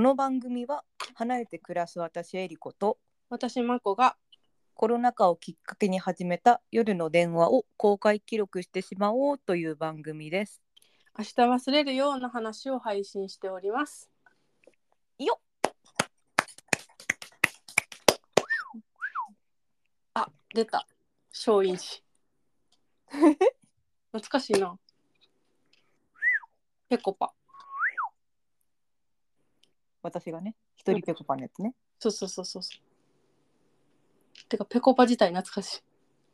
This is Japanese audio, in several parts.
の番組は離れて暮らす私エリコと私まこがコロナ禍をきっかけに始めた夜の電話を公開記録してしまおうという番組です。明日忘れるような話を配信しております。よあ、出た。松陰寺。懐かしいな。ペコパ。私がね、一人ぺこぱのやつね。そうそうそうそうそう。てかペコパ自体懐かしい。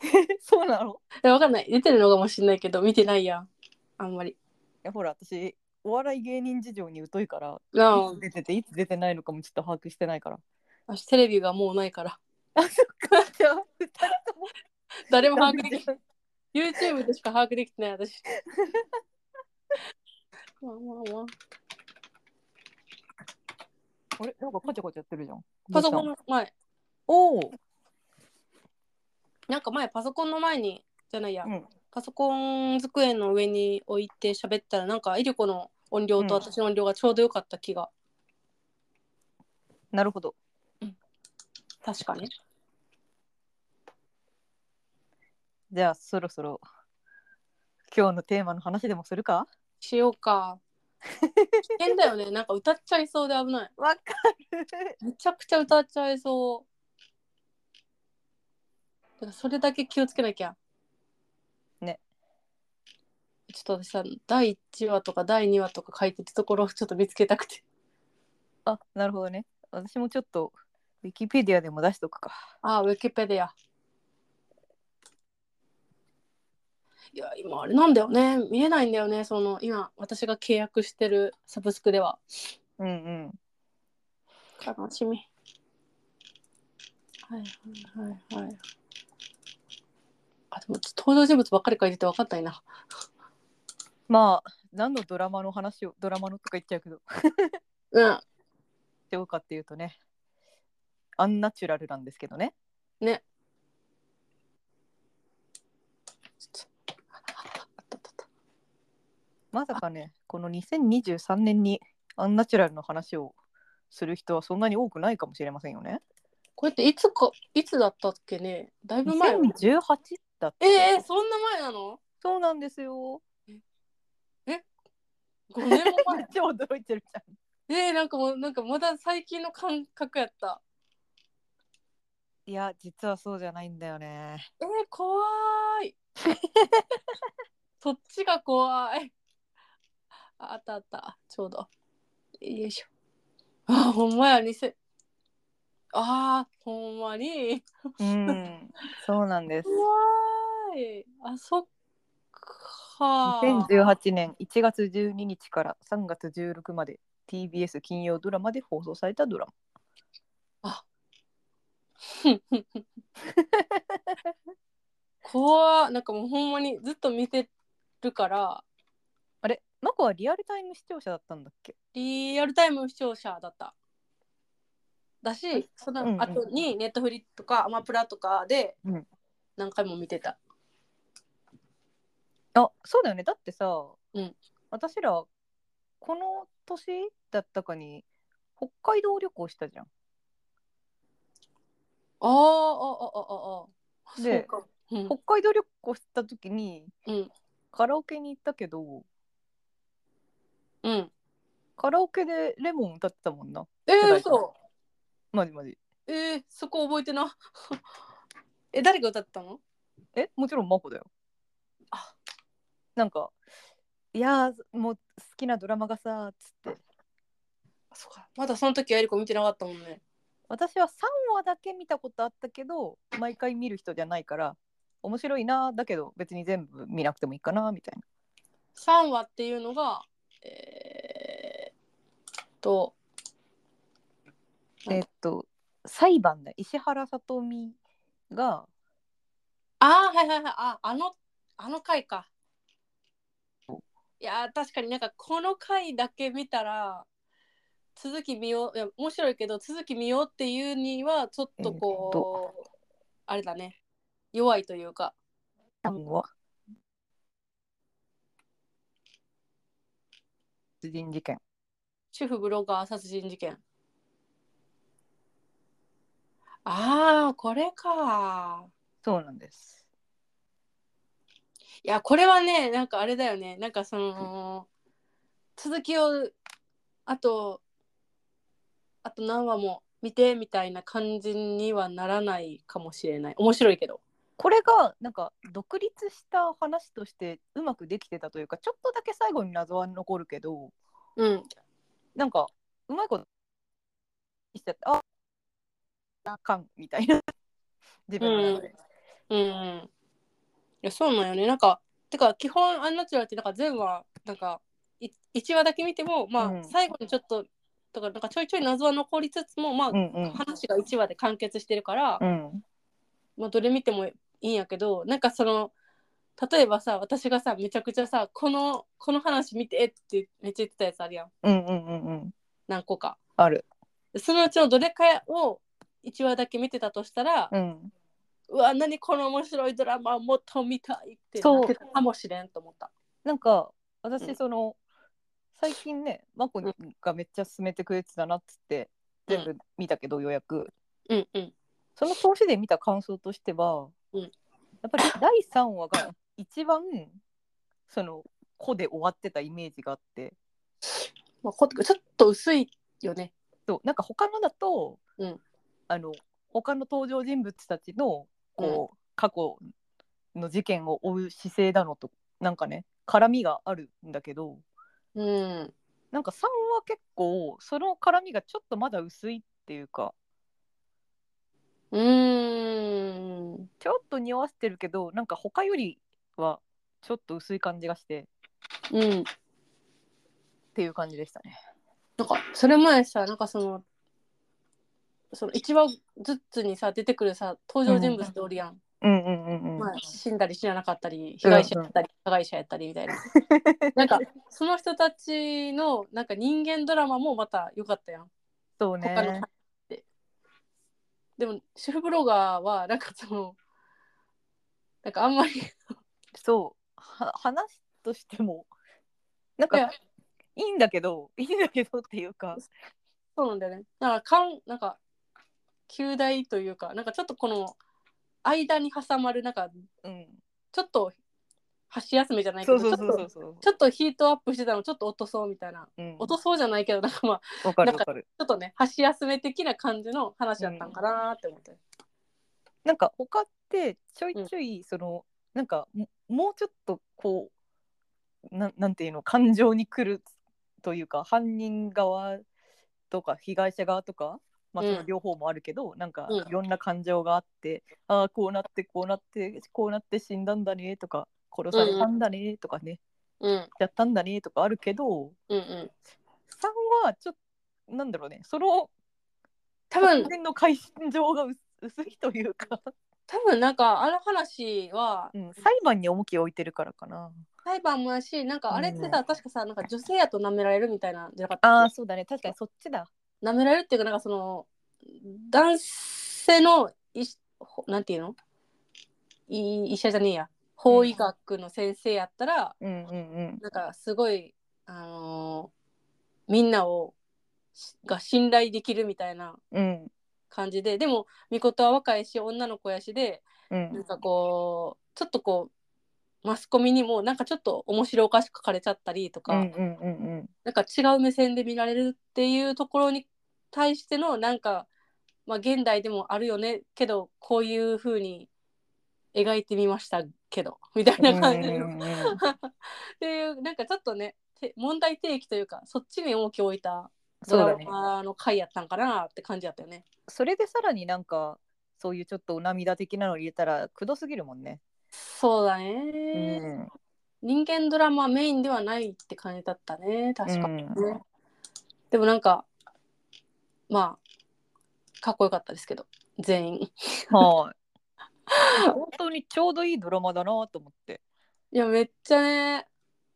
そうなのえ、わかんない。出てるのかもしれないけど見てないやん。あんまり。いやほら、私、お笑い芸人事情に疎いから、ないつ出てて、いつ出てないのかもちょっと把握してない から。あ、テレビがもうないから。あ、そっか。じゃあ、二人とも誰も把握できない。YouTube でしか把握できてない私。 まあまあまあ。あれなんかカチャカチャやってるじゃん。パソコンどうしたの。の前。おお。なんか前パソコンの前にじゃないや、うんパソコン机の上に置いて喋ったらなんかエリコの音量とうん私の音量がちょうど良かった気が、なるほど。確かにじゃあ、そろそろ今日のテーマの話でもするかしようか危険だよねなんか歌っちゃいそうで危ないわかる。めちゃくちゃ歌っちゃいそうだからそれだけ気をつけなきゃねちょっと私さ第1話とか第2話とか書いてるところをちょっと見つけたくてあ、なるほどね。私もちょっと、ウィキペディアでも出しとくか。ああ、ウィキペディア。いや、今あれなんだよね。見えないんだよね。その、今、私が契約してるサブスクでは。うんうん。楽しみ。はいはいはいはい。あ、でも、登場人物ばっかり書いてて分かんないな。まあ、何のドラマの話を、ドラマのとか言っちゃうけど、うん。どうかっていうとね、アンナチュラルなんですけどね。ね。ちょっとあったあったあったまさかね、この2023年にアンナチュラルの話をする人はそんなに多くないかもしれませんよね。これっていつか、いつだったっけね。だいぶ前よね。 2018だって。ええそんな前なのそうなんですよ。 ?5 年も前。超驚いてるじゃん。えー、なんかもうなんかまだ最近の感覚やったいや、実はそうじゃないんだよね。えー、怖いそっちが怖いああったあったちょうどよいしょあーほんまや偽あーほんまにうん、そうなんです。怖いあそっか2018年1月12日から3月16日まで TBS 金曜ドラマで放送されたドラマ。怖いなんかもうほんまにずっと見てるからあれマコはリアルタイム視聴者だったんだっけリアルタイム視聴者だった。だし、そうんうんの後にネットフリとかアマプラとかでうん何回も見てた。あそうだよねだってさ、うん私らこの年だったかに北海道旅行したじゃん。あーあ、ああ、ああ、あでそうか。うん北海道旅行した時に、うんカラオケに行ったけどうん。カラオケでレモン歌ってたもんな。え世代ー、か嘘マジマジ。えー、そこ覚えてな。 え、誰が歌ってたのえもちろんマコだよ。あなんかいやーもう好きなドラマがさーっつって。あそうか。まだその時はエリコ見てなかったもんね。私は3話だけ見たことあったけど毎回見る人じゃないから面白いなだけど別に全部見なくてもいいかなみたいな3話っていうのが、えー、っと、うんえっと裁判だ石原さとみがああはいはいはいああのあの回かいやー確かになんかこの回だけ見たら続き見よういや面白いけど続き見ようっていうにはちょっとこう、あれだね弱いというか多分は殺人事件主婦ブロガー殺人事件ああこれかそうなんです。いやこれはねなんかあれだよねなんかその続きをあとあと何話も見てみたいな感じにはならないかもしれない面白いけどこれがなんか独立した話としてうまくできてたというかちょっとだけ最後に謎は残るけどうんなんかうまいことしちゃってああかんみたいな 自分の中で、うんうんいやそうなんよねなんかてか基本アンナチュラルってなんか全話なんかい1話だけ見てもまあ、うん最後にちょっととかなんかちょいちょい謎は残りつつもまあ、うんうん話が1話で完結してるから、うんまあ、どれ見てもいいんやけどなんかその例えばさ私がさめちゃくちゃさこのこの話見てってめっちゃ言ってたやつあるやんうんうんうんうん何個かあるそのうちのどれかを1話だけ見てたとしたら、うんうわ何この面白いドラマもっと見たいってそうなってたかもしれんと思ったなんかうん私その、最近ねまこがめっちゃ勧めてくれてたなっつって全部見たけど予約、うんうんその投資で見た感想としては、うんやっぱり第3話が一番その「子」で終わってたイメージがあってまあ、こちょっと薄いよねそうなんか他のだと、うんあの他の登場人物たちのこう、過去の事件を追う姿勢だのとなんかね絡みがあるんだけどうんなんか3話結構その絡みがちょっとまだ薄いっていうかうーんちょっと匂わせてるけどなんか他よりはちょっと薄い感じがしてうんっていう感じでしたね。なんかそれ前さなんかそのその一話ずつにさ出てくるさ登場人物っておるやん、うんうんうんうん。 まあ、死んだり死ななかったり被害者やったり加害者やったりみたいななんかその人たちのなんか人間ドラマもまた良かったやんそう他のね話。ってでも主婦ブロガーはなんかそのなんかあんまり そうは話としてもなんかいやいいんだけどいいんだけどっていうか、そうなんだよね。だからかんなんか旧大というかなんかちょっとこの間に挟まるなんかうん、ちょっと箸休めじゃないけそどうそうちそょうっとそうそう。ちょっとヒートアップしてたのちょっと落とそうみたいなうん落とそうじゃないけどなんかまあちわかるなんわかかる。ょっとね箸休め的な感じの話だったんかなって思って、なんか他ってちょいちょいその、なんかももうちょっとこうなんなんていうの感情に来るというか犯人側とか被害者側とか。まあ、うんその両方もあるけど、なんかうんいろんな感情があって、ああこうなってこうなってこうなって死んだんだねとか殺されたんだねとかね、うん、うんやったんだねとかあるけどうん3はちょっとなんだろうねその多 分人の感情が薄薄いというか、多分なんかあの話はうん、裁判に重きを置いてるからかな裁判もやしなんかあれってさ、うん確かさなんか女性やと舐められるみたいなんじゃなかったあっあそうだね確かにそっちだけ舐められるっていうかなんかその男性のいほなんていうのい医者じゃねえや法医学の先生やったら、うんうんうんなんかすごい、あのーみんなをしが信頼できるみたいなうん感じででもみことは若いし女の子やしでうんなんかこうちょっとこうマスコミにもなんかちょっと面白おかしく書かれちゃったりとうか、んうんうんなんか違う目線で見られるっていうところに対してのなんか、まあ、現代でもあるよねけどこういうふうに描いてみましたけどみたいな感じのうんうんうんっていうなんかちょっとねて問題提起というかそっちに重きを置いたそドうだラねマの回やったんかなって感じだったよね。それでさらになんかそういうちょっとお涙的なの入れたらくどすぎるもんね、そうだうね、ん、人間ドラマメインではないって感じだったね確かにね、うんでもなんかまあかっこよかったですけど全員はい 本当にちょうどいいドラマだなと思っていやめっちゃね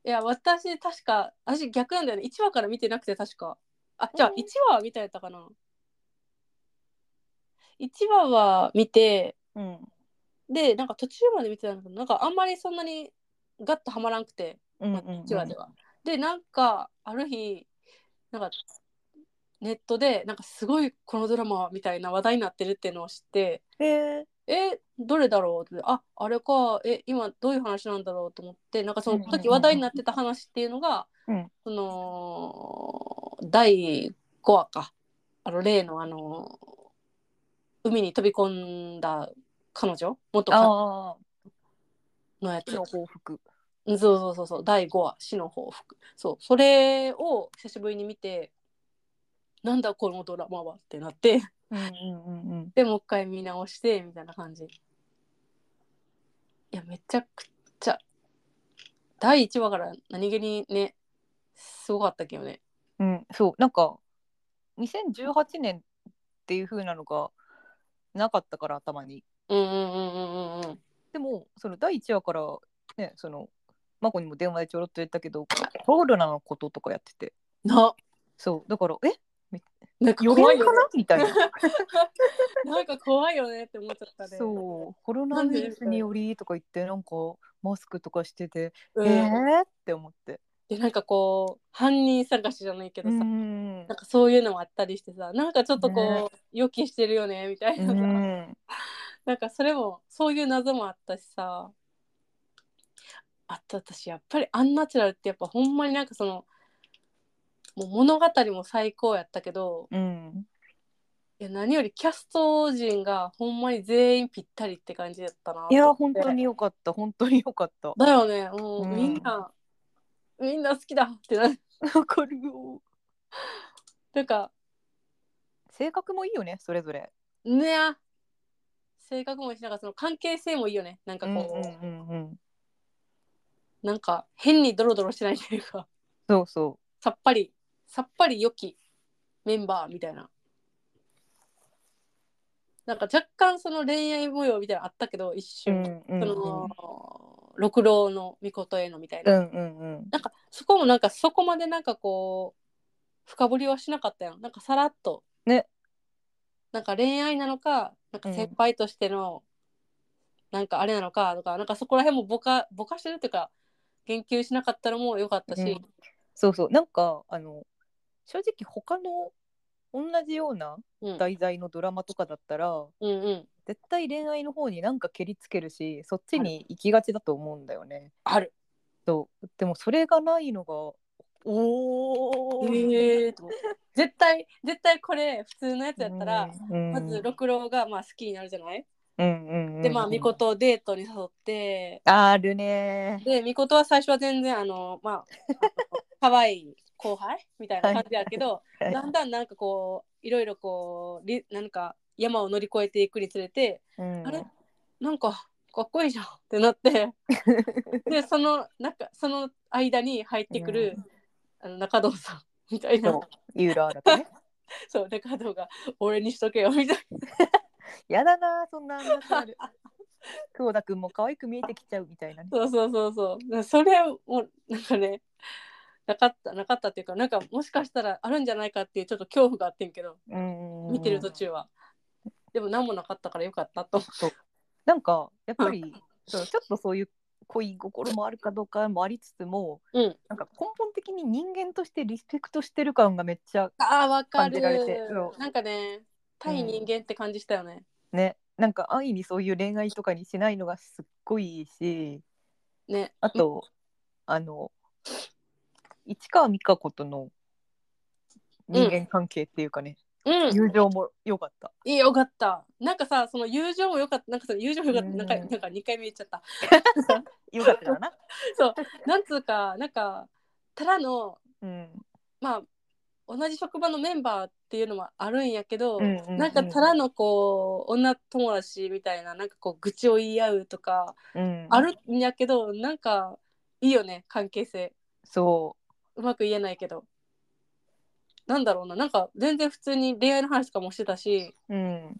いや私確か私逆なんだよね1話から見てなくて確かあじゃあうん1話見たやったかな1話は見てうんでなんか途中まで見てたんだけどなんかあんまりそんなにガッとはまらんくてうんうんうん1話では。でなんかある日なんかネットでなんかすごいこのドラマはみたいな話題になってるっていうのを知ってええどれだろうってああれかえ今どういう話なんだろうと思ってなんかそうんうんのうんうん時話題になってた話っていうのが、うんその第5話かあの例のあの海に飛び込んだ彼女元彼ああのやつ死の報復そうそうそうそう第5話「死の報復」そうそれを久しぶりに見てなんだこのドラマはってなってうんうんうんうんでもう一回見直してみたいな感じいやめちゃくちゃ第1話から何気にねすごかったけどねうん、そうなんか2018年っていう風なのがなかったから頭にうんうんうんうんうんうんでもその第1話からねそのマコにも電話でちょろっと言ったけどコロナのこととかやっててなそうだからえなんか予怖言いかよねなみたいな なんか怖いよねって思っちゃったねそうコロナウイルスによりとか言ってなんかマスクとかしてて、うん、えーって思ってでなんかこう犯人探しじゃないけどうさ、ん なんかそういうのもあったりしてさなんかちょっとねこう、予期してるよねみたいなさ、うんなんかそれもそういう謎もあったしさあと私やっぱりアンナチュラルってやっぱほんまになんかそのもう物語も最高やったけどうんいや何よりキャスト陣がほんまに全員ぴったりって感じだったなと思っていや本当によかった本当によかっただよねもう、うんみんなみんな好きだってなわかるよ なんか性格もいいよねそれぞれねえ性格もいいしなんかその関係性もいいよねなんかこう、うんうんうんうん、なんか変にドロドロしてないというかそうそさっぱりさっぱり良きメンバーみたいななんか若干その恋愛模様みたいなのあったけど一う。瞬、うんその六郎の御事へのみたいな、うんうんうん。なんかそこもなんかそこまでなんかこう深掘りはしなかったよなんかさらっとねなんか恋愛なのかなんか先輩としての、なんかあれなのかとかなんかそこら辺もぼかぼかしてるっていうか言及しなかったのも良かったし、うんそうそう。なんかあの正直他の同じようなうん題材のドラマとかだったら、うんうん絶対恋愛の方になんか蹴りつけるし、そっちに行きがちだと思うんだよね。あるそう。でもそれがないのがおー。えーと思って絶対絶対これ普通のやつやったら、うん、まず六郎がまあ好きになるじゃない、うんうんうん、でまあ巫女とデートに誘ってあるねで巫女とは最初は全然あのまああの可愛い後輩みたいな感じやけど、はいだんだんなんかこういろいろこうりなんか山を乗り越えていくにつれてうんあれなんかかっこいいじゃんってなってでそのなんかその間に入ってくる、あの中堂さんみたいなそうユーロアラとねそう中堂が俺にしとけよみたいな。 やだなそんなあんなある久保田君も可愛く見えてきちゃうみたいなねそうそうそうそう。それもなんかね、なかったなかったっていうか、なんかもしかしたらあるんじゃないかっていうちょっと恐怖があってんけど、見見てる途中は。でも何もなかったからよかったと思なんかやっぱりそうちょっとそういう恋心もあるかどうかもありつつもう。うん。なんか根本的に人間としてリスペクトしてる感がめっちゃああわか感じるられてそう。なんかね、対人間って感じしたよね。ねなんか安易にそういう恋愛とかにしないのがすっごいいいしね。あとあの市川美香子との人間関係っていうかね、うん。友情も良かった。いいよかった。なんかさ、その友情もよかった。なんかその友情もよかった。うんなんかなんか二回見えちゃった。良かったかな。なんつうかなんかただのうん、まあ同じ職場のメンバーっていうのもあるんやけど、うんうんうんなんかただのこう女友達みたいななんかこう愚痴を言い合うとかうん、あるんやけどなんかいいよね関係性そうまく言えないけどなんだろうななんか全然普通に恋愛の話とかもしてたしう、うん、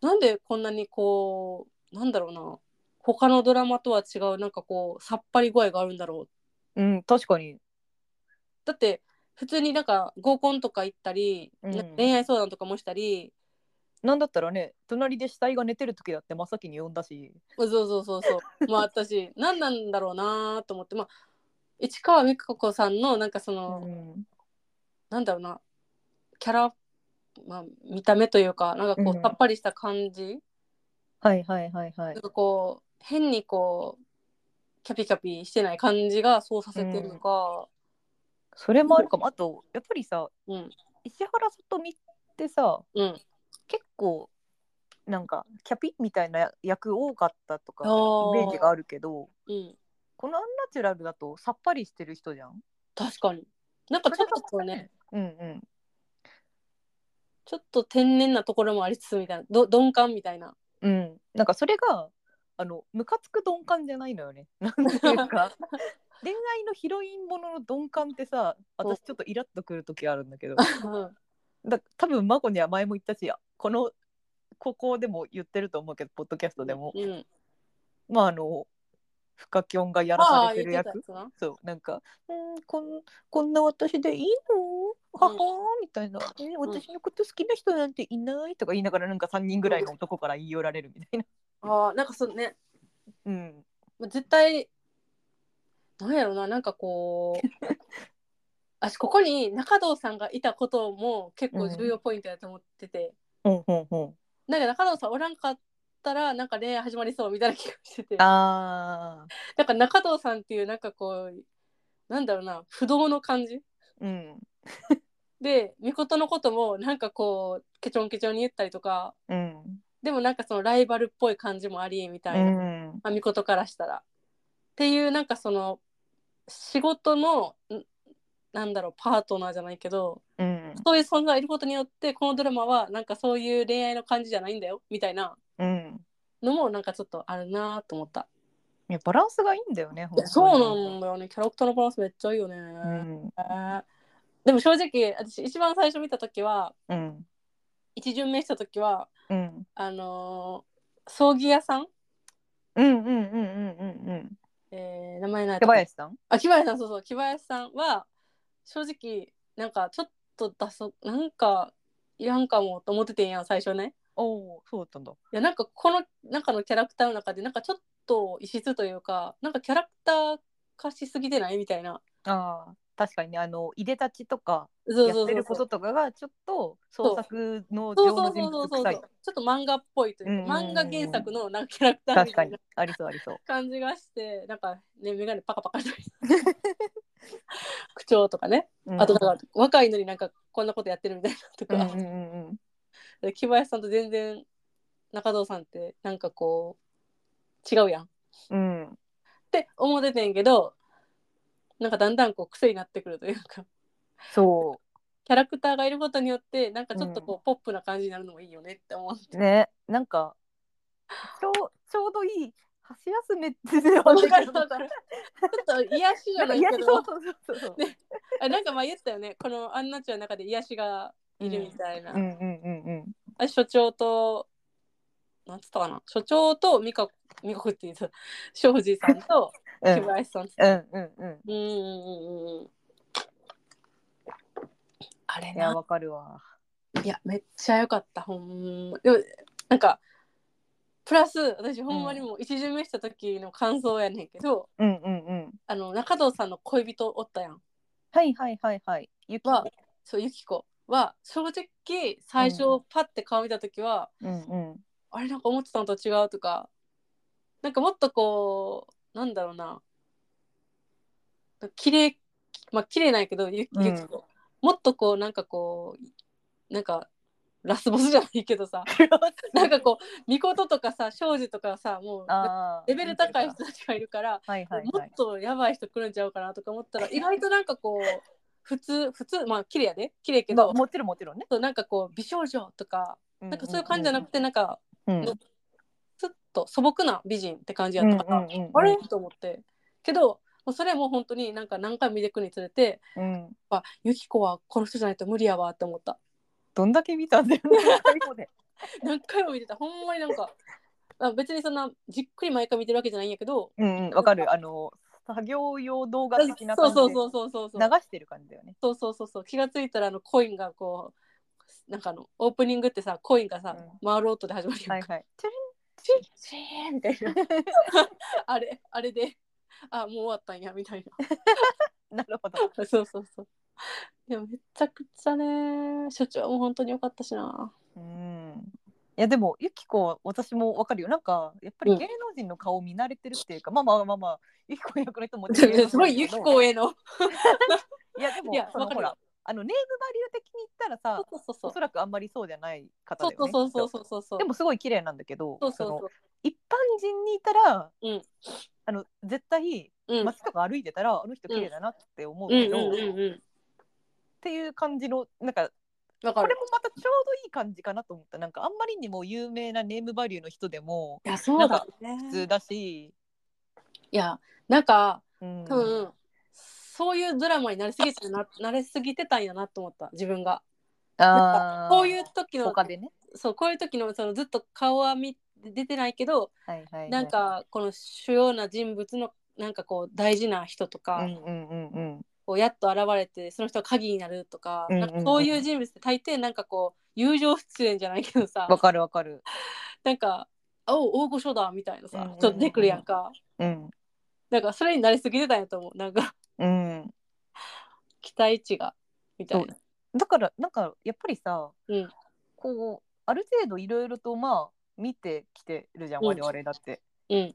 なんでこんなにこうなんだろうな他のドラマとは違うなんかこうさっぱり具合があるんだろううん、確かに、だって普通になんか合コンとか行ったり、うんなんか恋愛相談とかもしたりなんだったらね、隣で死体が寝てる時だって真っ先に呼んだし。そうそうそうそう。まあ私何なんだろうなと思ってまあ市川美香子さんのなんかその、うんなんだろうなキャラ、まあ、見た目というかなんかこうんうさっぱりした感じ、はいはいはいはいなんかこう変にこうキャピキャピしてない感じがそうさせてるのか、それもあるかもあとやっぱりさうん石原さとみってさうん、結構なんかキャピみたいな役多かったとかあーイメージがあるけどうん、このアンナチュラルだとさっぱりしてる人じゃん確かに。なんかちょっとこうね、うんうんちょっと天然なところもありつつみたいな、ど鈍感みたいな。うん、なんかそれがあのムカつく鈍感じゃないのよね。なんていうか恋愛のヒロインものの鈍感ってさ私ちょっとイラッとくる時あるんだけどだ多分マコには前も言ったしこのここでも言ってると思うけどポッドキャストでも、 うん。まああのフカキョンがやらあさあ、れて言っるてやたやつつな。そうなんかうんこんこんな私でいいのははーみたいな、え私のこと好きな人なんていないとか言いながらなんか3人ぐらいの男から言い寄られるみたいな。ああ、なんかそうね、うんまあ絶対、なんやろな、なんかこう、私ここに中堂さんがいたことも結構重要ポイントだと思ってて、ほんほんほんなんか中堂さんおらんかったら、なんか恋愛始まりそうみたいな気がしてて、なあんか中堂さんっていう、なんかこう、なんだろうな、不動の感じーうんでみことのこともなんかこうケチョンケチョンに言ったりとかうんでもなんかそのライバルっぽい感じもありみたいな、うんまあ、みことからしたら。っていうなんかその仕事のんなんだろうパートナーじゃないけどうんそういう存在がいることによってこのドラマはなんかそういう恋愛の感じじゃないんだよみたいなうんのもなんかちょっとあるなと思った。いやバランスがいいんだよねいやそうなんだよねキャラクターのバランスめっちゃいいよね。うんえーでも正直私一番最初見た時はうん一巡目した時はうんあのー葬儀屋さん、うんうんうんうんうんうんえー名前ない手林さんあ木林さんそうそう木林さんは正直なんかちょっと出そなんかいらんかもと思っててんやん最初ねおおそうだったんだいやなんかこの中のキャラクターの中でなんかちょっと異質というかなんかキャラクター化しすぎてないみたいなあー確かにねあのいでたちとかそうやっそうてそるうこそととうかがちょっとそう創作のそう上のそうそ人うそう物そう臭いちょっと漫画っぽいというかうん漫画原作のなんかキャラクター確みたかいなにありそうありそう感じがしてなんかね眼鏡パカパカしたり 口調とかねうんあとだから若いのになんかこんなことやってるみたいなとうんか、うんうんうんで木林さんと全然中堂さんってなんかこう違うやんっうんて思っててんけどなんかだんだんこう癖になってくるというかそキャラクターがいることによってなんかちょっとこう、ポップな感じになるのもいいよねって思ってうねなんかちょうちょうどいい箸休めって言わかるわかるちょっと癒しじなゃんかない癒しけそどうそうそうそう。ねあなんかまあ言ってたよねこのアンナチュの中で癒しがいるみたいな、うんうんうんうん。あ所長となんつったかな所長と美香美香子って言ってた庄司さんとう木ん林さんうんうんうんうんうんうん。あれうん。いやな。わかるわ。いや、めっちゃ良かった、ほんま。でもなんか、プラス、私、ほんまにもう一巡目した時の感想やねんけど、うんうんうん。あの、中藤さんの恋人おったやん。はいはいはいはい。ゆき。は、そう、ゆき子は、正直、最初うん、パッて顔見た時は、うんうん。あれ、なんか思ってたのと違うとか、なんかもっとこう、なんだろうな、綺麗まあ綺麗なんやけどゆうんゆき子、もっとこうなんかこうなんかラスボスじゃないけど さなんかこうみこととかさ庄司とかさもうああ。レベル高い人。たちがいるから、はいはいもはっい。とやばい人来るんちゃうかなとか思ったら意外となんかこう普通普通まあ綺麗やで綺麗やけまあど、もちろんもちろんね。そうなんかこう美少女とかなんかそういう感じじゃなくて。てなんかうんうんちょっと素朴な美人って感じやうっんたから、うん。あれと思ってけどもうそれも本当になんか何回も見てくにつれてうん。やっぱユキコはこの人じゃないと無理やわって思ったどんだけ見たんだよね。 最後で。何回も見てたほんまになんかあ別にそんなじっくり毎回見てるわけじゃないんやけどうんうん。わか る。あの作業用動画そう的なそ感うじそでうそうそうそう流そうしてる感じだよね。そうそうそう気がついたらあのコインがこうなんかあのオープニングってさコインがさ、う回る音で始まるやはんい か、はい。チュンチュンみたいな あれあれであもう終わったんやみたいなな るほど。そうそうそう。いやめちゃくちゃね処置はもう本当に良かったしなうんいやでもゆきこは私もわかるよなんかやっぱり芸能人の顔見慣れてるっていうか、まあまあまあまあゆきこの役の人 もすごいユキコへのいやでもいやそのわかほるよらあのネームバリュー的に言ったらさそうそうそおうそらくあんまりそうじゃない方そうだよねそうそうきっとそうそうそうでもすごい綺麗なんだけどそうそうのそう一般人にいたら、うんあの絶対うん街とか歩いてたら、あの人綺麗だなって思ううんけうんど、うっんうんていう感じのなんかわかこれるもまたちょうどいい感じかなと思ったなんかあんまりにも有名なネームバリューの人でもいやそうだね普通だし、いやなんかうん多分、そういうドラマになりすぎて な慣れすぎてたんやなと思った自分があーこういう時の他でね、そうこういう時のそのずっと顔は見出てないけどはいはいはいなんかこの主要な人物のなんかこう大事な人とか、うんうんうんうんこうやっと現れてその人が鍵になるとか,、うんうんうんなんかそういう人物って大抵なんかこう友情出演じゃないけどさわかるわかるなんか「おう大御所だ」みたいなさ、うんうんうんうんちょっと出てくるやんかうんなんかそれになりすぎてたんやと思うなんかうん期待値がみたいな。だからなんかやっぱりさ、うんこうある程度いろいろとまあ見てきてるじゃんう我ん々だって。うんっ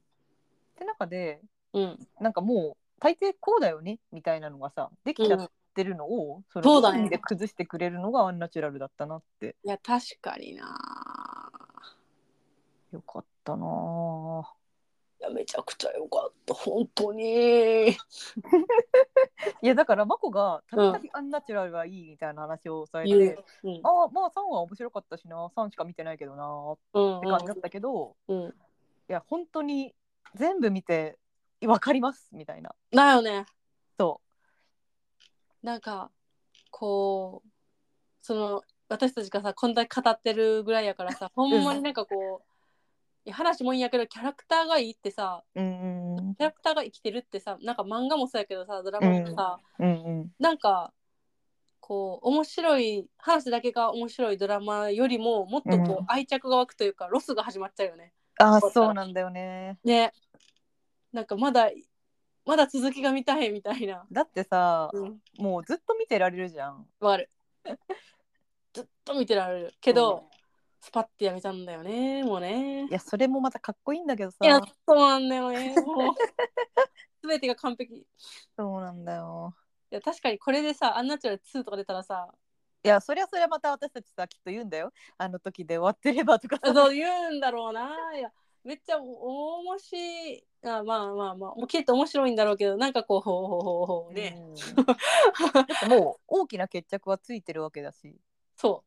て中でうん、なんかもう大抵こうだよねみたいなのがさできちゃってるのを、そのそうだねで崩してくれるのがアンナチュラルだったなっていや確かになよかったなぁいやめちゃくちゃ良かった本当にいやだからマコが「たびたびアンナチュラルはいい」みたいな話をされて、言ううんああまあ3は面白かったしな3しか見てないけどなぁっうんて感じだったけど、うんうんいや本当に全部見て分かりますみたいなだよねそなんかこうその私たちがさこんだけ語ってるぐらいやからさ ほんまになんかこう、いや話もいいんやけどキャラクターがいいってさううんうんキャラクターが生きてるってさなんか漫画もそうやけどさドラマもさ、うんなんかこう面白い話だけが面白いドラマよりももっとこう、うん愛着が湧くというかロスが始まっちゃうよね。あそーうだそうなんだよねねなんかまだまだ続きが見たいみたいな。だってさうん、もうずっと見てられるじゃんわかる。ずっと見てられるけど、スパッてやめたんだよねもうね。いやそれもまたかっこいいんだけどさいやそうなんだよ ねもう全てが完璧。いそうなんだよや確かにこれでさ「アンナチュラル2」とか出たらさいやそりゃそりゃまた私たちさきっと言うんだよあの時で終わってればとかさそう言うんだろうないやめっちゃお面白いあまあまあまあもうきっと面白いんだろうけどなんかこうほうほうほうほうね、うんだってもう大きな決着はついてるわけだしそ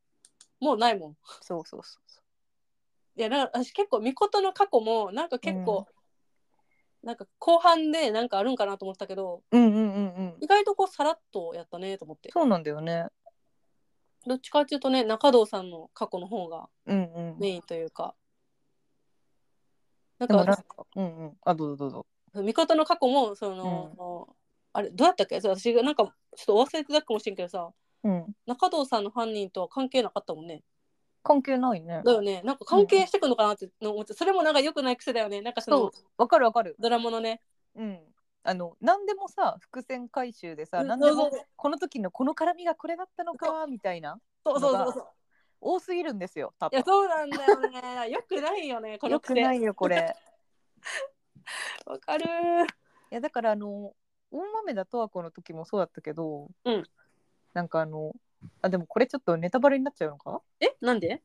うもうないもん。そうそうそうそいやなんか私結構みことの過去もなんか結構、なんか後半でなんかあるんかなと思ったけどううんうんうんうん意外とこうさらっとやったねと思ってそうなんだよねどっちかっていうとね中堂さんの過去の方がうんうんメインというか、でもななんんかかうんうんあどうぞどうぞみことの過去もその、あれどうやったっけそう私がなんかちょっと忘れてたかもしれんけどさうん中堂さんの犯人とは関係なかったもんね関係ないねだよねなんか関係してくんのかなっての思って、それもなんか良くない癖だよねなんかそのそうわかるわかるドラマのねうん、あの何でもさ伏線回収でさうん何でそうもそうこの時のこの絡みがこれだったのかみたいなそうそうそうそう多すぎるんですよ多いや分そうなんだよ ね。よくないよね。このよくな癖。いよこれわかる。いやだからあの大豆田とわ子の時もそうだったけど、うんなんかあのあでもこれちょっとネタバレになっちゃうのかえ、なんで？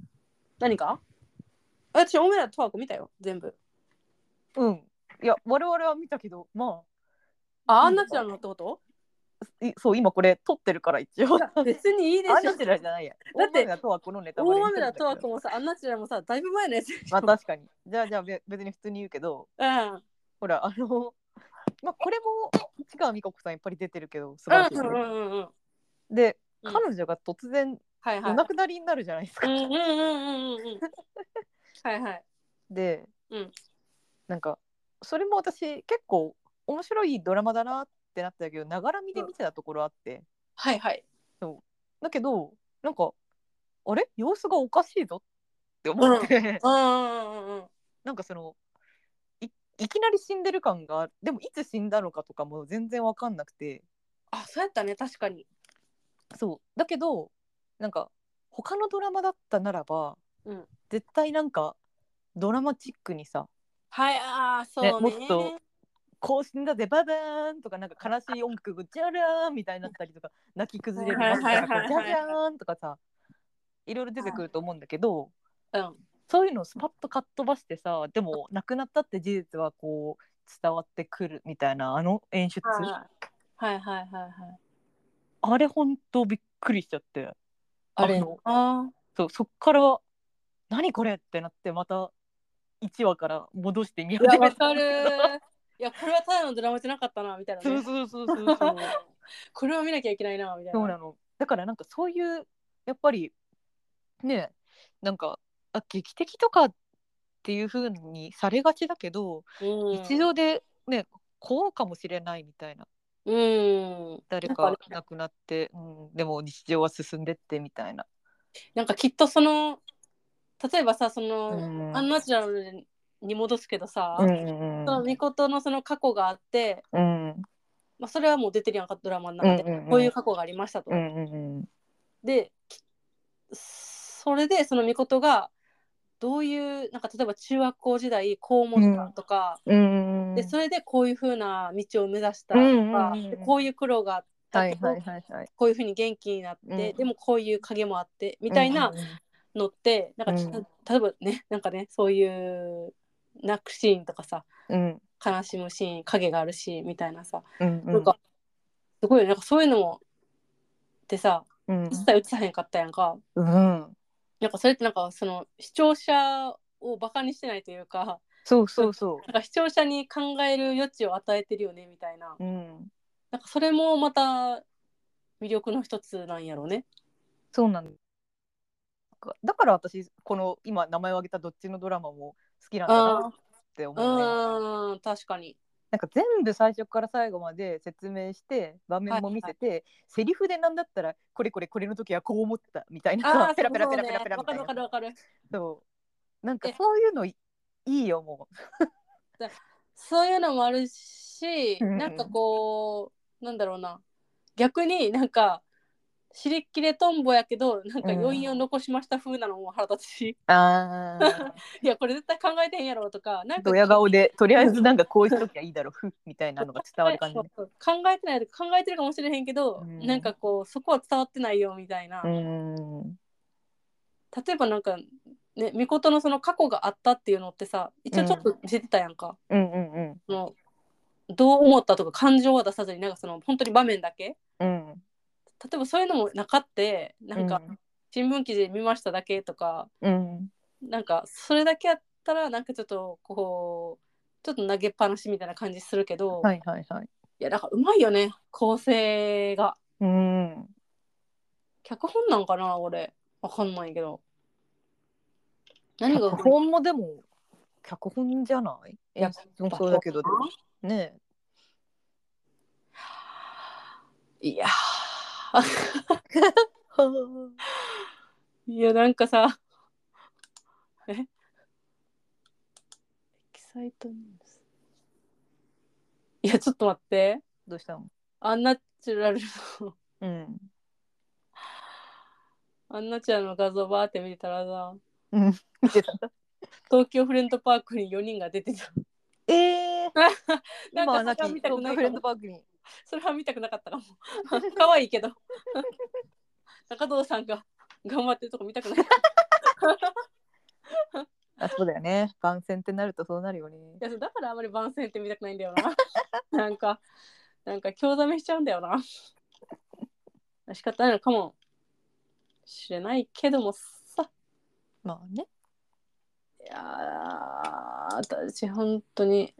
何か？私オメラとワコ見たよ。全部。うんいや我々は見たけどまあ、うんアンナチュラルのってこと？あいそう今これ撮ってるから一応 あ別にいいでしょ。んなてらじゃないやだだっってて大豆田とわ子のネタバレ大に雨なっだちとゃうんワだけどコもさ、アンナチュラルもさ、だいぶ前のやつでしょ。まあ確かにじゃあじゃあべ別に普通に言うけど うん。ほら、あの、まあ、これも、市川美香子さんやっぱり出てるけど、素晴らしいようね、んうんうんうん。で、うん彼女が突然、はいはおい。亡くなりになるじゃないですうか。んうんうんうんうんうん。はいはい。で、うんなんか、それも私、結構、面白いドラマだなってなったけど、ながら見で見てたところあって、はいはい。だけど、なんか、あれ様子がおかしいぞって思って、うんうんうんうん。 なんかその、いいきなり死んでる感がでもいつ死んだのかとかも全然わかんなくてあ、そうやったね。確かに。そうだけどなんか他のドラマだったならば、うん絶対なんかドラマチックにさはい、ああ、そうね。もっと「こう死んだぜババーン!」とかなんか悲しい音楽ジャラーンみたいになったりと か泣き崩れるはないんはいはいかはいジャジャーンとかさいろいろ出てくると思うんだけど、うん。そういうのをスパッとかっ飛ばしてさでも亡くなったって事実はこう伝わってくるみたいなあの演出はいはいはいはいはい。あれ本当びっくりしちゃってあれあのあそうそっから何これってなってまた1話から戻して見ー。いや、始めわたかんるだけど。いや、これはただのドラマじゃなかったな、みたいな、そうね。そうそうそう そう これは見なきゃいけないな、みたいな。そうなのだからなんかそういうやっぱりねなんかあ劇的とかっていう風にされがちだけど、うん、一度でねこうかもしれないみたいなうん。誰なんかかね亡くなって、うん、でも日常は進んでってみたいな。なんかきっとその、例えばさ、その、うんアンナチュラルに戻すけどさ、うんうんそのうんミコトのその過去があって、うんまあ、それはもう出てるやんか、ドラマの中で。うんうんうんこういう過去がありましたと。うんうんできそれでその巫女がどういうなんか例えば中学校時代こう思ったとか、うんでそれでこういうふうな道を目指したとか、うんうんうんでこういう苦労があったはいけど、はいはいはい。こういうふうに元気になって、うんでもこういう影もあってみたいなうんうんうんのって、なんかちうん例えばね なんかねそういう泣くシーンとかさうん悲しむシーン影があるシーンみたいなさ、うんうんなんかすごいよねなんかそういうのもってさうん一切映さへんかったやんか。うんなんかそれってなんかその視聴者をバカにしてないというかそうそうそなんか視聴者に考える余地を与えてるよねみたいなう。うんなんかそれもまた魅力の一つなんやろうね。そうなんだ。だから私この今名前を挙げたどっちのドラマも好きなんだなって思ううね。ーん確かに。なんか全部最初から最後まで説明して場面も見せて、セリフでなんだったらこれこれこれの時はこう思ったみたいあなあペラペラペラペラペラわみたかいるなわかるわかる。そうなんかえそういうのいいいよもそういうのもあるし、うんなんかこうなんだろうな逆になんか知りっきれとんぼやけどなんか余韻を残しました風なのも腹立つし、うああいやこれ絶対考えてんやろとかなんかドヤ顔でとりあえずなんかこうしときゃいいだろうふっみたいなのが伝わる感じね、そうそう考えてない考えてるかもしれへんけど、うんなんかこうそこは伝わってないよみたいな、うーん例えばなんかねみことのその過去があったっていうのってさ一応ちょっと見せてたやんか、うんうんうんそのどう思ったとか感情は出さずになんかその本当に場面だけうん例えばそういうのもなかってなんか新聞記事で見ましただけとか、うんなんかそれだけやったらなんかちょっとこうちょっと投げっぱなしみたいな感じするけど、、はいいはいはいやなんかうまいよね構成が。うん脚本なんかな俺わかんないけど何が脚本もでも脚本じゃないいや演出もそうだけどねいやーいやなんかさえエキサイトニュースいやちょっと待ってどうしたのアンナチュラル のうんアンナチュラルの画像バーって見てたらさうん見てた東京フレンドパークに4人が出てたええなん今はなかそれきは見東京フたくないかレンもドパークにそれは見たくなかったかも。 可愛いけど。 中藤さんが頑張ってるとこ見たくない。い あそうだよね番宣ってなるとそうなるよねやそうだからあまり番宣って見たくないんだよな。 なんか、なんか興ざめしちゃうんだよな。仕方ないのかもしれないけどもさ。まあねいやー、私本当に、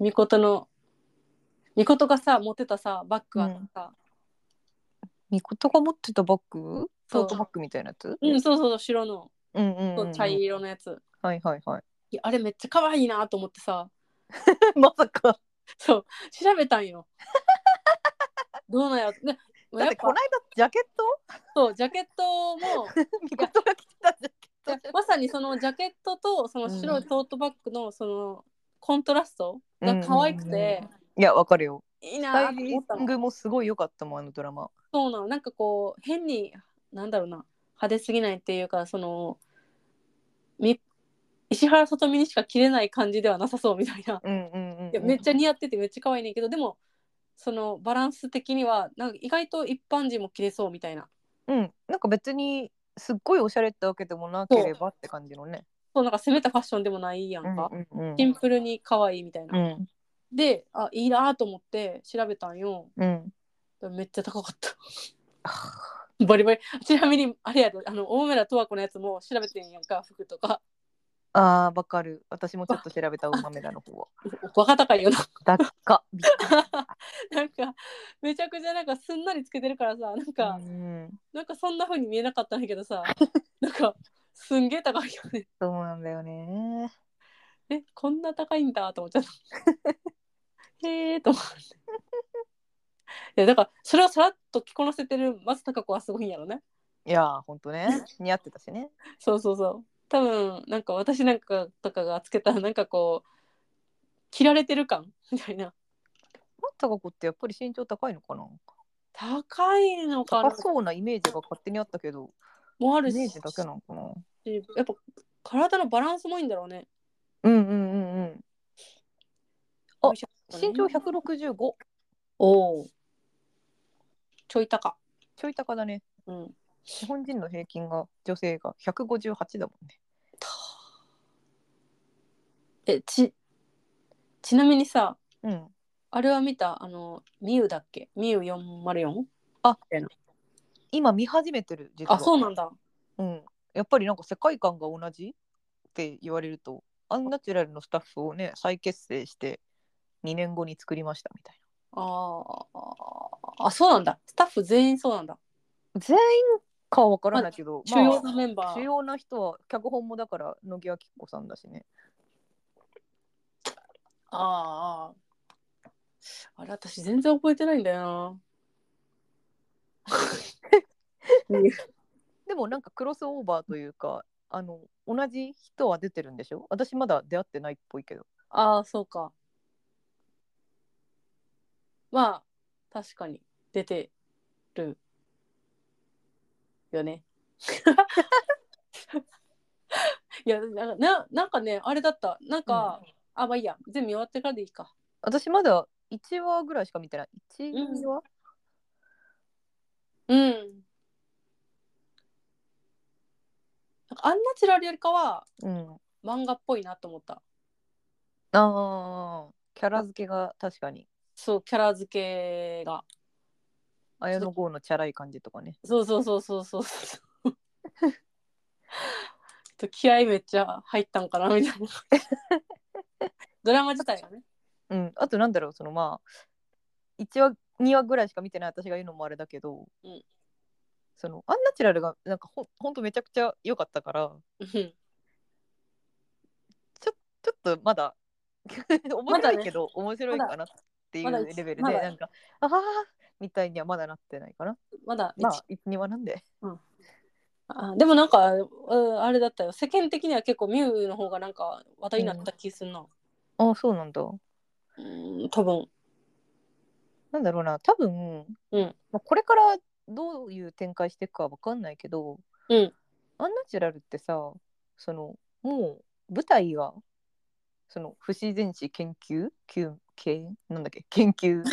みことの、みことがさ、持ってたさ、バッグあったさ。みことが持ってたバッグそトうートバッグみたいなやつうん、そうそうそう、白の、うんうんそううん茶色のやつ。はいはいはいいやあれめっちゃ可愛いなと思ってさ まさかそう調べた んよどうなんやろねだやっってこのぱ間ジャケッそうジャケット も トみことが着てたジャいやまさにそのジャケットとその白いトートバッグのそのコントラストが可愛くて、うんいやわかるよいいスなターイってリ思ったンのグもすごい良かったもんあのドラマそうなのなんかこう変になんだろうな派手すぎないっていうかそのみ石原さとみにしか着れない感じではなさそうみたいなうんうんうんうんいやめっちゃ似合っててめっちゃ可愛いねんけどでもそのバランス的にはなんか意外と一般人も着れそうみたいなうんなんか別にすっごいおしゃれってわけでもなければって感じのねそうなんか攻めたファッションでもないやんか、うんうんシンプルに可愛いみたいな、うんであいいなと思って調べたんようんめっちゃ高かった あバリバリちなみにあれやろあの大村十和子のやつも調べてんやんか服 とかあーわかる私もちょっと調べたウマメダの方 はバカ高いよな高っかびっ なんかめちゃくちゃなんかすんなりつけてるからさなんか、うんなんかそんな風に見えなかったんだけ どさなんかすんげえ高いよねそうなんだよねえこんな高いんだと思っちゃった へえと思っていやだからそれをさらっと着こなせてる松たか子はすごいんやろねいやーほんとね似合ってたしねそうそうそう多分なんか私なんかとかがつけたらなんかこう着られてる感みたいな松たか子ってやっぱり身長高いのかな高いのかな高そうなイメージが勝手にあったけどもあるイしメージだけなのかなやっぱ体のバランスもいいんだろうねうんうんうんうんあ身長165おおちょい高ちょい高だねうん日本人の平均が女性が158だもんねえちちなみにさうんあれは見たあのミウだっけミウ 404? 今見始めてる実はあそうなんだうん、やっぱりなんか世界観が同じって言われるとアンナチュラルのスタッフをね再結成して2年後に作りましたみたいあーあそうなんだスタッフ全員そうなんだな全員かは分からないけど、主要なメンまバあ、主ー、要な人は脚本もだから野際貴子さんだしねあーあーあれ私全然覚えてないんだよ なミウでもなんかクロスオーバーというかあの同じ人は出てるんでしょ私まだ出会ってないっぽいけどああそうかまあ確かに出てるよね いやなななんかねあれだったなんか、あまあいいや全部見終わってからでいいか私まだ1話ぐらいしか見てない1話、うんなんかアンナチュラルよりかはうん、あ漫画っぽいなと思ったあーキャラ付けが確かにそうキャラ付けが綾野剛のチャラい感じとかねそうそうそうそうそうそうちょっと気合いめっちゃ入ったんかなみたいなドラマ自体がねうん、あとなんだろうそのまあ1話2話ぐらいしか見てない私が言うのもあれだけど、うんそのアンナチュラルがなんかほほんとめちゃくちゃ良かったからうんちょっとまだ 面まだ白ねいけど、面白いかなっていうまだレベルで、まだなんか「ああ」みたいにはまだなってないかなまだ、まあ12話なんであでもなんか、うんあれだったよ世間的には結構ミュウの方がなんか話題になった気すんな、ああそうなんだうん、多分なんだろうな多分、うんまあ、これからどういう展開していくかは分かんないけど、うんアンナチュラルってさそのもう舞台がその不自然史研究究系なんだっけ研 究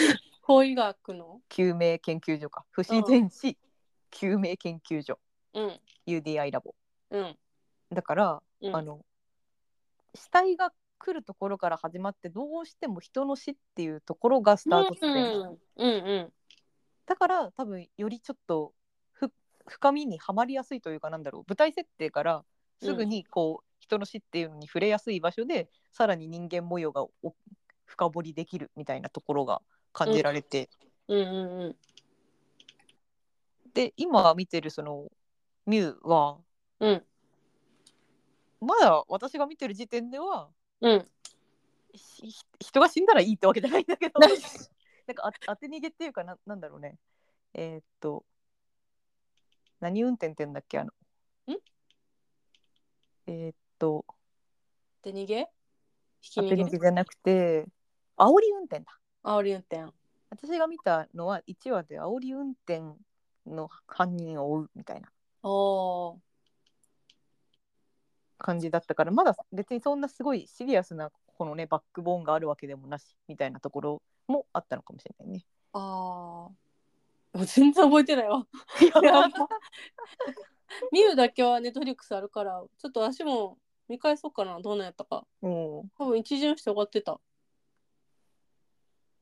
法医学の救命研究所か不自然史救命研究所うん UDI ラボうん、だから、うん、あの死体が来るところから始まってどうしても人の死っていうところがスタート地点、うんうんうんだから多分よりちょっとふ深みにはまりやすいというかなんだろう舞台設定からすぐにこう、人の死っていうのに触れやすい場所でさらに人間模様がお深掘りできるみたいなところが感じられて、うんうんうんで今見てるそのミュウはうんまだ私が見てる時点ではうんひひ人が死んだらいいってわけじゃないんだけどなんかあ当て逃げっていうかななんだろうねえーっと何運転って言うんだっけあのんえーっとで逃げひき当て逃逃げげじゃなくて煽り運転だあおり運転私が見たのは1話で煽り運転の犯人を追うみたいなおー感じだったからまだ別にそんなすごいシリアスなこのねバックボーンがあるわけでもなしみたいなところもあったのかもしれ ないね。あーもう全然覚えてないわ ミュウだけはネットフリックスあるからちょっと私も見返そうかなどんなんやったかも多分一巡して終わってた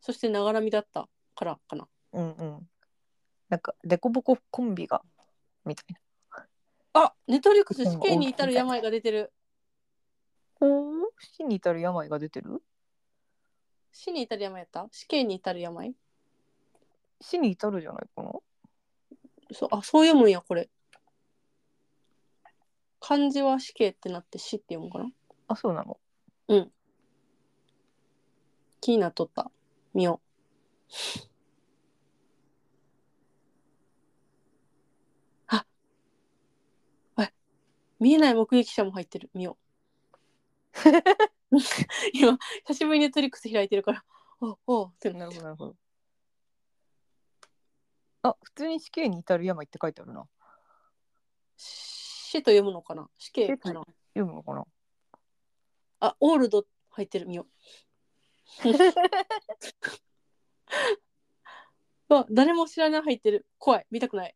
そしてながらみだったからかなううんうんなんかデコボココンビがみたいな。あネットフリックス死刑に至る病が出てるおお死に至る病が出てる死に至る病やった死刑に至る病死に至るじゃないかなそうあそう読むんやこれ漢字は死刑ってなって死って読むかなあそうなの。気になっとった見ようあおい見えない目撃者も入ってる見よ う今久しぶりにネットフリックス開いてるからおうおうってななるるほどなるほど。あ普通に死刑に至る病って書いてあるな。死と読むのかな死刑かな読むのかなあオールド入ってる見よ う あ誰も知らない入ってる怖い見たくない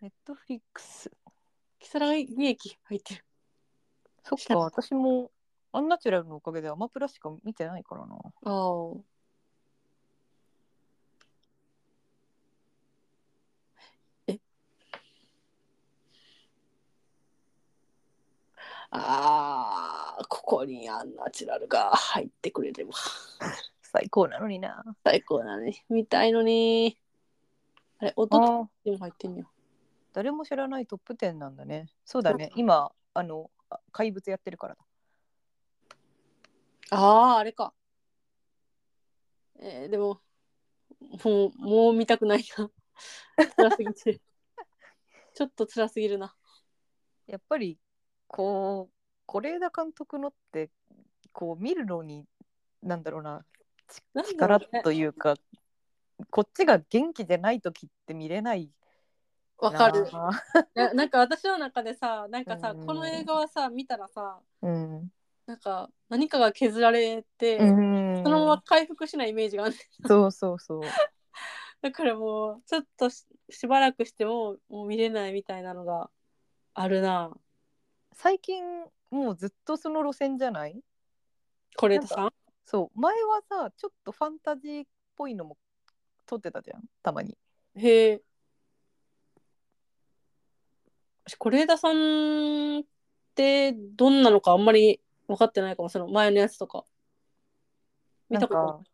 ネットフリックス。木更木駅入ってるそっか、私もアンナチュラルのおかげでアマプラしか見てないからな。ああえあーここにアンナチュラルが入ってくれれば最高なのにな。最高だね見たいのにあれ音とああ、でも入ってんよ誰も知らないトップ10なんだね。そうだね、今、あの、あ怪物やってるからだ。あああれかえー、でももうもう見たくないな辛すぎ てちょっと辛すぎるなやっぱり、こう、是枝監督のって、こう、見るのに、なんだろうな、なんだろ力うねというか、こっちが元気でない時って見れないな。わかるななんか私の中でさなんかさうんこの映画はさ見たらさうん。なんか何かが削られて、うん。そのまま回復しないイメージがある そうそうそう。だからもうちょっとししばらくしてももう見れないみたいなのがあるな最近、もうずっとその路線じゃないこれさんそう前はさちょっとファンタジーっぽいのも撮ってたじゃんたまにへえ。私、是枝さんってどんなのかあんまり分かってないかも、その前のやつとか。見たことなんか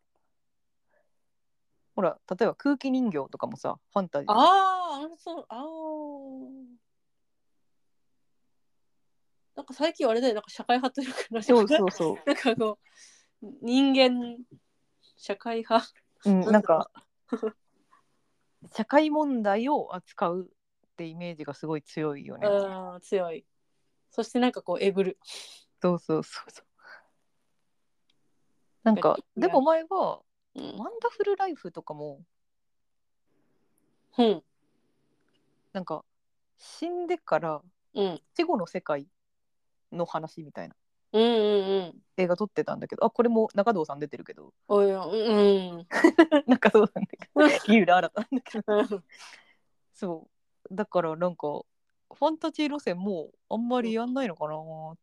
ほら例えば空気人形とかもさファンタジーああ、あのそう、ああ。なんか最近あれだよ、なんか社会派というか、なんかそうそうそ なんかこう、人間、社会派。う、うん、なんかなんか社会問題を扱うってイメージがすごい強いよねうん、強い。そしてなんかこう、えぐる。そうそうそうそうなんかでも前は「うん。ワンダフルライフ」とかもうん。なんか死んでからうん。死後の世界の話みたいなうんうんうん。映画撮ってたんだけどあこれも中堂さん出てるけどおいおいうん。 なんかそうなんだけど、井浦新なんだけど。うんそう。だからなんか、ファンタジー路線もうあんまりやんないのかなーっ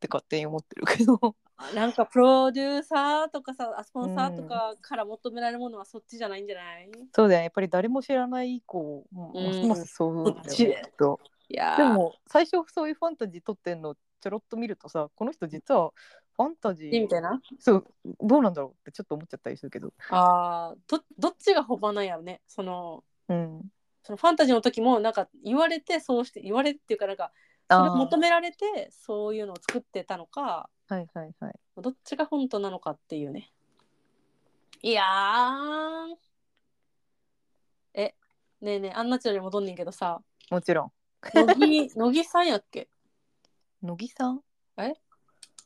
て勝手に思ってるけど。なんかプロデューサーとかさスポンサーとかから求められるものはそっちじゃないんじゃない、 そうだよね。やっぱり誰も知らない以降、うんますますそうだよねこっちできっといやーでも、最初そういうファンタジー撮ってんのちょろっと見るとさ、この人実はファンタジいいみー、たいなそう、どうなんだろうってちょっと思っちゃったりするけど。あーどどっちがほばないやろねそのうん。そのファンタジーの時もなんか言われてそうして言われっていうかなんかそれあをー求められてそういうのを作ってたのかはいはいはい。どっちが本当なのかっていうねいやーえねえねえアンナチュラルに戻んねんけどさもちろん。乃木乃木さんやっけ 乃木さん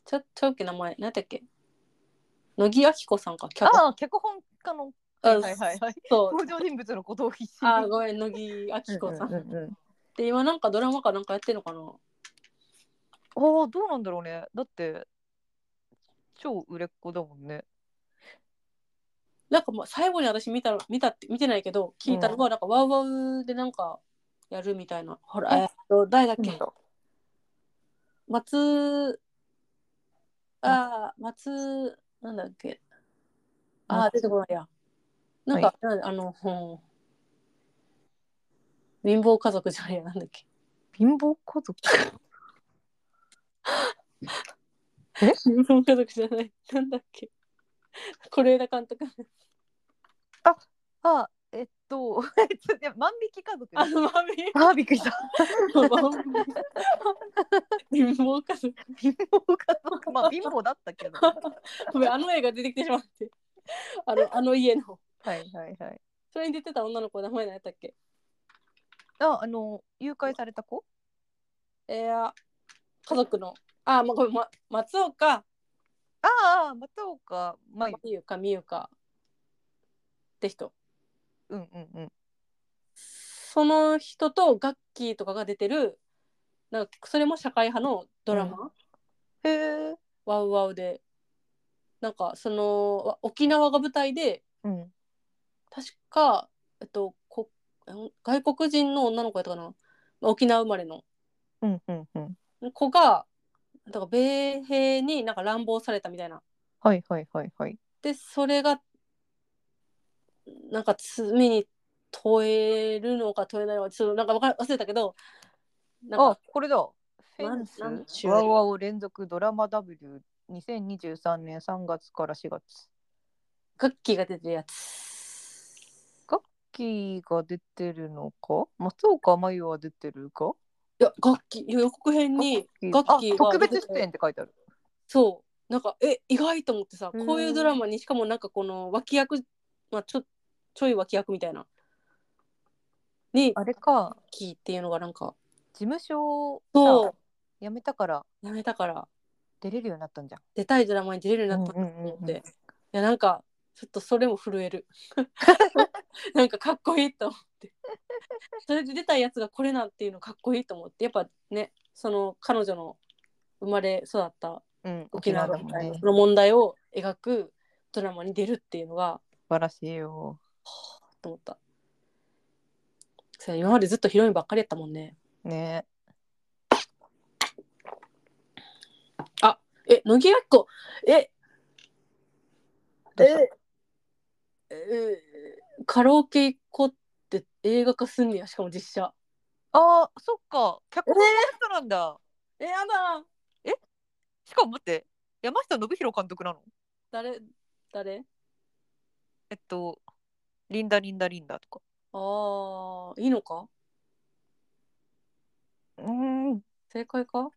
ちゃちゃうっけ名前何だっけ乃木明子さんか脚本ああ、脚本家のはいはいはいはい そう登場人物のことを必死にあーごめん乃木明子さん,、うんうんうんうんで今なんかドラマかなんかやってんのかなああどうなんだろうねだって超売れっ子だもんねなんかもう最後に私見たの見たって見てないけど聞いたのがなんかワウワウでなんかやるみたいなほらあえっと誰だっなけんだ松あー松なんだっけあー松出てこないやなんか、なんあの、うん貧乏家族じゃねえやなんだっけ貧乏家族貧乏家族じゃないなんだっけ是枝監督あえっと えっといや万引き家族ああの マミーあびっくりした 貧乏家族貧乏家族まあ貧乏だった けどごめんあの映画出てきてしまってあのあの家のはいはいはいそれに出てた女の子名前何やったっけああの誘拐された子えー、家族のあまごめん、ま、松岡ああ松岡ま美優か美優かって人うんうんうんその人とガッキーとかが出てるなんかそれも社会派のドラマ、へえワウワウでなんかそのわ沖縄が舞台でうん確か、えっと、こん外国人の女の子やったかなまあ沖縄生まれのうんうんうん子がだから米兵になんか乱暴されたみたいなはいはいはいはいでそれがなんか罪に問えるのか問えないのかちょっとなんかわか忘れたけどなんあかこれだフェンスなんなんちゅうワウワウ連続ドラマ W2023 年3月から4月ガッキーが出てるやつキーが出てるのか松岡真優は出てるかいやガッキー予告編にガッキーあが特出てて別出演って書いてあるそうなんかえ意外と思ってさうんこういうドラマにしかもなんかこの脇役、まあ、ちょちょい脇役みたいなにガあッれかキーっていうのがなんか事務所をそさ辞めたからうやめたから出れるようになったんじゃん出たいドラマに出れるようになったうんうんうんうんと思って、いやなんかちょっとそれも 震えるなんかかっこいいと思ってそれで出たやつがこれなんていうのかっこいいと思ってやっぱねその彼女の生まれ育ったうん沖沖縄縄だだっもんたりねの素その問題を描くドラマに出るっていうのが晴らしいよと思ったそう今までずっとヒロインばっかりやったもんねねえ乃木学校えどうしたえーカラオケ行こうって映画化すんねやしかも実写あーそっか脚本家の人なんだ、えやだしかも待って山下信弘監督なの誰誰えっとリンダリンダリンダとかああいいのかうん正解か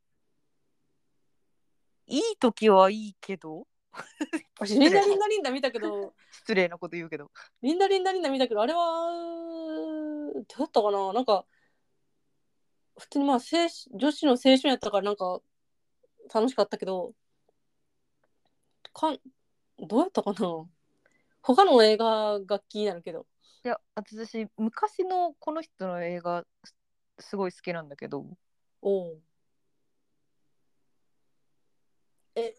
いい時はいいけど私リンダリンダリンダ見たけど失礼なこと言うけどリンダリンダリンダ見たけどあれはどうやったかななんか普通にまあ青春女子の青春やったからなんか楽しかったけどかんどうやったかな他の映画が気になるけどいや私昔のこの人の映画すすごい好きなんだけどおうえ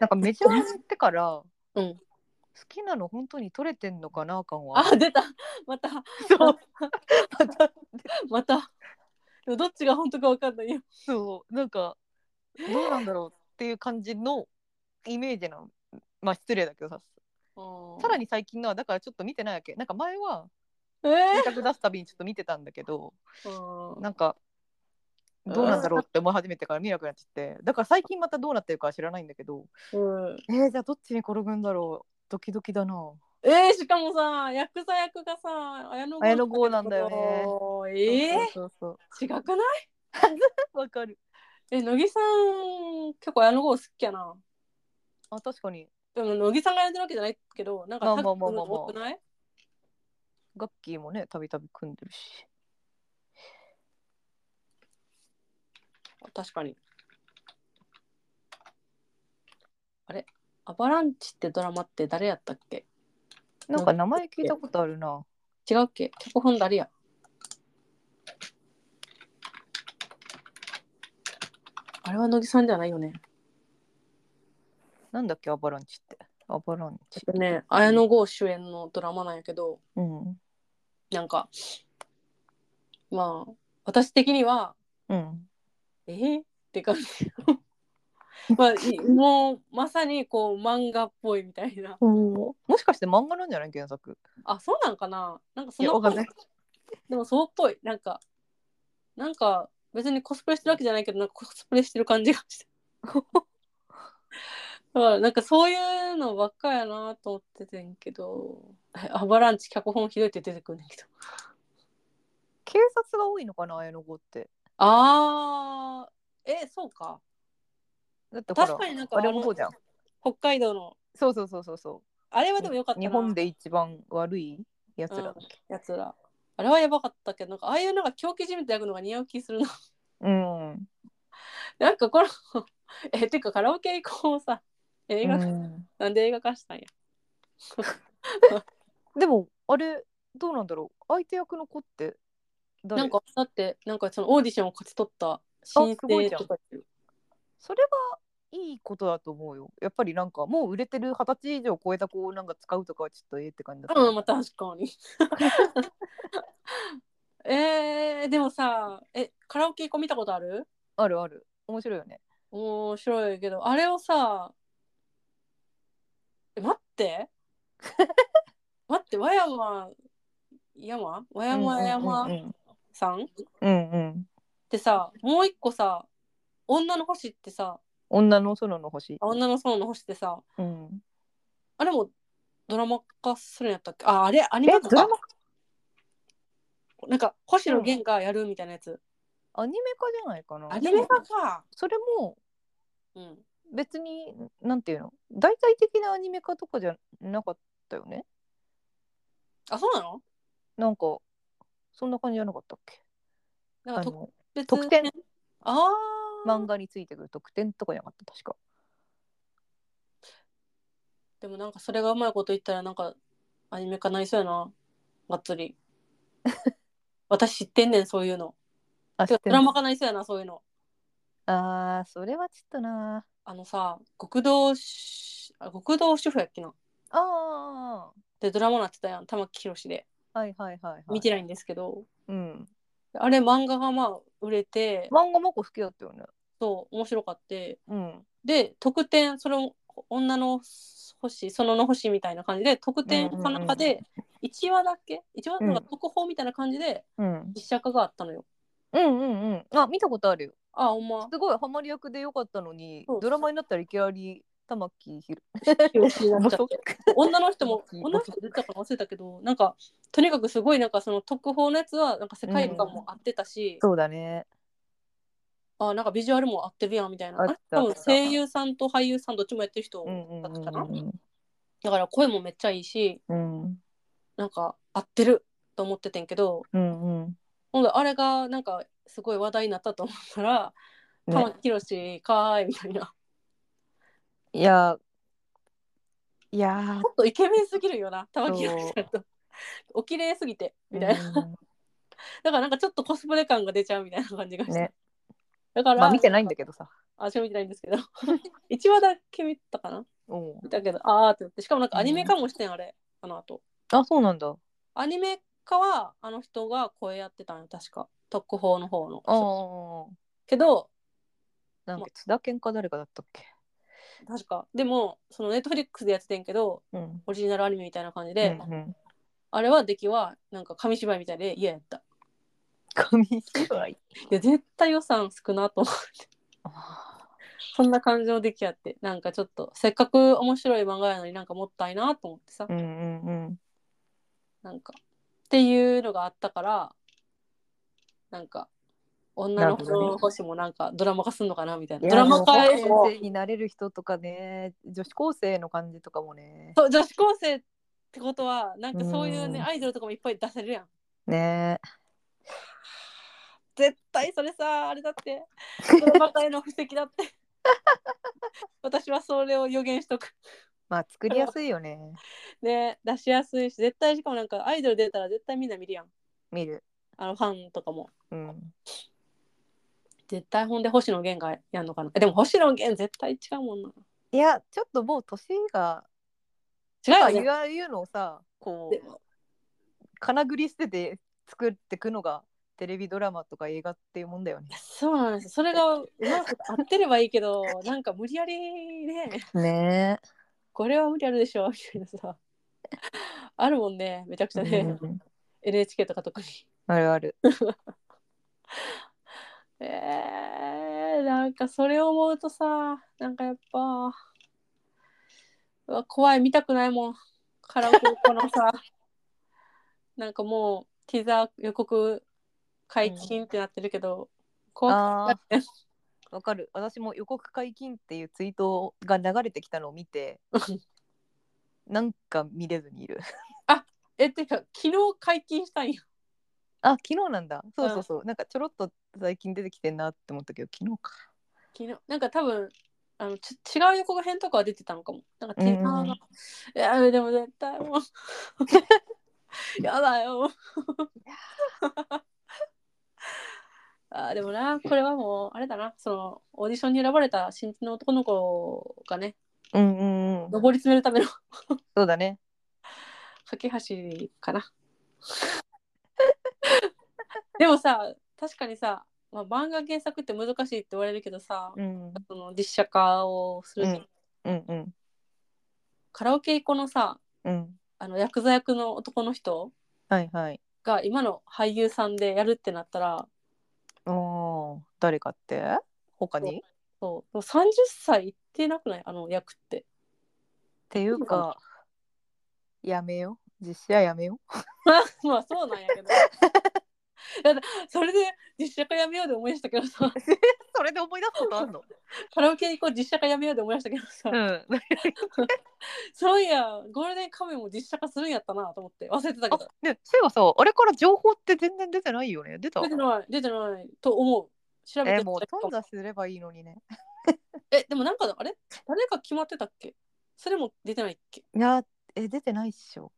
なんかメジャーに行ってから、うん好きなの本当に取れてんのかな感はあ出たまたそうまたまたでもどっちが本当か分かんないよ そうなんかどうなんだろうっていう感じのイメージなのまあ失礼だけどささらにに最近のはだからちょっと見てないわけなんか前はえ選択出すたびにちょっと見てたんだけどーなんかどうなんだろうって思い始めてから見なくなっちゃってだから最近またどうなってるかは知らないんだけどうんえー、じゃあどっちに転ぶんだろうドキドキだなえーしかもさ役座役がさ綾野剛綾野剛なんだよねえーそうそう違くない そうわかるえ乃木さん結構綾野剛好きやなあ確かにでも乃木さんがやってるわけじゃないけどなんかまあタまあッまあグまあまあの多くないガッキーもねたびたび組んでるし確かにあれアバランチってドラマって誰やったっけなんか名前聞いたことあるな。違うっけ脚本誰やあれは乃木さんじゃないよね。なんだっけ、アバランチって。アバランチ。えっとね、綾野剛主演のドラマなんやけど、うん。なんか、まあ、私的には、うん。えー、って感じ。 まあ、いもうまさにこう漫画っぽいみたいな。もしかして漫画なんじゃない原作。あ、そうなんかななんかそいやのわかんないでもそうっぽい。なんか、なんか別にコスプレしてるわけじゃないけど、なんかコスプレしてる感じが して。だからなんかそういうのばっかやなと思っててんけど、えアバランチ脚本ひどいって出てくるんだけど。警察が多いのかな、綾野剛って。あー、え、そうか。だってほら確かになんかあれの方じゃん。北海道の、そうそうそうそうそあれう。はでもよかったな。日本で一番悪いやつら。やつら。あれはやばかったけど、なんかああいうなんか狂気じみて焼くのが似合う気するな。うん。うん。なんかこの、 え、てかカラオケ行こうさ、映画、なんで映画化したんや。でも、あれ、どうなんだろう。相手役の子って誰。なんかだって、なんかそのオーディションを勝ち取った新あすごい星じゃんとかっていうそれはいいことだと思うよ。やっぱりなんかもう売れてる二十歳以上超えた子をなんか使うとかはちょっとええって感じだった。うん、まあ確かに。 えー、でもさ、え、カラオケ行こう見たことあるあるある。面白いよね。面白いけどあれをさえ待って 待って和山山和山うん山うんさんっうんうんうん。てさもう一個さ女の星ってさ女の空の星あ。女の園の星ってさうん。あれもドラマ化するんやったっけああれアニえメ、ドラ化マなんか星野源がやるみたいなやつアニメ化じゃないかな。アニメ化かそれもうん別になんていうの大体的なアニメ化とかじゃなかったよね。あそうなのなんかそんな感じじゃなかったっけ。なんあか特の別特典ああ漫画についてくる特典とかじゃなかった確か。でもなんかそれがうまいこと言ったらなんかアニメ化なりそうやながっつ り私知ってんねんそういうのあてか知ってドんラのマ化なりそうやなそういうのあーそれはちょっとな。あのさ極道しあ極道主婦やっけなあでドラマなってたやん玉木宏であはいはいはいはい。見てないんですけど、うん。あれ漫画がまあ売れて漫画もこ好きだったよね。そう面白かってうん。で特典それも女の星そのの星みたいな感じで特典かなんかで1話だっけ1話なんか特報みたいな感じでうん。実写化があったのよ、うんうんうん。あ見たことあるよ。あほんますごいハマり役でよかったのにそうドラマになったらいきなり玉木ひろ 女の人 も女の人出たから忘れたけどなんかとにかくすごいなんかその特報のやつはなんか世界観も合ってたし、 そうだね。あなんかビジュアルも合ってるやんみたいなああったれ多分声優さんと俳優さんどっちもやってる人だったかな、だから声もめっちゃいいしうんなんか合ってると思っててんけどうんうん。ほんであれがなんかすごい話題になったと思ったら「ね玉木宏かーい」みたいなち いやいやょっとイケメンすぎるよな玉木そう宏さんとお綺麗すぎてーみたいな、うだからなんかちょっとコスプレ感が出ちゃうみたいな感じがしん て、ね。だから、まあ見てないんだけどさ。あ、私は見てないんですけど、1話だけ見たかなうん見たけど、あーってなって、しかもなんかアニメ化もしてん、あれ、あの後。あそうなんだ。アニメ化は、あの人が声やってたんよ、確か。特報の方の。ああ。けど、なんか津田健か誰かだったっけ。確か。でも、そのネットフリックスでやっててんけど、うん。オリジナルアニメみたいな感じうで、んうん。あれは出来は、なんか紙芝居みたいで嫌やった。紙芝居。いや、絶対予算少なと思って。あ そんな感情出来やって、なんかちょっと、せっかく面白い漫画やのになんかもったいなと思ってさー。うんうんうん。なんかっていうのがあったからなんか女の子なるほどのね星もなんかドラマ化すんのかなみたいいなやドラマ化でも高そ校生になれる人とかね女子高生の感じとかもねう女子高生ってことはなんかそういうねうんアイドルとかもいっぱい出せるやんね絶対それさあれだって ドラマ化への布石だって私はそれを予言しとくまあ作りやすいよねね出しやすいし絶対しかもなんかアイドル出たら絶対みんな見るやん見るあのファンとかもうん絶対ほんで星野源がやんのかなえでも星野源絶対違うもんないやちょっともう年が違うよねいわゆるのをさこでうも金繰り捨てて作ってくのがテレビドラマとか映画っていうもんだよねそうなんですそれがうまく合ってればいいけどなんか無理やりねねこれは無理あるでしょみたいなさあるもんねめちゃくちゃね、うん、 NHK とか特にあるあるえー、なんかそれを思うとさなんかやっぱうわ怖い見たくないもんカラオケのこのさなんかもうティザー予告解禁ってなってるけど、怖くてわかる私も予告解禁っていうツイートが流れてきたのを見 てなんか見れずにいる えっていうか昨日解禁したんやあ昨日なんだそうそうそう、なんかちょろっと最近出てきてんなって思ったけど昨日か昨日なんか多分あのち違う予告編とかは出てたのかもなんかティザーが、いやでも絶対もうやだよあーでもなこれはもうあれだなそのオーディションに選ばれた新人の男の子がねうんうんうん上り詰めるためのそうだね架け橋かなでもさ確かにさ、まあ、漫画原作って難しいって言われるけどさ、うんその実写化をするじゃんうんうんカラオケイコのさうんあのヤクザ役の男の人はいはいが今の俳優さんでやるってなったらおー誰かって他にっそうでも30歳いってなくないあの役って ていうかやめよう実写やめよまあまあそうなんやけど だってそれで実写化やめようで思い出したけど さ うそれで思い出すことあんのカラオケに行こう実写化やめようで思い出したけどさ、んそういやゴールデンカムイも実写化するんやったなと思って忘れてたけ あどねそういえばさあれから情報って全然出てないよね 出た出てない出てないと思う調べてえみもうたら頓挫すればいいのにねえでもなんかあれ誰か決まってたっけそれも出てないっけいやえ出てないっしょ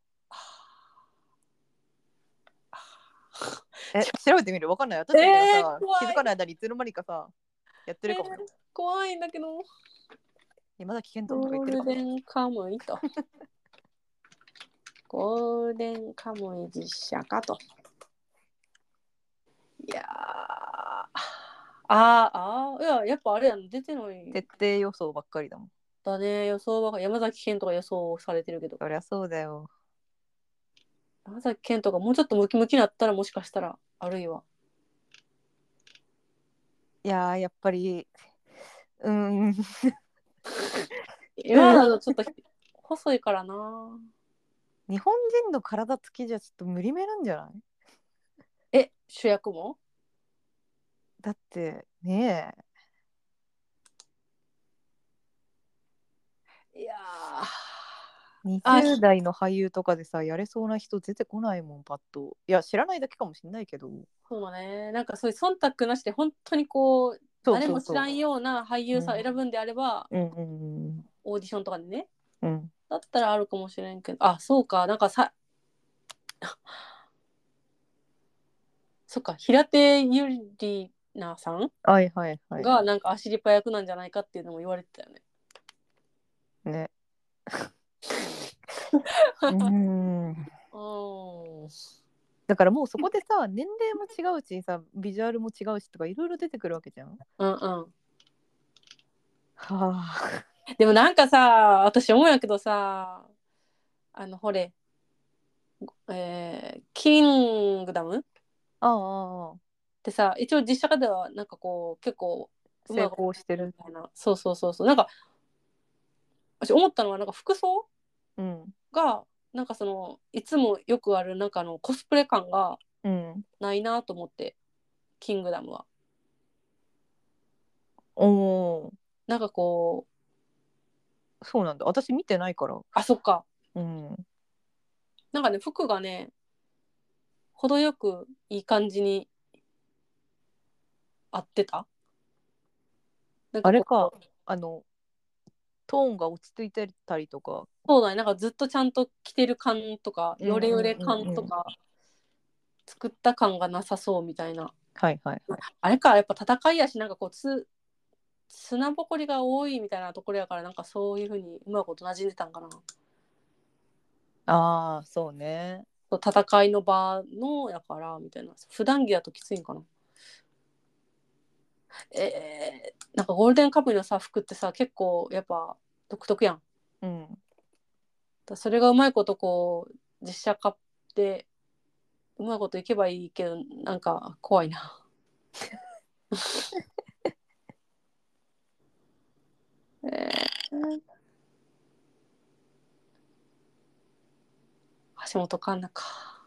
え調べてみるわかんない私たちがさ、えー怖い気づかない間にいつの間にかさやってるかもよ、えー怖いんだけどえまだ危険だゴとか言ーってるルかデもンカムイとゴールデンカムイ実写化といやーあーあーいややっぱあれやん出てない徹底予想ばっかりだもんだね予想は山崎賢とか予想されてるけどそりゃそうだよ山崎賢とかもうちょっとムキムキになったらもしかしたらあるいはいやーやっぱりうーん今だとちょっと細いからな日本人の体つきじゃちょっと無理めなんじゃないえ主役もだってねえいやあ20代の俳優とかでさやれそうな人出てこないもんパッといや知らないだけかもしんないけどそうだねなんかそういう忖度なしで本当にこうそう誰そもう知そうらんような俳優さんを選ぶんであれば、うんうんうんオーディションとかでねうんだったらあるかもしれんけどあそうかなんかさ そっか平手友梨奈さんはいはいはいがなんかアシリパ役なんじゃないかっていうのも言われてたよね。 ねうーんうんだからもうそこでさ年齢も違うしさビジュアルも違うしとかいろいろ出てくるわけじゃん。うんうん、はあ。でもなんかさ私思うんやけどさあのほれ、えーキングダムっああああてさ一応実写化ではなんかこう結構うま成いこと功してる。みたいなそうそうそうそうなんか私思ったのはなんか服装うん。がなんかそのいつもよくあるなんかあのコスプレ感がうん。ないなと思って「キングダムは」おおなんかこうー。そうなんだ。私見てないから。あそっかうん。なんかね服がね程よくいい感じに合ってたなんこうあれかあのトーンが落ち着いてたりとかそうだねなんかずっとちゃんと着てる感とかうんうんうんヨうんレヨレ感とか作った感がなさそうみたいなはいはいはいあれかやっぱ戦いやしなんかこうつ砂ぼこりが多いみたいなところやからなんかそういうふうにうまいこと馴染んでたんかなああそうねそう戦いの場のやからみたいな普段着だときついんかなえー、なんかゴールデンカムイのさ服ってさ結構やっぱ独特やんうんだそれがうまいことこう実写化でうまいこといけばいいけどなんか怖いな えー橋本環奈か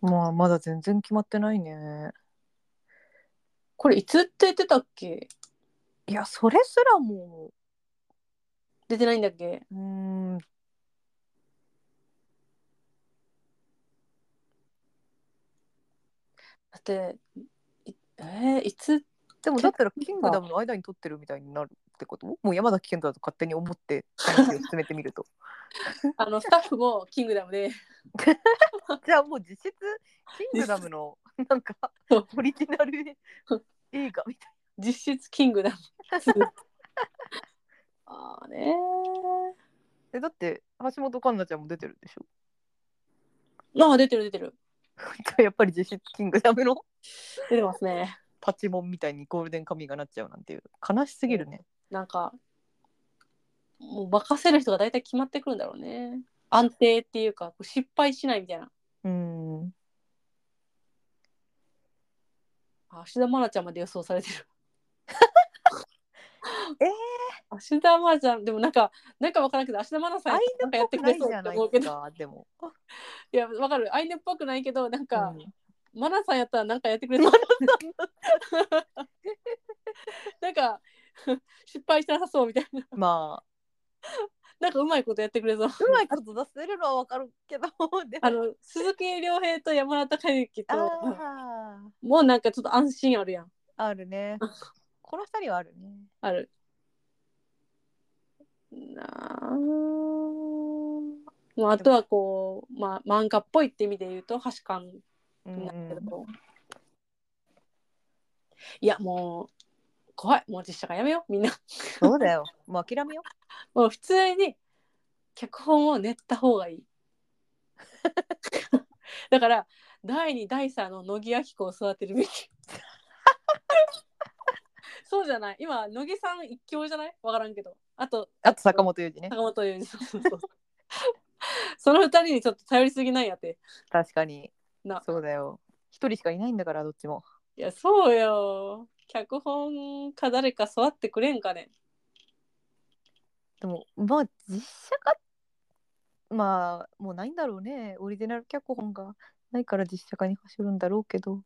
まあまだ全然決まってないねこれいつって言ってたっけいやそれすらも出てないんだっけううーんだっていえー、いつでもだったら「キングダム」の間に撮ってるみたいになるってこともう山崎賢人だと勝手に思って話を進めてみる とあのスタッフも「キングダムで」じゃあもう実質「キングダム」のなんかそうオリジナル映画みたい実質「キングダム」ああねなえだって橋本環奈ちゃんも出てるでし ょああ出てる出てるやっぱり実質「キングダム」の出てますねパチモンみたいにゴールデンカミがなっちゃうなんていう悲しすぎるねなんかもう任せる人が大体決まってくるんだろうね安定っていうかこう失敗しないみたいなうんあ芦田愛菜ちゃんまで予想されて るえー、芦田愛菜ちゃんでもなんかなんかわからんけど芦田愛菜さんやったらなんかややっっててくくれれそそううじゃってない思うけですどかでも、いやわかるアイネっぽくないけどなんうか、んマナさんやったらなんかやってくれそう なんか 失敗してなさそうみたいなまなんかうまいことやってくれそあううまいこと出せるのはわかるけど でも あの鈴木亮平と山田孝之とあもうなんかちょっと安心あるやんーある ねこの二人はあるねあるなあまああとはこう、まあ、漫画っぽいって意味で言うと橋勘うになるけんど、いやもう怖いもう実写化やめようみんなそうだよもう諦めよもう普通に脚本を練った 方がいいだから第2第3の乃木明子を育てるべきそうじゃない今乃木さん一強じゃないわからんけど あとあと坂本裕二ね坂本裕二そうそうそうその二人にちょっと頼りすぎないやって確かになそうだよ一人しかいないんだからどっちもいやそうよ脚本か誰か育ってくれんかねでもまあ実写化まあもうないんだろうねオリジナル脚本がないから実写化に走るんだろうけど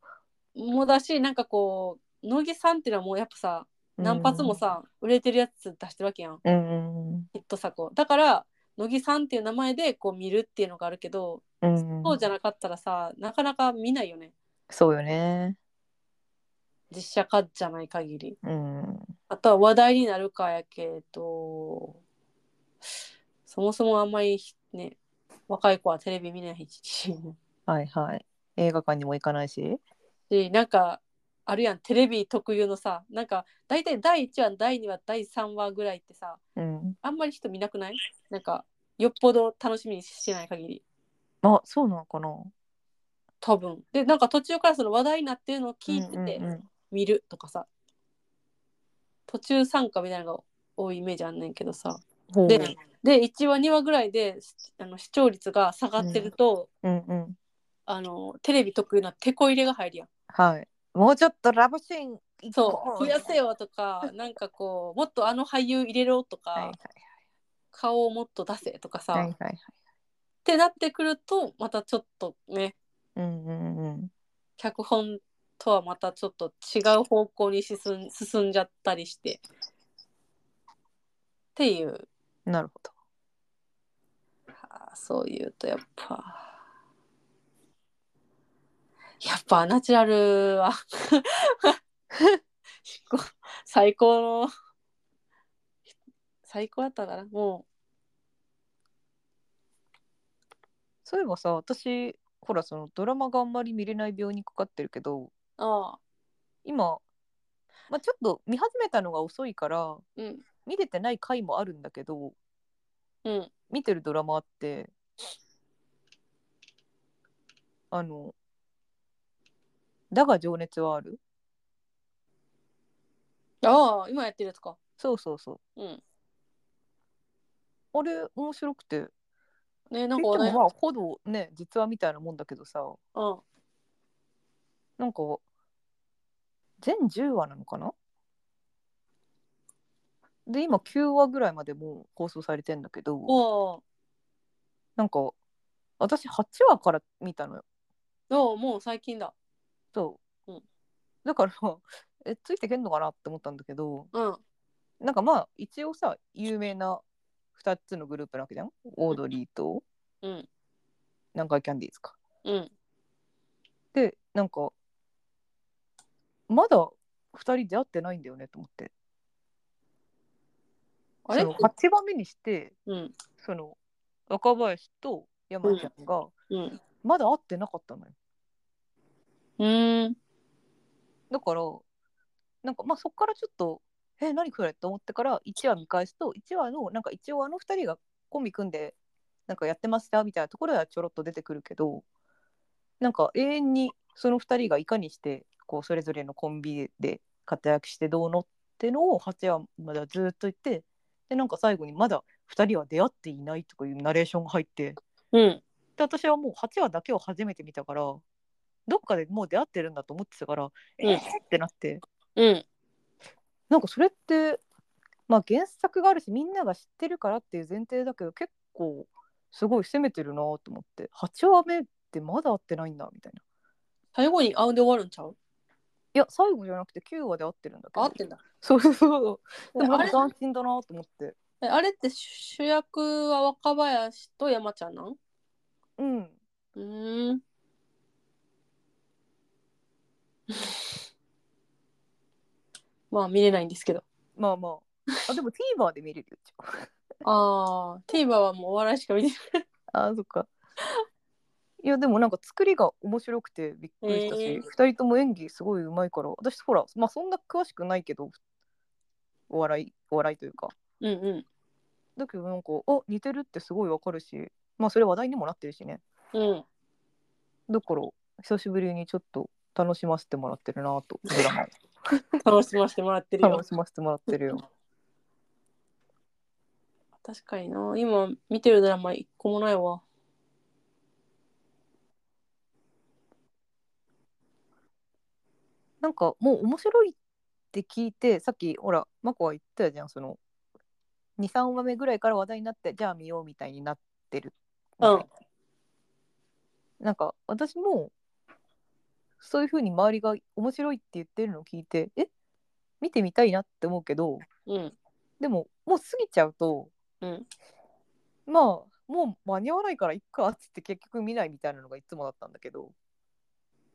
もうだしなんかこう乃木さんっていうのはもうやっぱさ何発もさ、売れてるやつ出してるわけやんうんうんヒット作をだから乃木さんっていう名前でこう見るっていうのがあるけど、うんそうじゃなかったらさなかなか見ないよねそうよね実写化じゃない限りうんあとは話題になるかやけどそもそもあんまりね若い子はテレビ見ないしはいはい。映画館にも行かないし。でなんかあるやんテレビ特有のさなんか大体第1話第2話第3話ぐらいってさうん。あんまり人見なくないなんかよっぽど楽しみにしてない限りあ、そうなのかな。多分でなんか途中からその話題になってるのを聞いててうんうんうん見るとかさ、途中参加みたいなのが多いイメージあんねんけどさほうでで1話2話ぐらいであの視聴率が下がってると、うんうん。あのテレビ特有なテこ入れが入るやんはい。もうちょっとラブシーン一そう個増やせよ とかなんかこうもっとあの俳優入れろとか、はい顔をもっと出せとかさ、はいはい。はっいはいてなってくるとまたちょっとねはい。うんうんうん。脚本とはまたちょっと違う方向に進ん進んじゃったりしてっていうなるほど。あーそういうとやっぱやっぱナチュラルは最高の最高だったんだなもそういえばさ私ほらそのドラマがあんまり見れない病にかかってるけどうああ今、まあ、ちょっと見始めたのが遅いからうん見れてない回もあるんだけどうん見てるドラマあってあの「だが情熱はあるああ今やってるやつか」そうそうそうんうあれ面白くてねなんか言って話題もまあほどね実話みたいなもんだけどさうんなんか全10話なのかなで今9話ぐらいまでもう放送されてんだけどおおなんか私8話から見たのよどうもう最近だそう、うんだからえついてけんのかなって思ったんだけどうんなんかまあ一応さ有名な2つのグループなわけじゃんオードリーとうん南海キャンディーズかうんでなんかまだ2人出会ってないんだよねと思ってあれその8番目にしてうんその若林と山ちゃんがうんまだ会ってなかったのよ、うーんだからなんかまあそっからちょっと「え何これ?」と思ってから1話見返すと1話のなんか一応あの2人がコンビ組んでなんかやってましたみたいなところではちょろっと出てくるけどなんか永遠にその2人がいかにしてこうそれぞれのコンビで活躍してどうのってのを8話まではずっと言ってでなんか最後にまだ2人は出会っていないとかいうナレーションが入って。うんで私はもう8話だけを初めて見たからどっかでもう出会ってるんだと思ってたから、うんえーってなってうんなんかそれって、まあ、原作があるしみんなが知ってるからっていう前提だけど結構すごい攻めてるなと思って8話目ってまだ会ってないんだみたいな最後に会うんで終わるんちゃういや最後じゃなくて9話で会ってるんだけどあ合ってんだそうそうそうでもあなんれか斬新だなと思ってえあれって主役は若林と山ちゃんなんうんうーん まあ見れないんですけどまあまああでも TVer で見れるよ一応ああ TVer はもうお笑いしか見てあーそっかいやでもなんか作りが面白くてびっくりしたし、えー2人とも演技すごい上手いから私ほら、まあ、そんな詳しくないけどお笑いお笑いというかないうんうんだけどなんかあ似てるってすごいわかるしまあそれ話題にもなってるしねうん、だから久しぶりにちょっと楽しませてもらってるなとドラマ楽しませてもらってるよ楽。しませてもらってるよ確かにな。今見てるドラマ一個もないわ。なんかもう面白いって聞いてさっきほらマコは言ってたじゃんその23話目ぐらいから話題になってじゃあ見ようみたいになってるうんなんか私もそういうふうに周りが面白いって言ってるのを聞いてえ見てみたいなって思うけどうん。でももう過ぎちゃうとうん。まあもう間に合わないからいっかっつって結局見ないみたいなのがいつもだったんだけど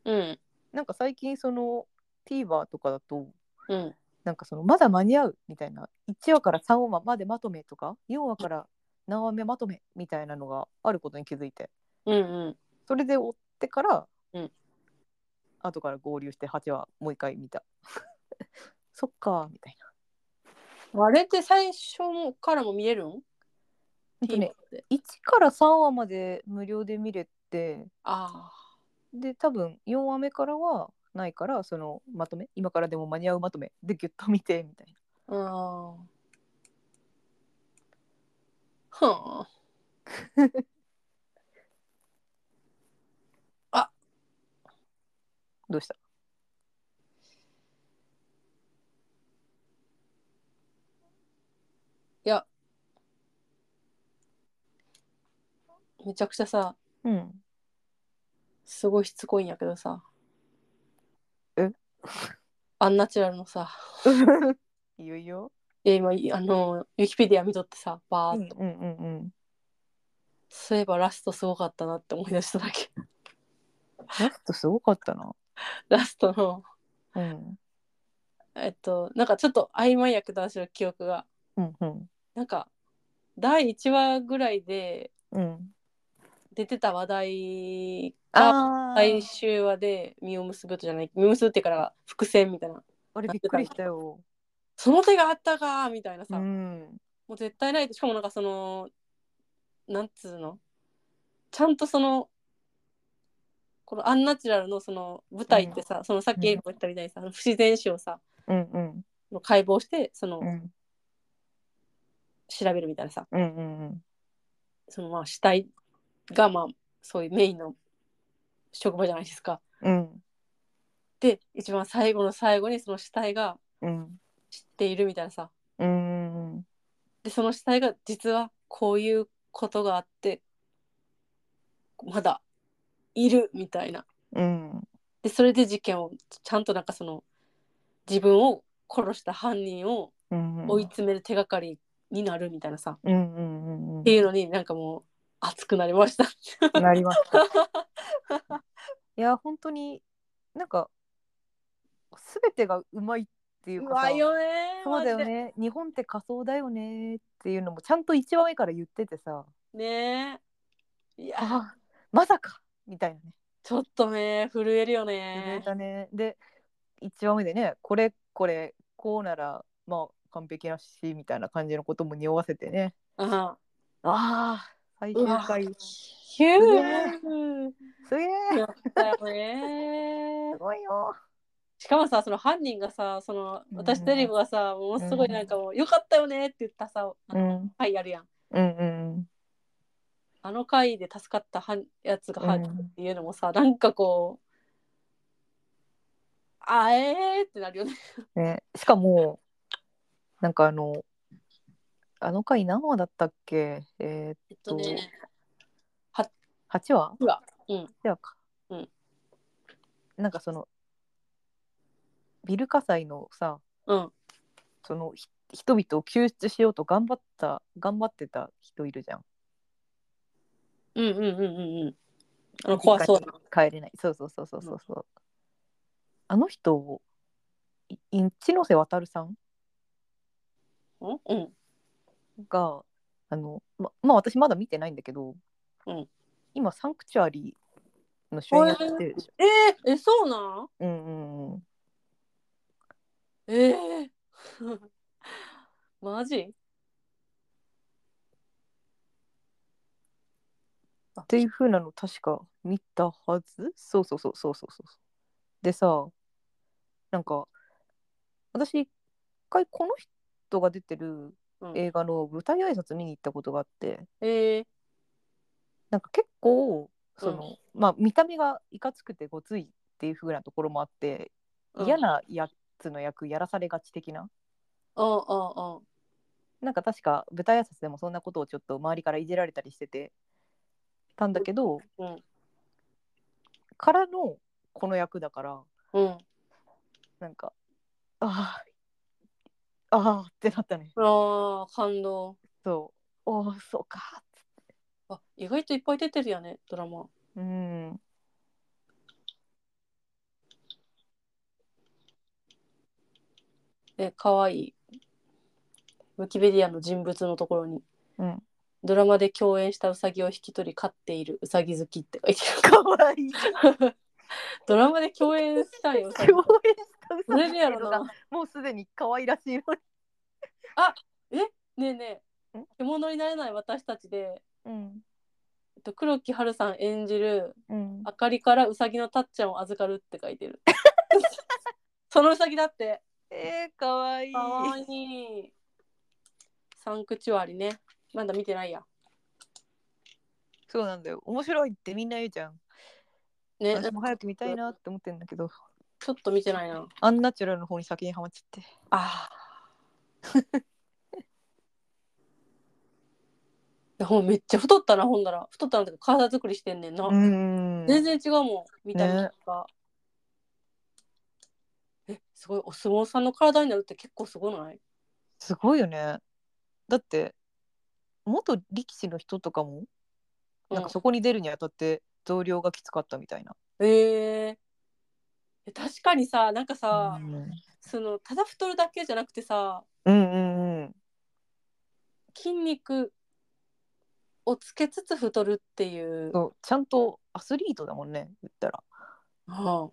うん。なんか最近その TVer とかだとうん。なんかそのまだ間に合うみたいな1話から3話までまとめとか4話から何話目まとめみたいなのがあることに気づいてうん。うん。それで追ってから、うん後から合流して8話もう一回見た そっかみたいなあれって最初からも見えるんほんとね ?TVer って。 1から3話まで無料で見れてあで多分4話目からはないからそのまとめ今からでも間に合うまとめでギュッと見てみたいなあ。うん。はあ。どうしためちゃくちゃさ、うんすごいしつこいんやけどさ。えアンナチュラルのさ、 いよいよいや今、あの、ウィキペディア見とってさ、バーっうとん。うんうんうんそういえばラストすごかったなって思い出しただけ ラストすごかったなラストのうんえっとなんかちょっと曖昧やけど私の記憶がうんうんなんか第1話ぐらいでうん、出てた話題がああ最終話で実を結ぶとじゃない実を結ぶってから伏線みたいなあれびっくりしたよ。その手があったかみたいなさ、うん、もう絶対ないしかもなんかそのなんつうのちゃんとそのこのアンナチュラルのその舞台ってさ、そのさっきエイブが言ったみたいにさ、不自然史をさうん、うん、の解剖してその、うん、調べるみたいなさうん、うん、そのまあ死体がまあそういうメインの職場じゃないですか。うん、で一番最後の最後にその死体がうん、知っているみたいなさうん、でその死体が実はこういうことがあってまだいるみたいなうん、でそれで事件をちゃんとなんかその自分を殺した犯人をうん、追い詰める手がかりになるみたいなさ、うん、うん、うんっていうのになんかもう熱くなりま した。うん、なりました。いや、本当に、なんか、すべてがうまいっていううかまさ、いよねそうだよマジでね、日本って仮想だよねっていうのもちゃんと一話目から言っててさ、ねえいやああ、まさかみたいなね。ちょっとね震えるよ震えねたね。で1話目でねこれこれこうならまあ完璧なしみたいな感じのことも匂わせてねあああ最終回すヒュうーげえやったよねすごいよしかもさその犯人がさそのうん私とエリブがさものすごいなんかもう「よかったよね」って言ったさあのん回やるやんうんうんあの回で助かったはんやつが犯人うんっていうのもさなんかこうあえーってなるよねねしかもなんかあのあの回何話だったっけえー、 えっととねね8話うわうん8話か、うんなんかそのビル火災のさ、うんそのひ人々を救出しようと頑張った頑張ってた人いるじゃんうんうんうんうんうんあの怖そうな帰れないそうそうそうそうそうそう、あの人をい一ノ瀬渉さんうんうんがあのままあ私まだ見てないんだけど、うん今サンクチュアリーの主演やってるでしょ、えー、えそうなんうんうんうんええ マジっていう風なの確か見たはずそうそうそうそうそうそうでさなんか私一回この人が出てるうん映画の舞台挨拶見に行ったことがあってえー、なんか結構その、まあ見た目がいかつくてごついっていう風なところもあってうん嫌なやつの役やらされがち的な、うんうんなんか確か舞台挨拶でもそんなことをちょっと周りからいじられたりしててたんだけど、うんからのこの役だからうんうんなんかああああってなったねあー感動そうおおそうかっつっあ意外といっぱい出てるよねドラマてうんえ可愛いウィキペディアの人物のところに、うんドラマで共演したウサギを引き取り飼っているウサギ好きって書いてかわいいある ドラマで共演したんよウサギ共演したウそれでやろがなもうすでに可愛らしいのにねえねえん獣になれない私たちで、うんえっと、黒木華さん演じるうんあかりからうさぎのたっちゃんを預かるって書いて る。そのうさぎだって。えー、かわいいかわいい。サンクチュアリね。まだ見てないや。そうなんだよ面白いってみんな言うじゃんね、私も早く見たいなって思ってんだけどちょっと見てないな。アンナチュラルの方に先にハマっちゃってあ あ。ほんめっちゃ太ったな、ほんなら。太ったなんてか体作りしてんねんな。ん全然違うもん、見た目ねとか。え、すごい。お相撲さんの体になるって結構すごないすごいよねだって元力士の人とかもなんかそこに出るにあたって増量がきつかったみたいな、えーえ確かにさなんかさ、うん、そのただ太るだけじゃなくてさうんうんうん筋肉をつけつつ太るっていう、そうちゃんとアスリートだもんね言ったらは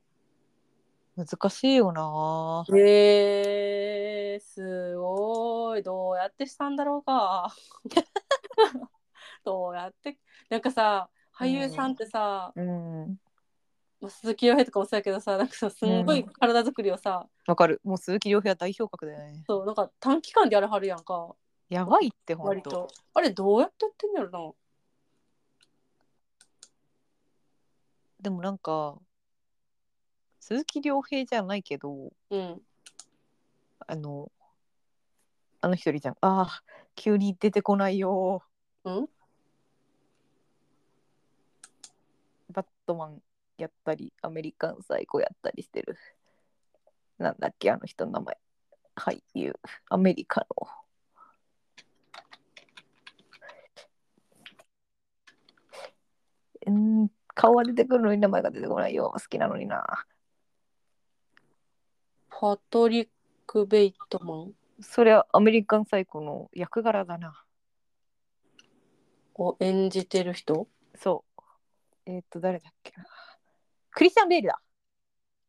難しいよなあ、へえすごいどうやってしたんだろうか どうやってなんかさ俳優さんってさ、うんまあ鈴木亮平とかもそうやけどさなんかさすんごい体作りをさ、わかるもう鈴木亮平は代表格だよねそうなんか短期間でやらはるやんかやばいってほん割ととあれどうやってやってんのやろでもなんか鈴木亮平じゃないけどなうんあのあの一人じゃんああ急に出てこないよんバットマンやったりアメリカンサイコやったりしてるなんだっけあの人の名前俳優アメリカのうん顔は出てくるのに名前が出てこないよ好きなのになパトリック・ベイトマンそれはアメリカンサイコの役柄だなを演じてる人そうえっ、と誰だっけなクリスチャン・レールだ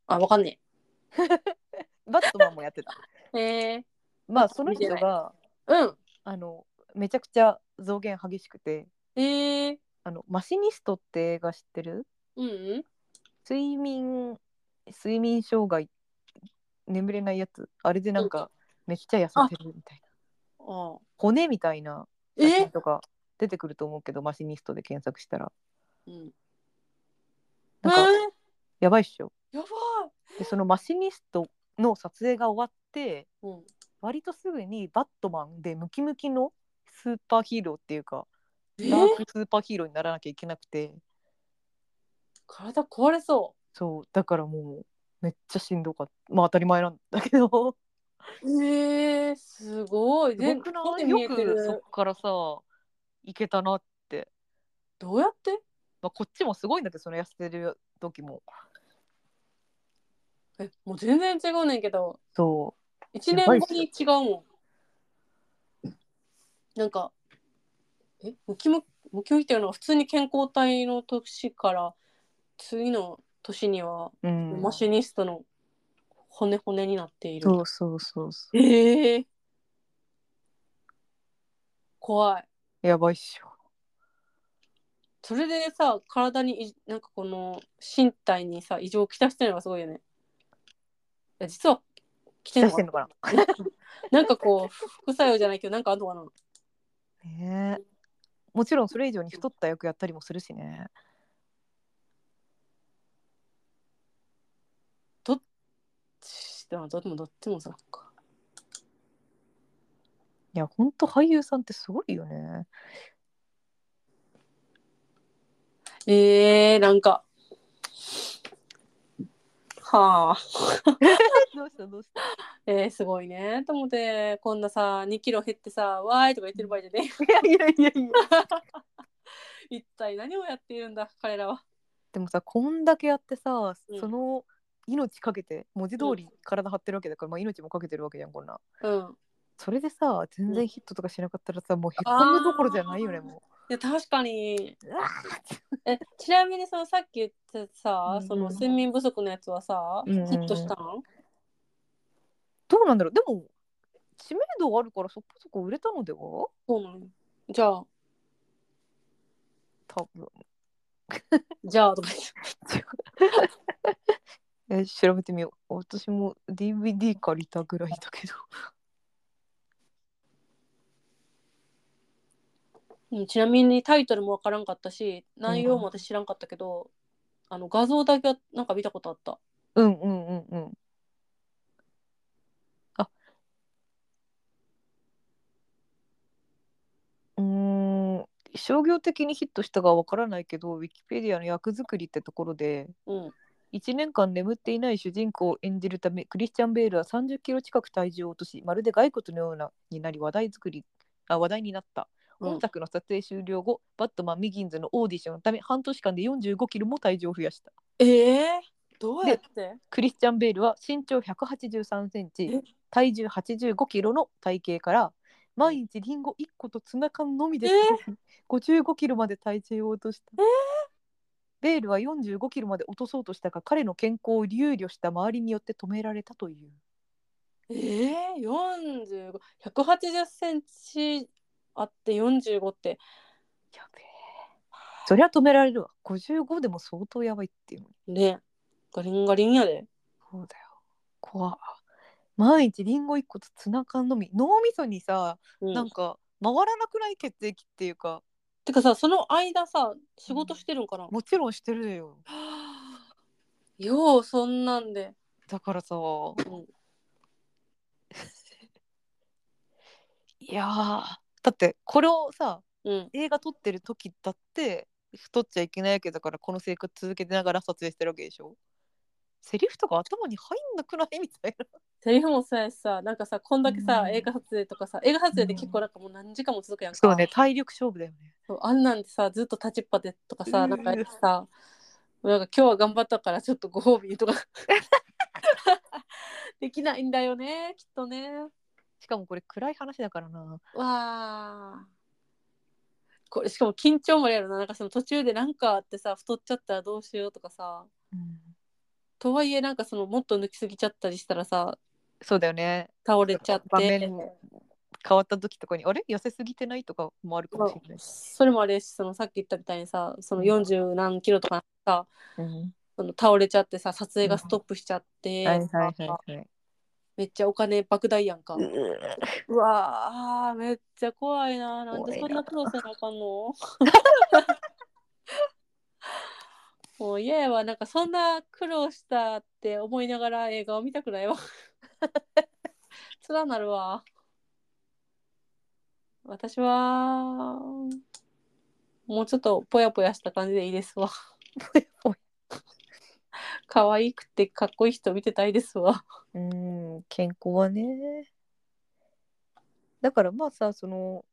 あわかんねバットマンもやって たえへえまあその人見てがうんあのめちゃくちゃ増減激しくてええあのマシニストって映画知ってるうんうん睡眠睡眠障害眠れないやつあれでなんかめっちゃ痩せてるみたいなあ骨みたいな写真えとか出てくると思うけどマシニストで検索したらうんえなんかやばいっしょやばいでそのマシニストの撮影が終わってうん割とすぐにバットマンでムキムキのスーパーヒーローっていうかえダークスーパーヒーローにならなきゃいけなくて体壊れそそうだからもうめっちゃしんどかったまあ当たり前なんだけどうええすごいす ごくなでい見えよてくそるっからさいけたな、どうやってまあ、こっちもすごいんだけどその痩せてる時もえもう全然違うねんけどそ一年後に違うもんなんかえムキムムキムキっていうのは普通に健康体の年から次の年にはう、うん、マシニストの骨骨になっているそうそうそうそええ怖いうやばいっしょそれでさ体にいなんかこの身体にさ異常をきたしてるのがすごいよねいや実はきて出んのしてんのかかななんかこう副作用じゃないけどなんかあんのかななねえもちろんそれ以上に太った役やったりもするしねでもどっちもどっちもさかいやほんと俳優さんってすごいよねえー、なんかはあ どうしたどうしたえー、すごいねと思ってこんなさ2キロ減ってさ「わーい」とか言ってる場合じゃ ねいやいやいやい やえ一体何をやっているんだ彼らはでもさこんだけやってさ、うんその命かけて文字通り体張ってるわけだから、まあ、命もかけてるわけじゃんこんなうんそれでさ全然ヒットとかしなかったらさ、もうへこむどころじゃないよねあーもいや確かにうう わえちなみにそのさっき言ってたさ、うんその睡眠不足のやつはさ、うんうんヒットしたんどうなんだろうでも知名度があるからそこそこ売れたのではそうなのじゃあ多分じゃあとか言ってえ調べてみよう私も DVD 借りたぐらいだけどうんちなみにタイトルもわからんかったし内容も私知らんかったけど、あの画像だけはなんか見たことあったうんうんうんうんあうーん商業的にヒットしたかは分からないけどウィキペディアの役作りってところでうん1年間眠っていない主人公を演じるためクリスチャン・ベールは3 0キロ近く体重を落としまるで骸骨のようなになり話題作りあ話題になった。うん本作の撮影終了後、バットマン・ミギンズのオーディションのため半年間で4 5キロも体重を増やしたええどうやってクリスチャン・ベールは身長183センえチ体重85キロの体型から毎日リンゴ1個とツナ缶のみでえ過 ごし、55キロまで体重を落とした、ベールは45キロまで落とそうとしたが彼の健康を憂慮した周りによって止められたというええ四十五百八十センチあって四十五ってやべえそりゃ止められるわ55でも相当やばいっていうのにねガリンガリンやで。そうだよ怖っ毎日リンゴ1個とツナ缶のみ脳みそにさ、うんなんか回らなくない血液っていうかてかさその間さ仕事してるんかな。もちろんしてるよはあようそんなんで。だからさうん いやーだってこれをさうん映画撮ってる時だって太っちゃいけないわけだからこの生活続けてながら撮影してるわけでしょセリフとか頭に入んなくないみたいなセリフもそうやしさなんかさこんだけさ、うん映画撮影とかさ映画撮影って結構なんかもう何時間も続くやん か、そうね体力勝負だよねそうあんなんでさずっと立ちっぱでとかうさんなんかさなんか今日は頑張ったからちょっとご褒美とか できないんだよねきっとねしかもこれ暗い話だからなわあこれしかも緊張もあるやろななんかその途中でなんかあってさ太っちゃったらどうしようとかさうんとはいえなんかそのもっと抜きすぎちゃったりしたらさそうだよね倒れちゃって場面変わった時とかにあれ痩せすぎてないとかもあるかもしれないし、それもあれしそのさっき言ったみたいにさそのうん40何キロとかさうんその倒れちゃってさ撮影がストップしちゃって、い はいめっちゃお金莫大やんか、ううわーめっちゃ怖いななんでそ怖んいなな苦労せなあかんの もう嫌やわなんかそんな苦労したって思いながら映画を見たくないわ つらなるわ私はもうちょっとぽやぽやした感じでいいですわ ぽや可愛くてかっこいい人見てたいですわん健康はねだからまあさその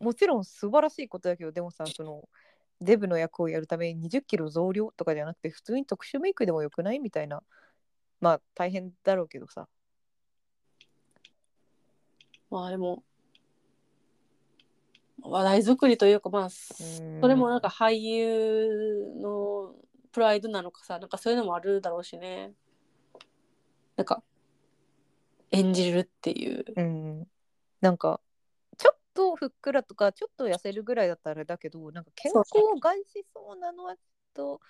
もちろん素晴らしいことだけどでもさそのデブの役をやるために2 0キロ増量とかじゃなくて普通に特殊メイクでもよくないみたいなまあ大変だろうけどさまあでも話題作りというかまあそれもなんか俳優のプライドなのかさなんかそういうのもあるだろうしねなんか演じるっていううんなんかちょっとふっくらとかちょっと痩せるぐらいだったらあれだけどなんか健康を害しそうなのはちょっと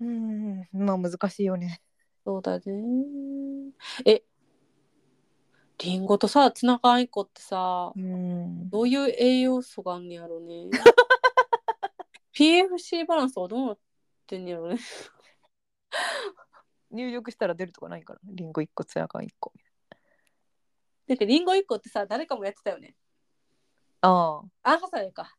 うんまあ難しいよねそうだねえリンゴとさツナ缶1個ってさうんどういう栄養素があんねやろ ね PFC バランスはどうなってんねやろね入力したら出るとかないからリンゴ1個ツナ缶1個なんかリンゴ1個ってさ誰かもやってたよねあアンハサウェイか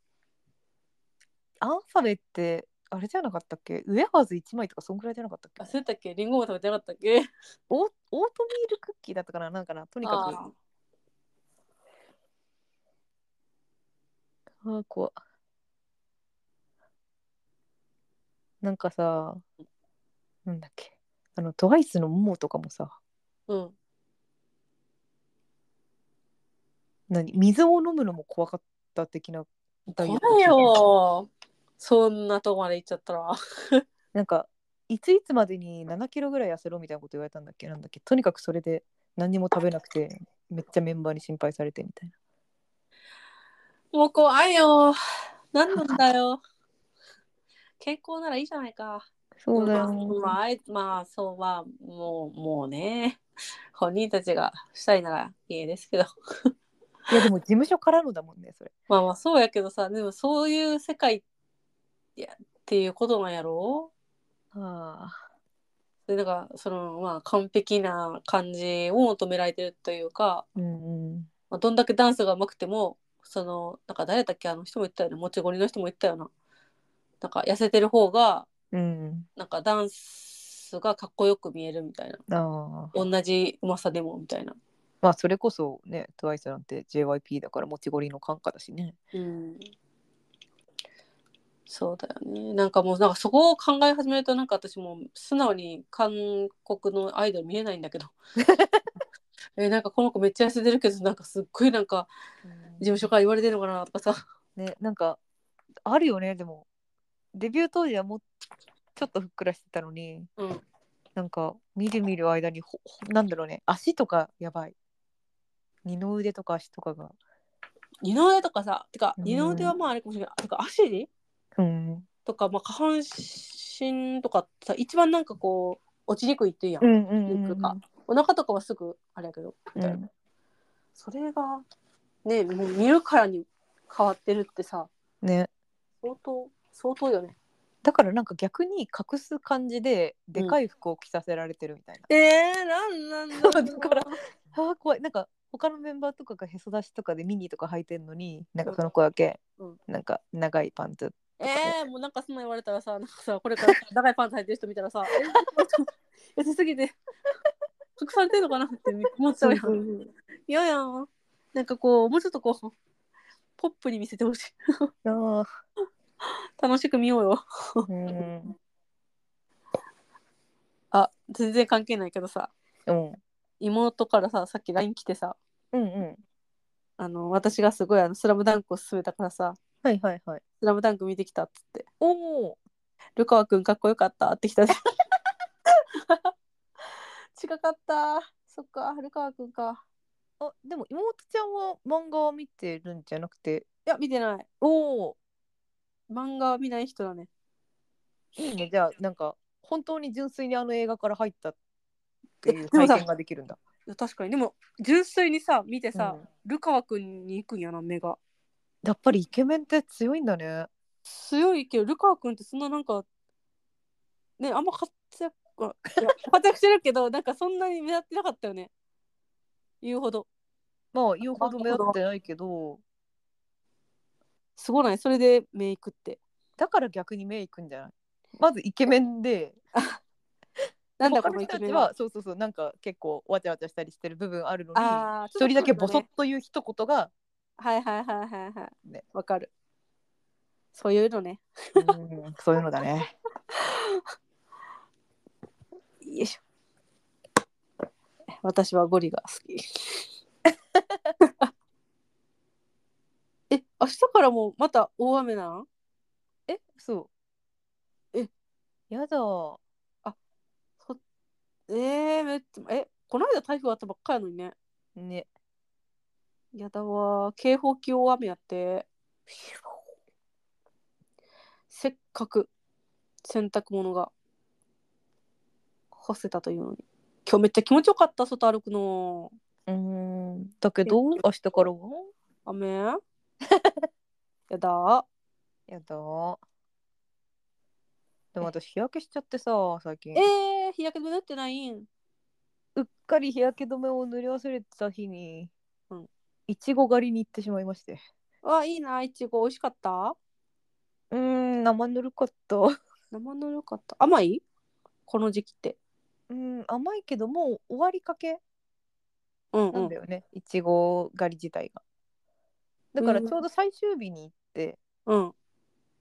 あアンファベってあれじゃなかったっけウェハーズ1枚とかそんぐらいじゃなかったっけあそうやったっけリンゴも食べてなかったっけオーオートミールクッキーだったかななんかなとにかあくああ怖っなんかさなんだっけあのトワイスのモモとかもさーうん何水を飲むのも怖かった的なダイエット怖いよそんなとこまで行っちゃったらなんかいついつまでに7キロぐらい痩せろみたいなこと言われたんだっけなんだっけとにかくそれで何にも食べなくてめっちゃメンバーに心配されてみたいなもう怖いよ何なんだよ健康ならいいじゃないかそまああいまあそうまあもうもうね本人たちがしたいならいいですけどいやでも事務所からのだもんねそれまあまあそうやけどさでもそういう世界いやっていうことなんやろあでなんかそのまあ完璧な感じを求められてるというかうんうんまあ、どんだけダンスが上手くてもそのなんか誰だっけあの人も言ったよねもちゴリの人も言ったよななんか痩せてる方がうんなんかダンスがかっこよく見えるみたいなああ同じうまさでもみたいな、まあそれこそね TWICE なんて JYP だから持ちゴリの感化だしねうん、そうだよねなんかもうなんかそこを考え始める となんか私もう素直に韓国のアイドル見えないんだけどえなんかこの子めっちゃ痩せてるけどなんかすっごいなんか事務所から言われてるのかなとかさねなんかあるよねでもデビュー当時はもうちょっとふっくらしてたのにうんなんか見る見る間にほほなんだろうね足とかやばい二の腕とか足とかが二の腕とかさてかうん二の腕はまああれかもしれない、てか足うんとか、まあ、下半身とかさ一番なんかこう落ちにくいっていうやん、うんうリンクがお腹とかはすぐあれやけどみたいな、うんそれがねもう見るからに変わってるってさね相当相当よねだからなんか逆に隠す感じででかい服を着させられてるみたいな、えー、なんなん だろうだからあー怖いなんか他のメンバーとかがへそ出しとかでミニとか履いてんのになんかその子だけ、うんなんか長いパンツえー、もうなんかそんな言われたらさなんかさこれから長いパンツ履いてる人見たら さえー痩せすぎて隠されてるのかなって思っちゃうやんいやいやなんかこうもうちょっとこうポップに見せてほしいああ楽しく見ようようんあ全然関係ないけどさうん妹からささっき LINE 来てさうんうんあの私がすごいあの「スラムダンクを勧めたからさ「はいはいはいスラムダンク見てきた」っつっておお「ルカワくんかっこよかった」って来た 近かったそっかルカワくんかあでも妹ちゃんは漫画を見てるんじゃなくていや見てないおお漫画は見ない人だねいいねじゃあなんか本当に純粋にあの映画から入ったっていえうでも体さ験ができるんだ。いや確かにでも純粋にさ見てさ、うんルカワくんに行くんやな目がやっぱりイケメンって強いんだね。強いけどルカワくんってそんななんかねあんま活躍いや 活躍してるけどなんかそんなに目立ってなかったよね言うほどまあ言うほど目立ってないけどすごないそれでメイクってだから逆に目いくんじゃないまずイケメンでなんだ他こののイ人たケメちンははそうそうそうなんか結構わちゃわちゃしたりしてる部分あるのにあー一人だけボソッちょっという一言が、とねはいはいはいはいはいねわ、かるそういうのねうんそういうのだね。よいしょ私はゴリが好き え明日からもうまた大雨なのえそう。えやだ。そえー、めっちゃえこの間台風あったばっかやのにねね。やだわー警報級大雨やってせっかく洗濯物が干せたというのに今日めっちゃ気持ちよかった外歩くのうんだけど明日からは雨 やだーやだ。でも私日焼けしちゃってさ最近。えー、日焼け止め塗ってないんうっかり日焼け止めを塗り忘れてた日に、うんいちご狩りに行ってしまいましてわいいないちご美味しかったうーん生ぬるかったう生のよかった甘いこの時期ってーん甘いけどもう終わりかけうんうなんんだよね、いちご狩り自体がだからちょうど最終日に行って、うん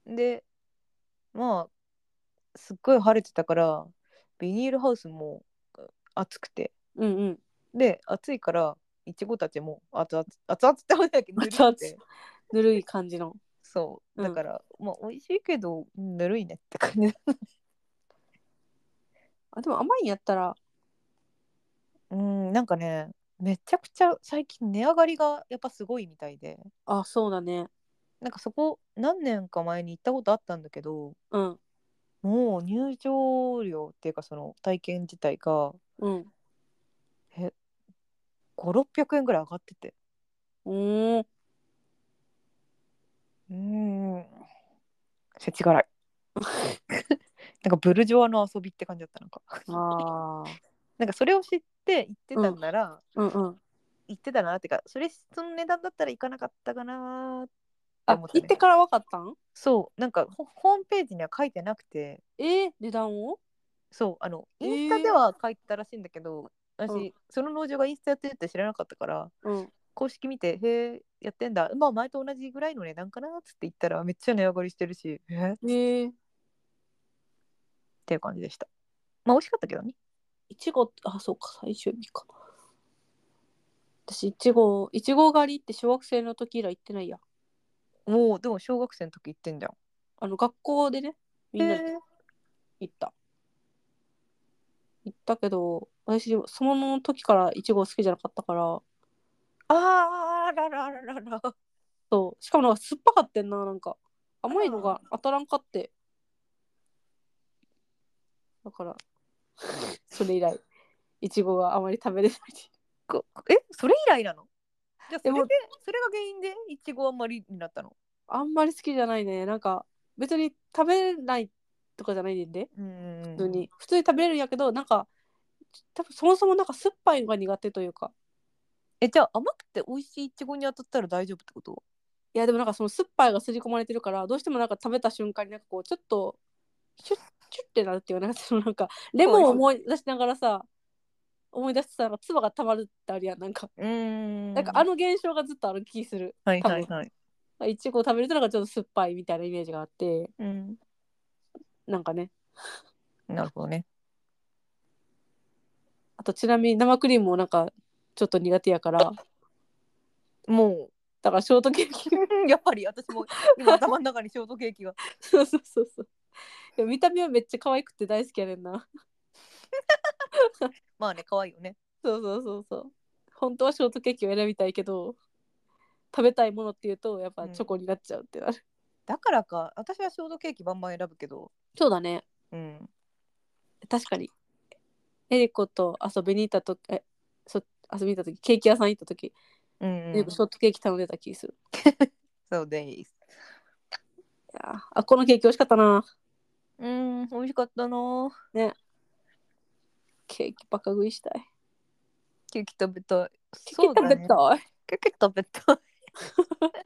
でまあすっごい晴れてたからビニールハウスもう暑くてうんうんで暑いからいちごたちも熱々熱々ってことだけどぬるくて熱々ぬるい感じのそううんだから、まあ美味しいけどぬるいねって感じあでも甘いんやったらうん、なんかね、めちゃくちゃ最近値上がりがやっぱすごいみたいで、あそうだねなんかそこ何年か前に行ったことあったんだけど、うんもう入場料っていうかその体験自体がうん5、600円ぐらい上がってて。うーんうーん、世知 辛い。なんかブルジョアの遊びって感じだったのか。あーなんかそれを知って行ってたんなら、うんうん行ってたなっていうか、それその値段だったら行かなかったかなーってあ思った行ねってから分かったんそう、なんかホホームページには書いてなくて、えー、値段をそうあのえーインスタでは書いてたらしいんだけど、私、うんその農場がインスタやってるって知らなかったからうん公式見て「へえやってんだまあ前と同じぐらいの値段かな」っつって言ったらめっちゃ値上がりしてるしえーっえー、ていう感じでしたまあ美味しかったけどねいちごあそうか最終日か私いちごいちご狩りって小学生の時以来行ってないやもうでも小学生の時行ってんじゃんあの学校でねみんなで行った、行ったけど私その時からいちご好きじゃなかったからあーあらららららそうしかもなんか酸っぱかってんななんか甘いのが当たらんかってだから それ以来いちごがあまり食べれないこえそれ以来なのじゃあそでれもでそれが原因でいちごあんまりになったのあんまり好きじゃないねなんか別に食べれないとかじゃないねんでうん普通に普通に食べれるんやけどなんか多分そもそもなんか酸っぱいのが苦手というかえじゃあ甘くて美味しいいちごに当たったら大丈夫ってこといやでもなんかその酸っぱいが刷り込まれてるからどうしてもなんか食べた瞬間になんかこうちょっとチュッチュッってなるっていうかなんか そのなんかレモンを思い出しながらさ思い出してたら唾がたまるってあるやんなんかうんなんかあの現象がずっとある気するはい多はい分はいいちご食べるとなんかちょっと酸っぱいみたいなイメージがあってうんなんかねなるほどねあとちなみに生クリームもなんかちょっと苦手やからもだからショートケーキうやっぱり私 も今頭の中にショートケーキがそうそうそうそう。でも見た目はめっちゃ可愛くて大好きやねんな。まあね可愛いよねそうそうそうそう。本当はショートケーキを選びたいけど、食べたいものっていうとやっぱチョコになっちゃうってなる。だからか私はショートケーキバンバン選ぶけどそうだね。うん確かに。エリコと遊びに行ったとえ、そ遊びに行った時ケーキ屋さん行った時、うんエリコショートケーキ頼んでた気する。そうですいやーあこのケーキ美味しかったな。うん美味しかったなぁケーキバカ食いしたい。ケーキ食べたいケーキ食べそうただねい。ケーキ食べたい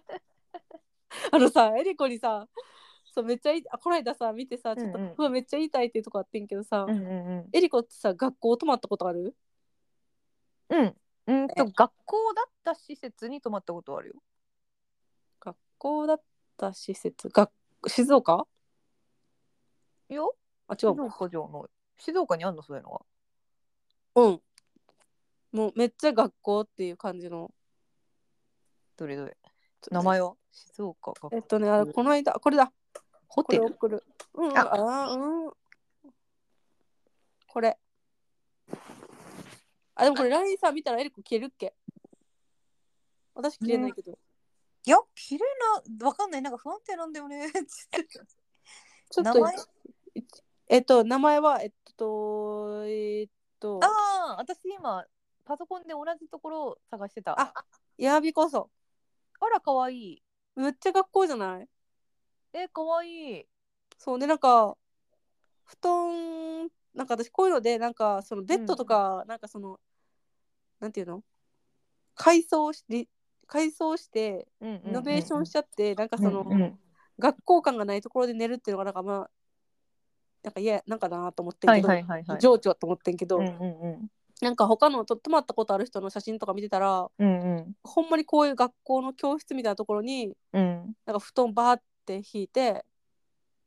あのさエリコにさそうめっちゃいいあこの間さ見てさちょっと、ううんうんわめっちゃ痛いっていうとこあってんけどさ、うんうんうんエリコってさ学校泊まったことあるうん。うんとえ学校だった施設に泊まったことあるよ。学校だった施設学静岡いや、あ違静うもん岡城の静岡にあんのそういうのは。うんもうめっちゃ学校っていう感じのどれどれ。名前は静岡学えっとねあこの間これだホこれテル。送るうんああうんこれあでもこれ LINE さ見たらエリコ消えるっけ私消えないけど、いや、綺麗な、わかんない、なんか不安定なんだよ ね。ちょっと名前えっと名前はえっとえっとああ、私今、パソコンで同じところを探してた。あやびこそあら、かわいい。めっちゃ学校じゃないえ、かわいい。そうでなんか布団なんか私こういうのでなんかそのベッドとか、なんかそのなんていうの改装しリ改装してうんリノベーションししちゃって、なんかその、学校感がないところで寝るっていうのがなんかまあなんか嫌なんかなと思ってんはけいど、はいはいはい。情緒だと思ってんけど、うんうんうんなんか他のと泊まったことある人の写真とか見てたらうんうんほんまにこういう学校の教室みたいなところにうん。なんか布団バーって引いて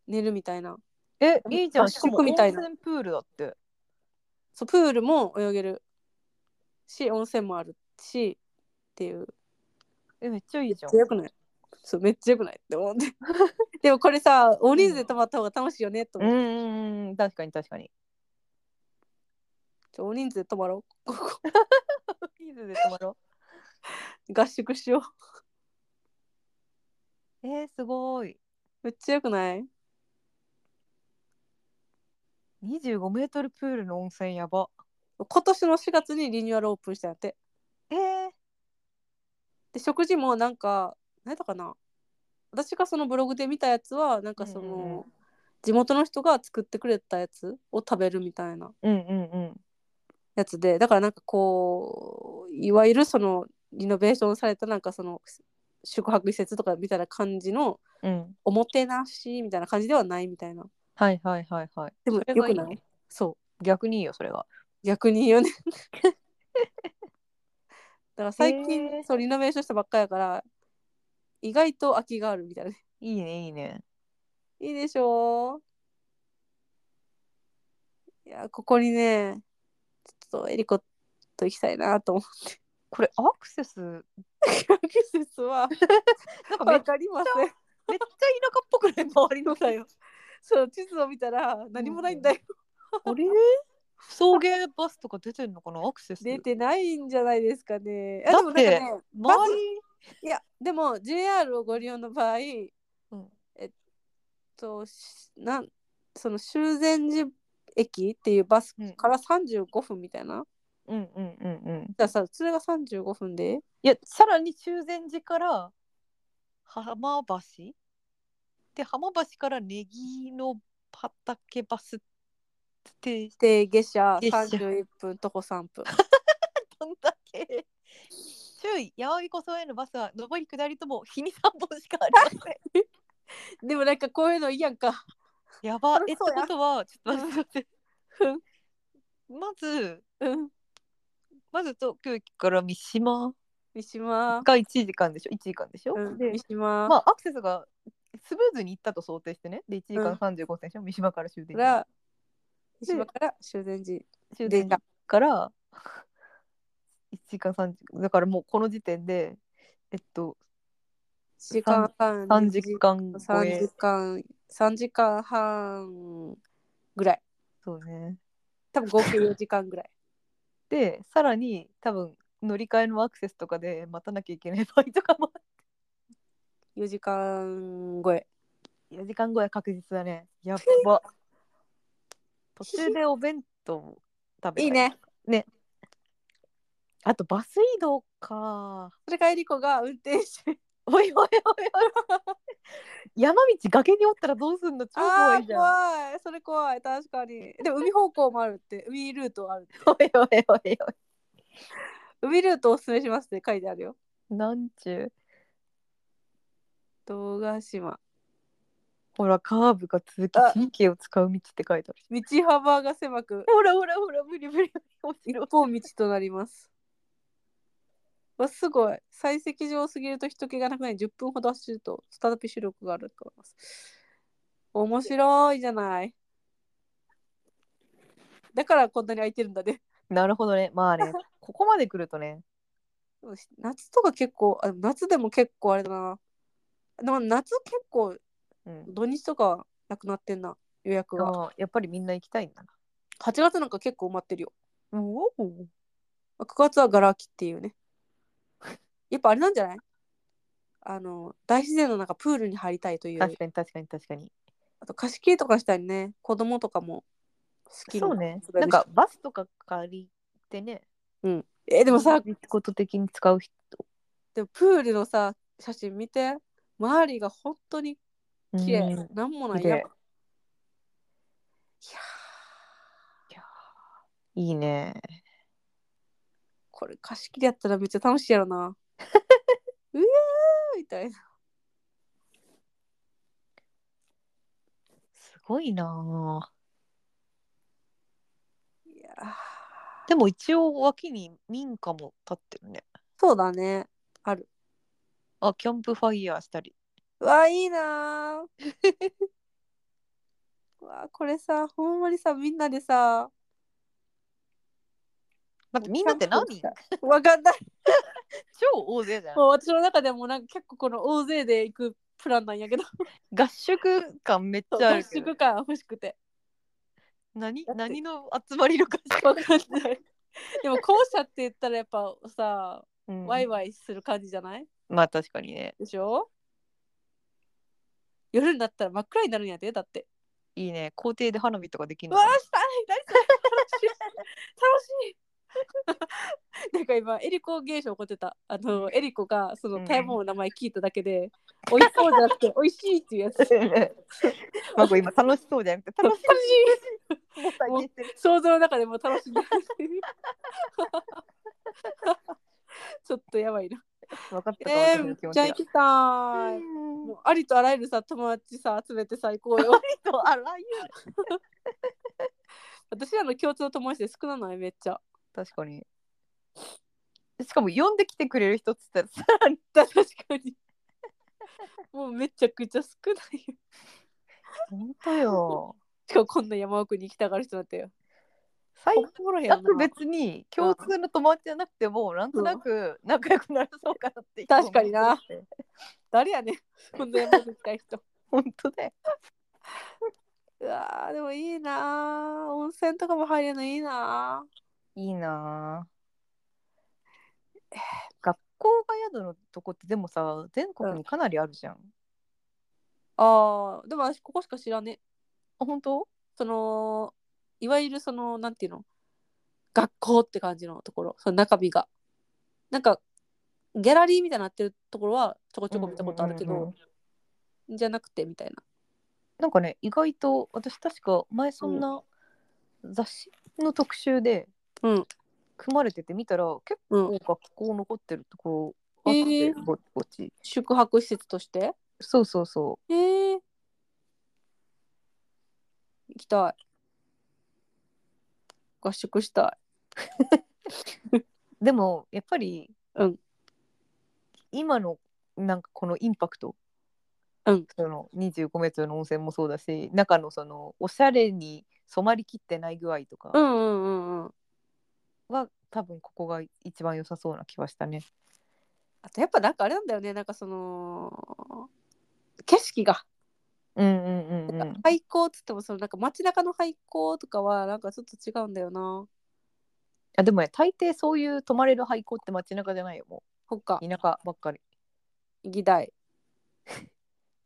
寝るみたいなえ、いいじゃん。しかも合宿みたいな温泉プールだって。そうプールも泳げるし温泉もあるしっていうえ、めっちゃいいじゃん。よくないそうめっちゃよくないって思って でもこれさ大人数で泊まった方が楽しいよねとう思んって、うんうん、確かに確かに。ちょ大人数で泊まろうここ人数で泊まろ合宿しようう。えー、すごい。めっちゃよくない25メートルプールの温泉やば。今年の4月にリニューアルオープンしたんやってえー、で食事もなんか何やったかな私がそのブログで見たやつはなんかそうの、んうんうん地元の人が作ってくれたやつを食べるみたいなうんうんうん。やつでだからなんかこういわゆるそのリノベーションされたなんかその宿泊施設とかみたいな感じのうん。おもてなしみたいな感じではないみたいなはいはいはいはい。でもそれよがいくいねないそ逆にいいよ、それは。う逆に 言うねだから最近、へーそうリノベーションしたばっかやから意外と空きがあるみたいなねいいね、いいね。いいでしょういやここにねちょっとエリコと行きたいなと思う これアクセスなんアクセスはかめっわちゃかりませんめっちゃ田舎っぽくない周りのだよ そう地図を見たら何もないんだよ、あれ送迎バスとか出てんのかなアクセス出てないんじゃないですかねあだっでもなんかてねバ周スりいやでも JR をご利用の場合、えっとしなんその修善寺駅っていうバスうんから35分みたいな、うんうんうんうんじゃあさそれが35分でいやさらに修善寺から浜橋で浜橋からネギの畑バスってで下車下車31分徒歩3分どんだけ注意やまびこ荘へのバスは上り下りとも日に3本しかありませんでもなんかこういうのいいやんか やばそえりっゃてそうやことはちょっと待ってうんまずうんまず東京駅から三島三島が1時間でしょ1時間でしょ、うんで三島、まあアクセスがスムーズにいったと想定してねで1時間35分でしょ、三島から終か電ら三島から修善寺終電から1時間3時だからもうこの時点でえっと1時間半3時間超3え時間3時間半ぐらいそうね多分合計4時間ぐらいでさらに多分乗り換えのアクセスとかで待たなきゃいけない場合とかも 4時間超え4時間後は確実だねやっば 途中でお弁当を食べたりいいねあとバス移動かそれからえりこが運転手おいおいおいおい 山道崖におったらどうすんの超怖あいーじゃん怖いそれ怖い確かにでも海方向もあるって海ルートあるっておいおいおいおい海ルートおすすめしますって書いてあるよなんちゅう動画島ほらカーブが続きあ神経を使う道って書いてあるし道幅が狭くほらほらほら無理無理面一白い本道となりますわすごい採石場を過ぎると人気がなくなり10分ほど走ると再び視力があると思います面白いじゃないだからこんなに空いてるんだねなるほどねまあ ねここまで来るとねうん夏とか結構あ夏でも結構あれだなでも夏結構うん土日とかなくなってんな予約があーやっぱりみんな行きたいんだな8月なんか結構埋まってるようおー9月はがら空きっていうねやっぱあれなんじゃないあの大自然の中プールに入りたいという確かに確かに確かにあと貸し切りとかしたりね子供とかも好きそうねななんかバスとか借りてねえでもさ仕事的に使う人でもプールのさ写真見て周りが本当に綺うんい麗なんもない綺麗やいやーやーいいねこれ貸し切りやったらめっちゃ楽しいや ろなうえーみたいなすごいなあいやーでも一応脇に民家も建ってるねそうだねあるあキャンプファイヤーしたりうわいいなーうわこれさほんまにさみんなでさ待ってみんなって何人わかんない超大勢じゃんもう私の中でもなんか結構この大勢で行くプランなんやけど合宿感めっちゃあ合るけど宿感欲しくて何だって何の集まりの合わかんないでも校舎って言ったらやっぱさ、宿ワイイワイする感じじゃないまあ確かにねでしょ夜になったら真っ暗になるんやでだっていいね校庭で花火とかできるうのわかーなしたい何それ楽しい 楽しいなんか今エリコ現象起こってたあのエリコがそのうん食べ物の名前聞いただけで、美味しそうじゃなくて美味しいっていうやつ まこ今楽しそうじゃなくて楽しい楽しいも体験してる想像の中でも楽しんでる ちょっとやばいな。分かったか私えー、めのっ気持ちちゃが行きたい。もうありとあらゆるさ友達さ集めて最高 よ。とあらゆる私らの共通の友達で少ないめっちゃ。確かにしかも呼んできてくれる人っつったらさらにだ確かに。もうめちゃくちゃ少ないよ。本当よしかもこんな山奥に行きたがる人だったよ。最おもろいやんな悪別に共通の友達じゃなくても、なんとなく仲良くなれそうかなって確かにな誰やねんほんでもうたい人本当だよ うわーでもいいなー温泉とかも入れるのいいないいなぁ学校が宿のとこってでもさ全国にかなりあるじゃん、ーあーでも私ここしか知らねえあ本当そのいわゆるそのなんていうの学校って感じのところその中身がなんかギャラリーみたいになってるところはちょこちょこ見たことあるけど、うんうんうんじゃなくてみたいななんかね意外と私確か前そんな雑誌の特集でうん組まれてて見たら結う構ん学校残ってるとこあって、へえぼちぼち宿泊施設としてそうそうそえー、行きたい合宿したうでもやっぱり、うん今のなんかこのインパクト、うんその25メートルの温泉もそうだし中のそのおしゃれに染まりきってない具合というんかうんうんうんは、多分ここが一番良さそうな気はしたね。あとやっぱなんかあれなんだよねなんかその景色がうんうんうんうなんんか。廃校っつってもそのなんか街中の廃校とかはなんかちょっと違うんだよなあでもね大抵そういう泊まれる廃校って街中じゃないよもほかう田舎ばっかり。議題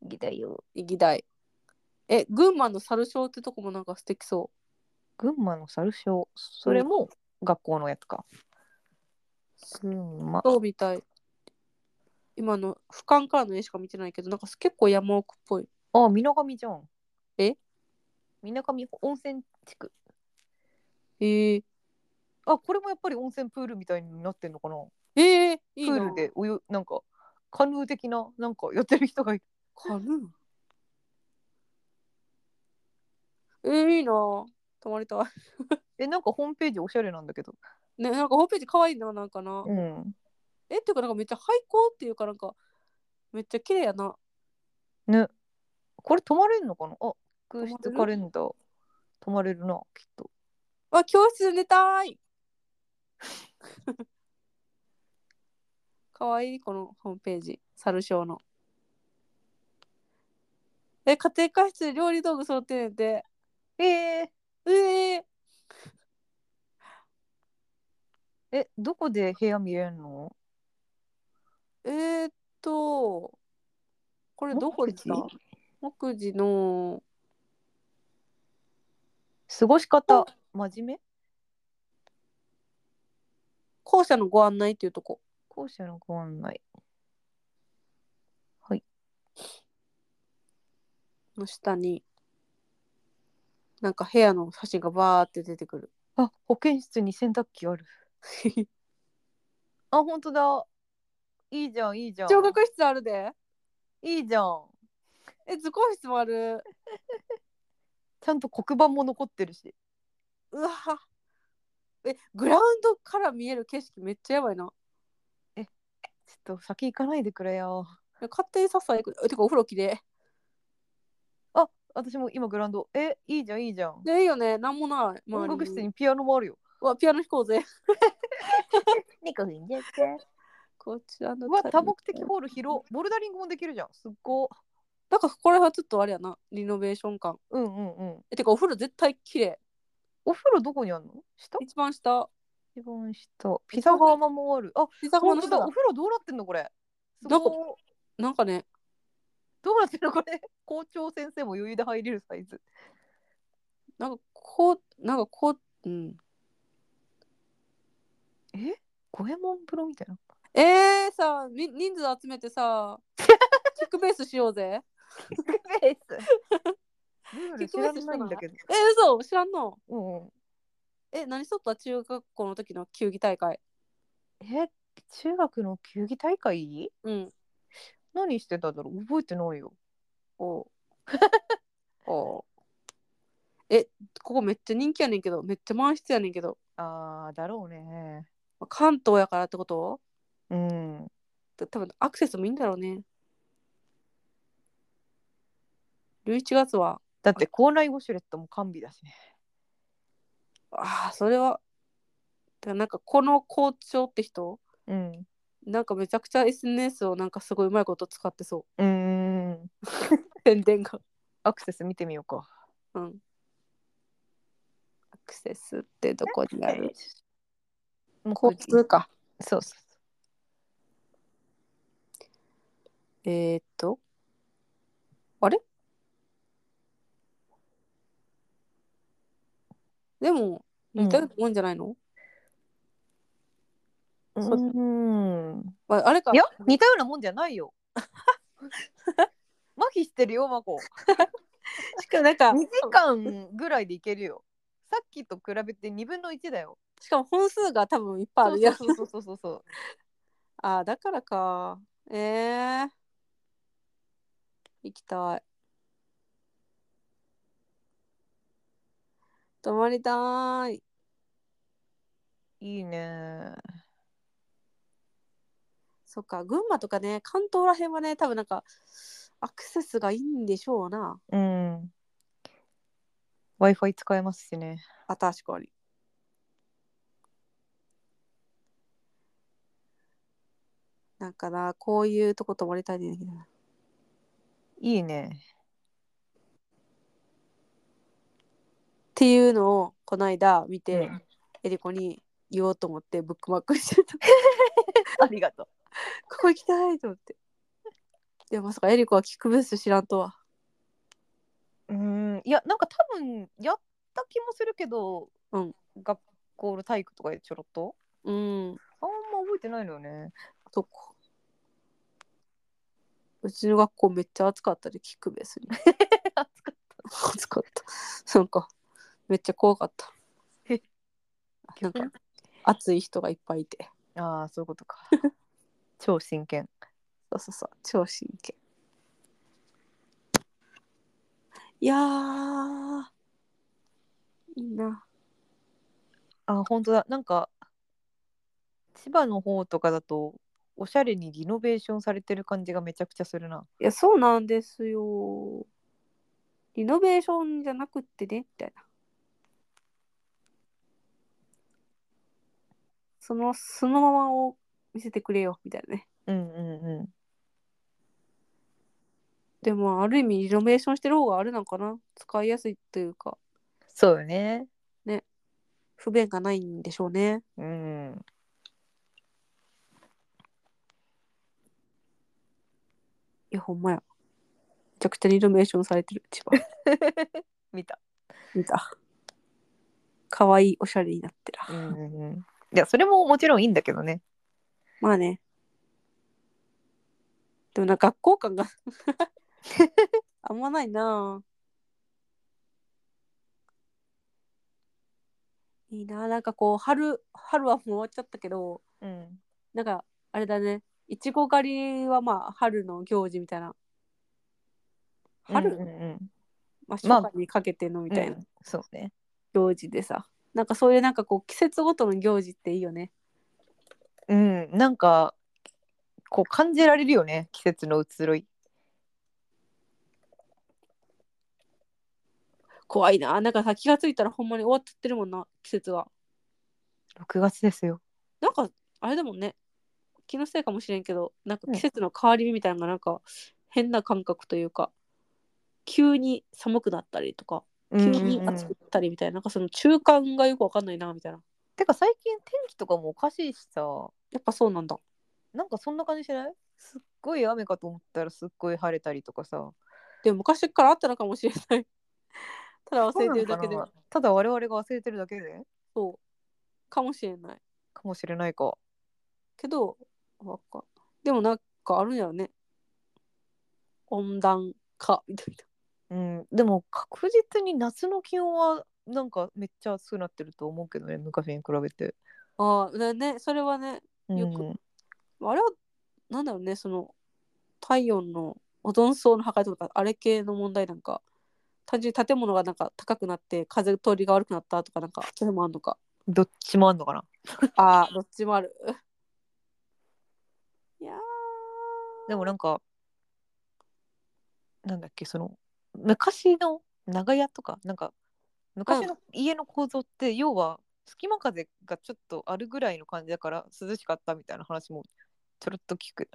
ギだよ議題え群馬の猿小ってとこもなんか素敵そ群馬の猿小それも学校のやつか。群馬うそうみたい今の俯瞰からの絵しか見てないけどなんか結構山奥っぽいあみなかみじゃん。えみなかみ温泉地区。えー、あこれもやっぱり温泉プールみたいになってんのかなえー、いいプなールでおよなんかカヌー的ななんかやってる人がいる。かなえー、いいな泊まりたいえなんかホームページおしゃれなんだけど。ねなんかホームページ可愛いななんかな、うん。えっていうかなんかめっちゃ廃校っていうかなんかめっちゃ綺麗やなね。これ泊まれんのかなあ空泊まれ室るカレンダー泊まれるなきっと。あ教室で寝たい かわいいこのホームページ猿賞のえ家庭科室で料理道具揃ってるんでえー、うえー、えどこで部屋見れるのえー、っとこれどこですか目木次の過ごし方真面目校舎のご案内っていうとこ校舎のご案内の下になんか部屋の写真がバーって出てくるあ保健室に洗濯機あるあ本当だいいじゃんいいじゃん小学室あるでいいじゃんえ図工室もあるちゃんと黒板も残ってるしうわえグラウンドから見える景色めっちゃやばいなちょっと先行かないでくれよ勝手にささいくてかお風呂きれあ私も今グラウンドえいいじゃんいいじゃんいでいいよねなんもない周り音楽室にピアノもあるようわピアノ弾こうぜ猫踏んじゃってこちらのうわ多目的なんホール広ボルダリングもできるじゃんすっごかここら辺はちょっとあれやなリノベーション感うんうんうんえてかお風呂絶対きれお風呂どこにあるの下一番下一番下ピザ窯もあるあピザ窯本の当下だだお風呂どうなってんのこれすなんかごいなんかねどうなってんのこれ校長先生も余裕で入れるサイズなんかこうなんかこううんえ五右衛門風呂みたいなえー、さみ人数集めて さキックベースしようぜキックベースルール知らキックベースしたないんだけどえ嘘知らんのうんうんえ何しとった中学校の時の球技大会え中学の球技大会うん何してたんだろう覚えてないよおうおうえここめっちゃ人気やねんけどめっちゃ満室やねんけどあーだろうね関東やからってことうんた多分アクセスもいいんだろうね11月はだって校内ウォシュレットも完備だしねああそれはだからなんかこの校長って人うんなんかめちゃくちゃ SNS をなんかすごいうまいこと使ってそうーんう 宣伝がアクセス見てみようかうんアクセスってどこにあるもうこ交れそう通かそうそえー、っとあれでもうん似たようなもんじゃないの、うそううんああれかいや似たようなもんじゃないよ 麻痺してるよマコしかもなんか2時間ぐらいでいけるよさっきと比べて2分の1だよしかも本数が多分いっぱいあるやつそうそうそうそうそうああだからかえー、行きたい泊まりたーいいいねそっか群馬とかね関東らへんはね多分なんかアクセスがいいんでしょうなうん w i f i 使えますしねあ確かになんかなこういうとこ泊まりたいねいいねっていうのをこの間見て、うんえりこに言おうと思ってブックマークしてたありがとうここ行きたいと思ってでもまさかえりこはキックベース知らんとはうーんいやなんか多分やった気もするけど、うん学校の体育とかでちょろっとうんあんま覚えてないのよねそっかうちの学校めっちゃ暑かったでキックベースに 暑かっ暑かったなんかめっちゃ怖かったえなんか暑い人がいっぱいいてたああそういうこと か超真剣そうそうそう超真剣いやーいいなあ本当だなんか千葉の方とかだとおしゃれにリノベーションされてる感じがめちゃくちゃするないや、そうなんですよ。リノベーションじゃなくってね、みたいな。その、そのままを見せてくれよ、みたいなね。うんうんうんでも、ある意味、リノベーションしてる方があれなんかな。使いやすいというか、そうよね不便がないんでしょうね。うんいや、ほんまや。めちゃくちゃリノベーションされてる、千葉。 見た見た。かわいい、おしゃれになってる。うんうんうんいやそれももちろんいいんだけどねまあね。でもな、学校感があんまないなぁ。いいなぁ。なんかこう、春、春はもう終わっちゃったけど、うんなんか、あれだね。いちご狩りはまあ、春の行事みたいな。春、うんうんうんまあ、初まあ夏にかけてのみたいなうんそうね行事でさ。なんかそういうなんかこう、季節ごとの行事っていいよね。うんなんかこう感じられるよね季節の移ろい怖いなぁ。なんかさ、気がついたらほんまに終わっちゃってるもんな、季節が。 6月ですよなんかあれだもんね気のせいかもしれんけどなんかうん季節の変わり目みたいなのがなんか変な感覚というか急に寒くなったりとか急にうんうんうん暑くなったりみたいな,、なんかその中間がよくわかんないなみたいなてか最近天気とかもおかしいしさやっぱそうなんだなんかそんな感じしないすっごい雨かと思ったらすっごい晴れたりとかさでも昔からあったのかもしれない ただ忘れてるだけでそうなのそかなただ我々が忘れてるだけでうかもしれないかもしれないかけどわかでもなんかあるんやろね温暖化みたいなうんでも確実に夏の気温はなんかめっちゃ暑くなってると思うけどね昔に比べて、ああねそれはねうん、よくあれはなんだろうねその体温のオゾン層の破壊とかあれ系の問題なんか単純に建物がなんか高くなって風通りが悪くなったとかなんかそれもあんの かどっちもあんのかなあーどっちもあるいやでもなんかなんだっけその昔の長屋とかなんか昔の家の構造って要は隙間風がちょっとあるぐらいの感じだから涼しかったみたいな話もちょろっと聞く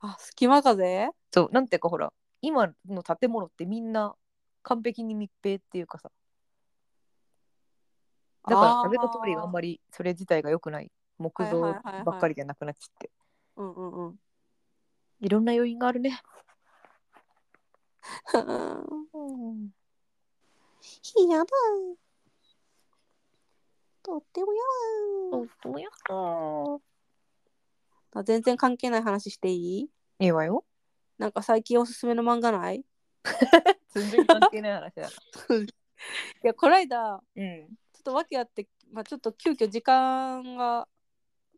あ隙間風そうなんていうかほら今の建物ってみんな完璧に密閉っていうかさだから風の通りがあんまりそれ自体が良くない木造はいはいはいはいばっかりじゃなくなっちゃってうんうんうんいろんな要因があるねやばいとってもやばいどうやろあ全然関係ない話していいいいわよなんか最近おすすめの漫画ない全然関係ない話だないやこないだうんちょっと訳あって、まあ、ちょっと急遽時間が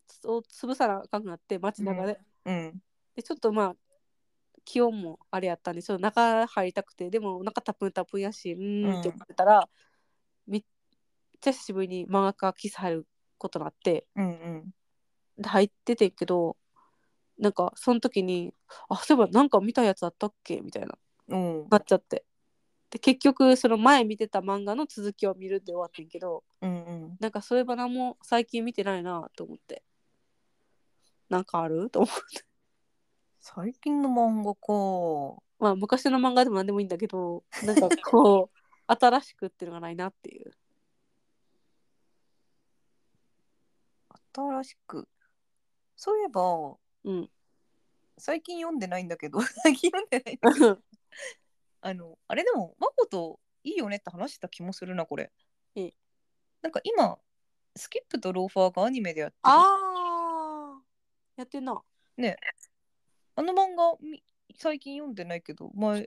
つを潰さなあかんくなって街中で、んうんでちょっとまあ気温もあれやったんでちょっと中入りたくてでもお腹たぷんたぷんやしうーんって思ってたら、めっちゃ久しぶりに漫画家キス入ることになってうんうんで入っててんけどなんかその時にあそういえばなんか見たやつあったっけみたいなうんなっちゃってで結局その前見てた漫画の続きを見るって終わってんけどうんうんなんかそういえば何も最近見てないなと思ってなんかある と思う最近の漫画かまあ昔の漫画でも何でもいいんだけどなんかこ う新しくっていうのがないなっていう新しくそういえばうん最近読んでないんだけど 最近読んでないんだけどあのあれでもまこといいよねって話した気もするなこれええなんか今スキップとローファーがアニメでやってるああーやってんなの漫画み最近読んでないけど前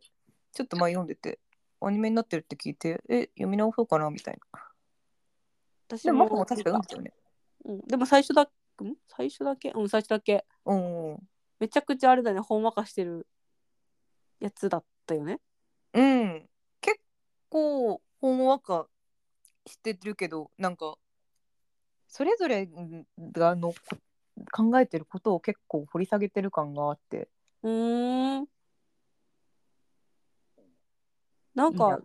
ちょっと前読んでてアニメになってるって聞いてえ読み直そうかなみたいな私でももまこも確か読んでたよねうん、でも最初だん最初だけうん最初だけうんうんめちゃくちゃあれだねほんわかしてるやつだったよねうん結構ほんわかしてるけどなんかそれぞれがのこ考えてることを結構掘り下げてる感があってうーんないいなんか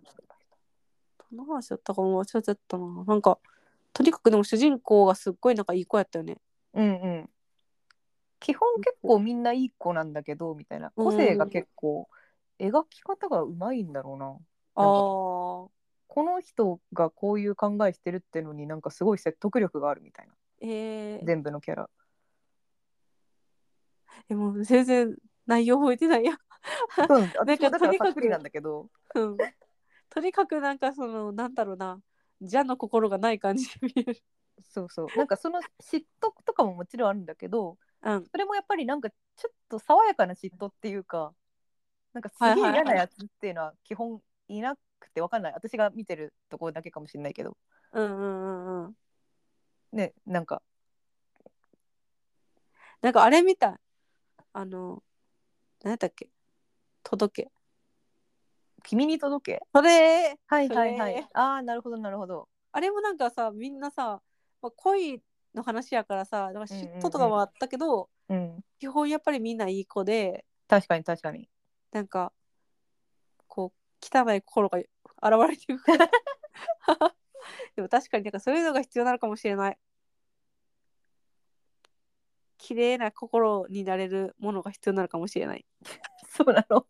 どの話だったかも忘れちゃったななんかとにかくでも主人公がすっごいなんかいい子やったよねうんうん基本結構みんないい子なんだけどみたいなうん個性が結構描き方がうまいんだろうなあーこの人がこういう考えしてるってのになんかすごい説得力があるみたいなえー、全部のキャラ でも全然内容覚えてないや、うんなん私かもだかとらにかくさっくりなんだけど うん、とにかくなんかそのなんだろうな邪の心がない感じで見えるそうそうなんかその嫉妬とかももちろんあるんだけどうんそれもやっぱりなんかちょっと爽やかな嫉妬っていうかなんかすげえ嫌なやつっていうのは基本いなくてわかんない私が見てるところだけかもしれないけどうんうんうんうんねなんかなんかあれみたいあの何やったっけ届け「君に届け」それはいそはいはいれああなるほどなるほどあれもなんかさみんなさ、まあ、恋の話やからさなんか嫉妬とかもあったけど、うん基本やっぱりみんないい子で確かに確かになんかこう汚い心が現れていくでも確かになんかそういうのが必要なのかもしれない綺麗な心になれるものが必要なのかもしれないそうな の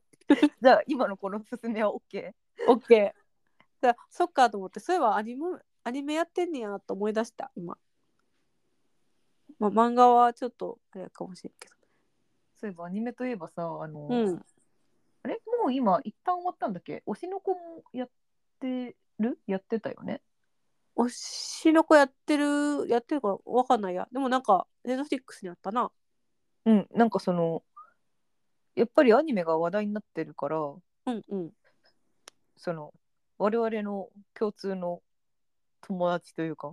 じゃあ今のこの勧めは OK オッケーだそっかと思ってそういえばアニメアニメやってんねやと思い出した今、まあ、漫画はちょっとあれかもしれんけそういえばアニメといえばさあの、どうんあれもう今一旦終わったんだっけ推しの子もやってるやってたよね推しの子やってるやってるかわかんないやでもなんかネットフリックスにあったなうんなんかそのやっぱりアニメが話題になってるからうんうんその我々の共通の友達というか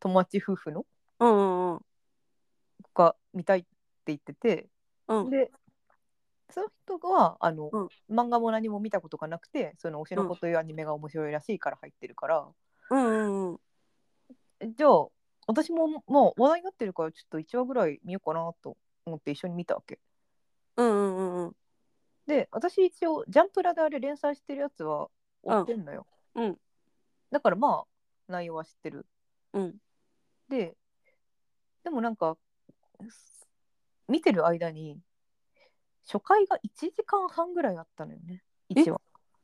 友達夫婦のうんうんうんが見たいって言っててうんでその人があの、うん漫画も何も見たことがなくて「その推しの子」というアニメが面白いらしいから入ってるから、うんうんうんえじゃあ私もまあ話題になってるからちょっと1話ぐらい見ようかなと思って一緒に見たわけうんうんうんうんで私一応「ジャンプラ」であれ連載してるやつは追ってんのよ、うんうんだからまあ内容は知ってるうんででもなんか見てる間に初回が1時間半ぐらいあったのよねえ1話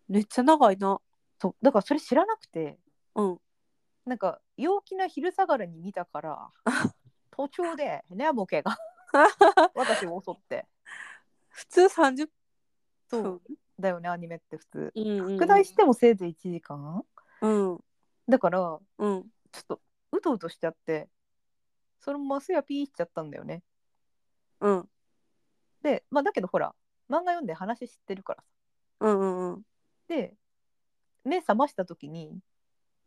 めっちゃ長いなそうだからそれ知らなくてうんなんか陽気な昼下がりに見たから途中でねボケが私を襲って普通30そう分だよねアニメって普通うんうんうん拡大してもせいぜい1時間うんだからちょうんっとうとうとしちゃってそのマスやピーしちゃったんだよねうんでまあだけどほら漫画読んで話知ってるからさうんうんうんで目覚ました時に、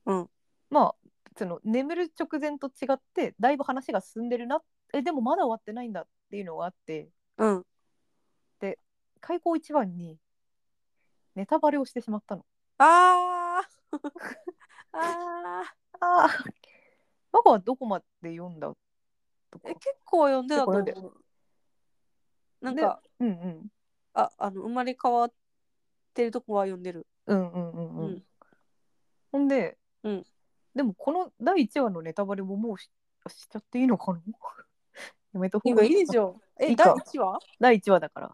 うんまあその眠る直前と違ってだいぶ話が進んでるなえでもまだ終わってないんだっていうのがあってうん開口一番にネタバレをしてしまったの。あー あーあ あマコはどこまで読んだとかえ結構読んでたと思結構うなんかうんうんああの生まれ変わってるとこは読んでるうんうんうんうん、うんほんで、うんでもこの第1話のネタバレももうししちゃっていいのかな やめた方今がいいでしょいえいか第1話第1話だから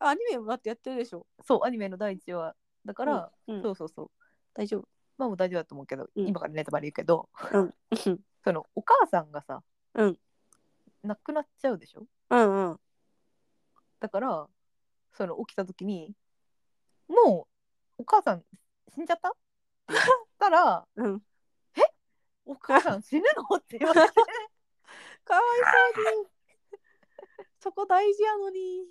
あアニメもだってやってるでしょそうアニメの第1話だから、うんうんそうそうそう。大丈夫まあもう大丈夫だと思うけど、うん今からネタバレ言うけど、うんうん そのお母さんがさ、うん亡くなっちゃうでしょうんうんだから、その起きた時に、もうお母さん死んじゃったって言った ら、うんお母さん死ぬのって言われて、かわいそうにそこ大事やのに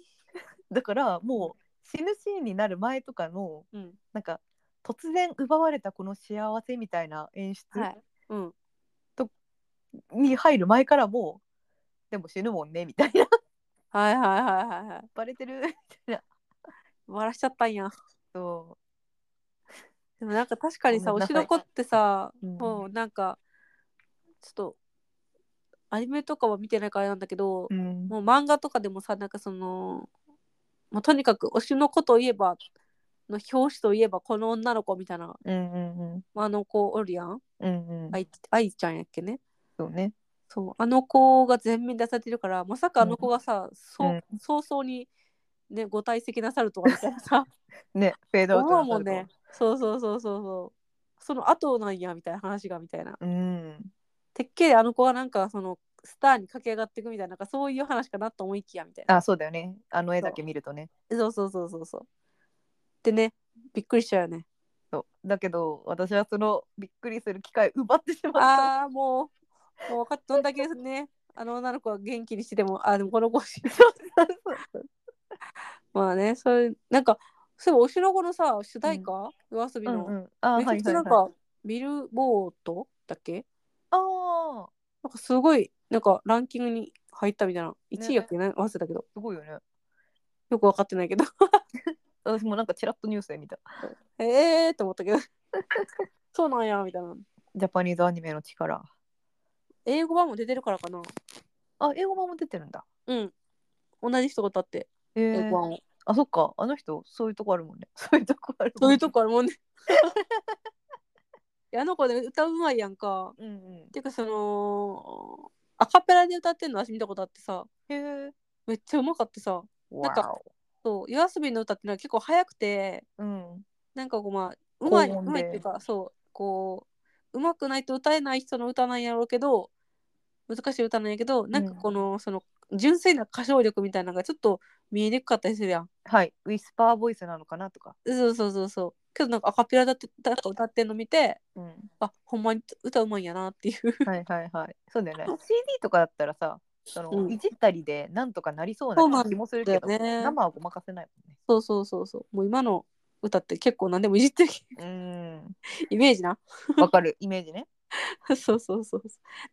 だからもう死ぬシーンになる前とかの、うんなんか突然奪われたこの幸せみたいな演出はいうんに入る前からもう、でも死ぬもんねみたいな、 はいはいはいはいはいバレてるみたいな。笑らしちゃったんやそでもなんか確かにさごめんなおしさいろこってさ、うんもうなんかちょっとアニメとかは見てないからあれなんだけど、う。うんもう漫画とかでもさなんかその、まあ、とにかく推しの子といえばの表紙といえばこの女の子みたいな、うんうんうんまあ、あの子おるやんうんうんあいあいちゃんやっけねそうね。そうあの子が全面出されてるからまさかあの子がさ、そううん早々に、ね、ご退席なさるとはみたいな さね、フェードアウト思なうもさんれねそうそうそうそうそうその後なんやみたいな話がみたいなたの。うん。てっきりあの子はなんかそのスターに駆け上がっていくみたいななんかそういう話かなと思いきやみたいなあ、そうだよね。あの絵だけ見るとね。そうそうそうそうそうでねびっくりしちゃうよ ねそう。だけど、私はそのびっくりする機会奪ってしま った。ああもうもう分かっどんだけねあの女の子は元気にしててもあーでもこの子は死ぬまあねそういうなんかそういえばお城子のさ主題歌、夜遊びうの、んうん。あ、はめいちはゃいくちゃなんか、はい。ビルボードだっけああ、なんかすごいなんかランキングに入ったみたいな1位やっけね忘れたけどすごいよね。よく分かってないけど 私もなんかちらっとニュースで見た。ええー、と思ったけど そうなんやみたいなジャパニーズアニメの力。英語版も出てるからかなあ、英語版も出てるんだ。うん同じ人が立ってええ英語版をあ、そっか。あの人、そういうとこあるもんね。 そういうとこあるもそんういねうとこあるもんね いやあの子ね歌うまいやんかうんうん。ていうかそのアカペラで歌ってんの私見たことあってさへえ。めっちゃうまかってさなんかわお、そう夜遊びの歌ってのは結構早くてうん。なんかこうまあうまい高音うでまいっていうかそうこううまくないと歌えない人の歌なんやろうけど難しい歌なんやけどなんかこの、その純粋な歌唱力みたいなのがちょっと見えにくかったりするやんはい。ウィスパーボイスなのかなとか。そうそうそうそうけどなんかアカペラだってだか歌ってんの見てうん。 あほんまに歌うまいんやなっていうはいはいはい。そうだよね。CD とかだったらさ、その、うんいじったりでなんとかなりそうそうななん気もするけど、だよね生はごまかせないもんね。そうそうそうそうもう今の歌って結構何でもいじってるうーイメージな ん。わかる、イメージね。そうそうそうそう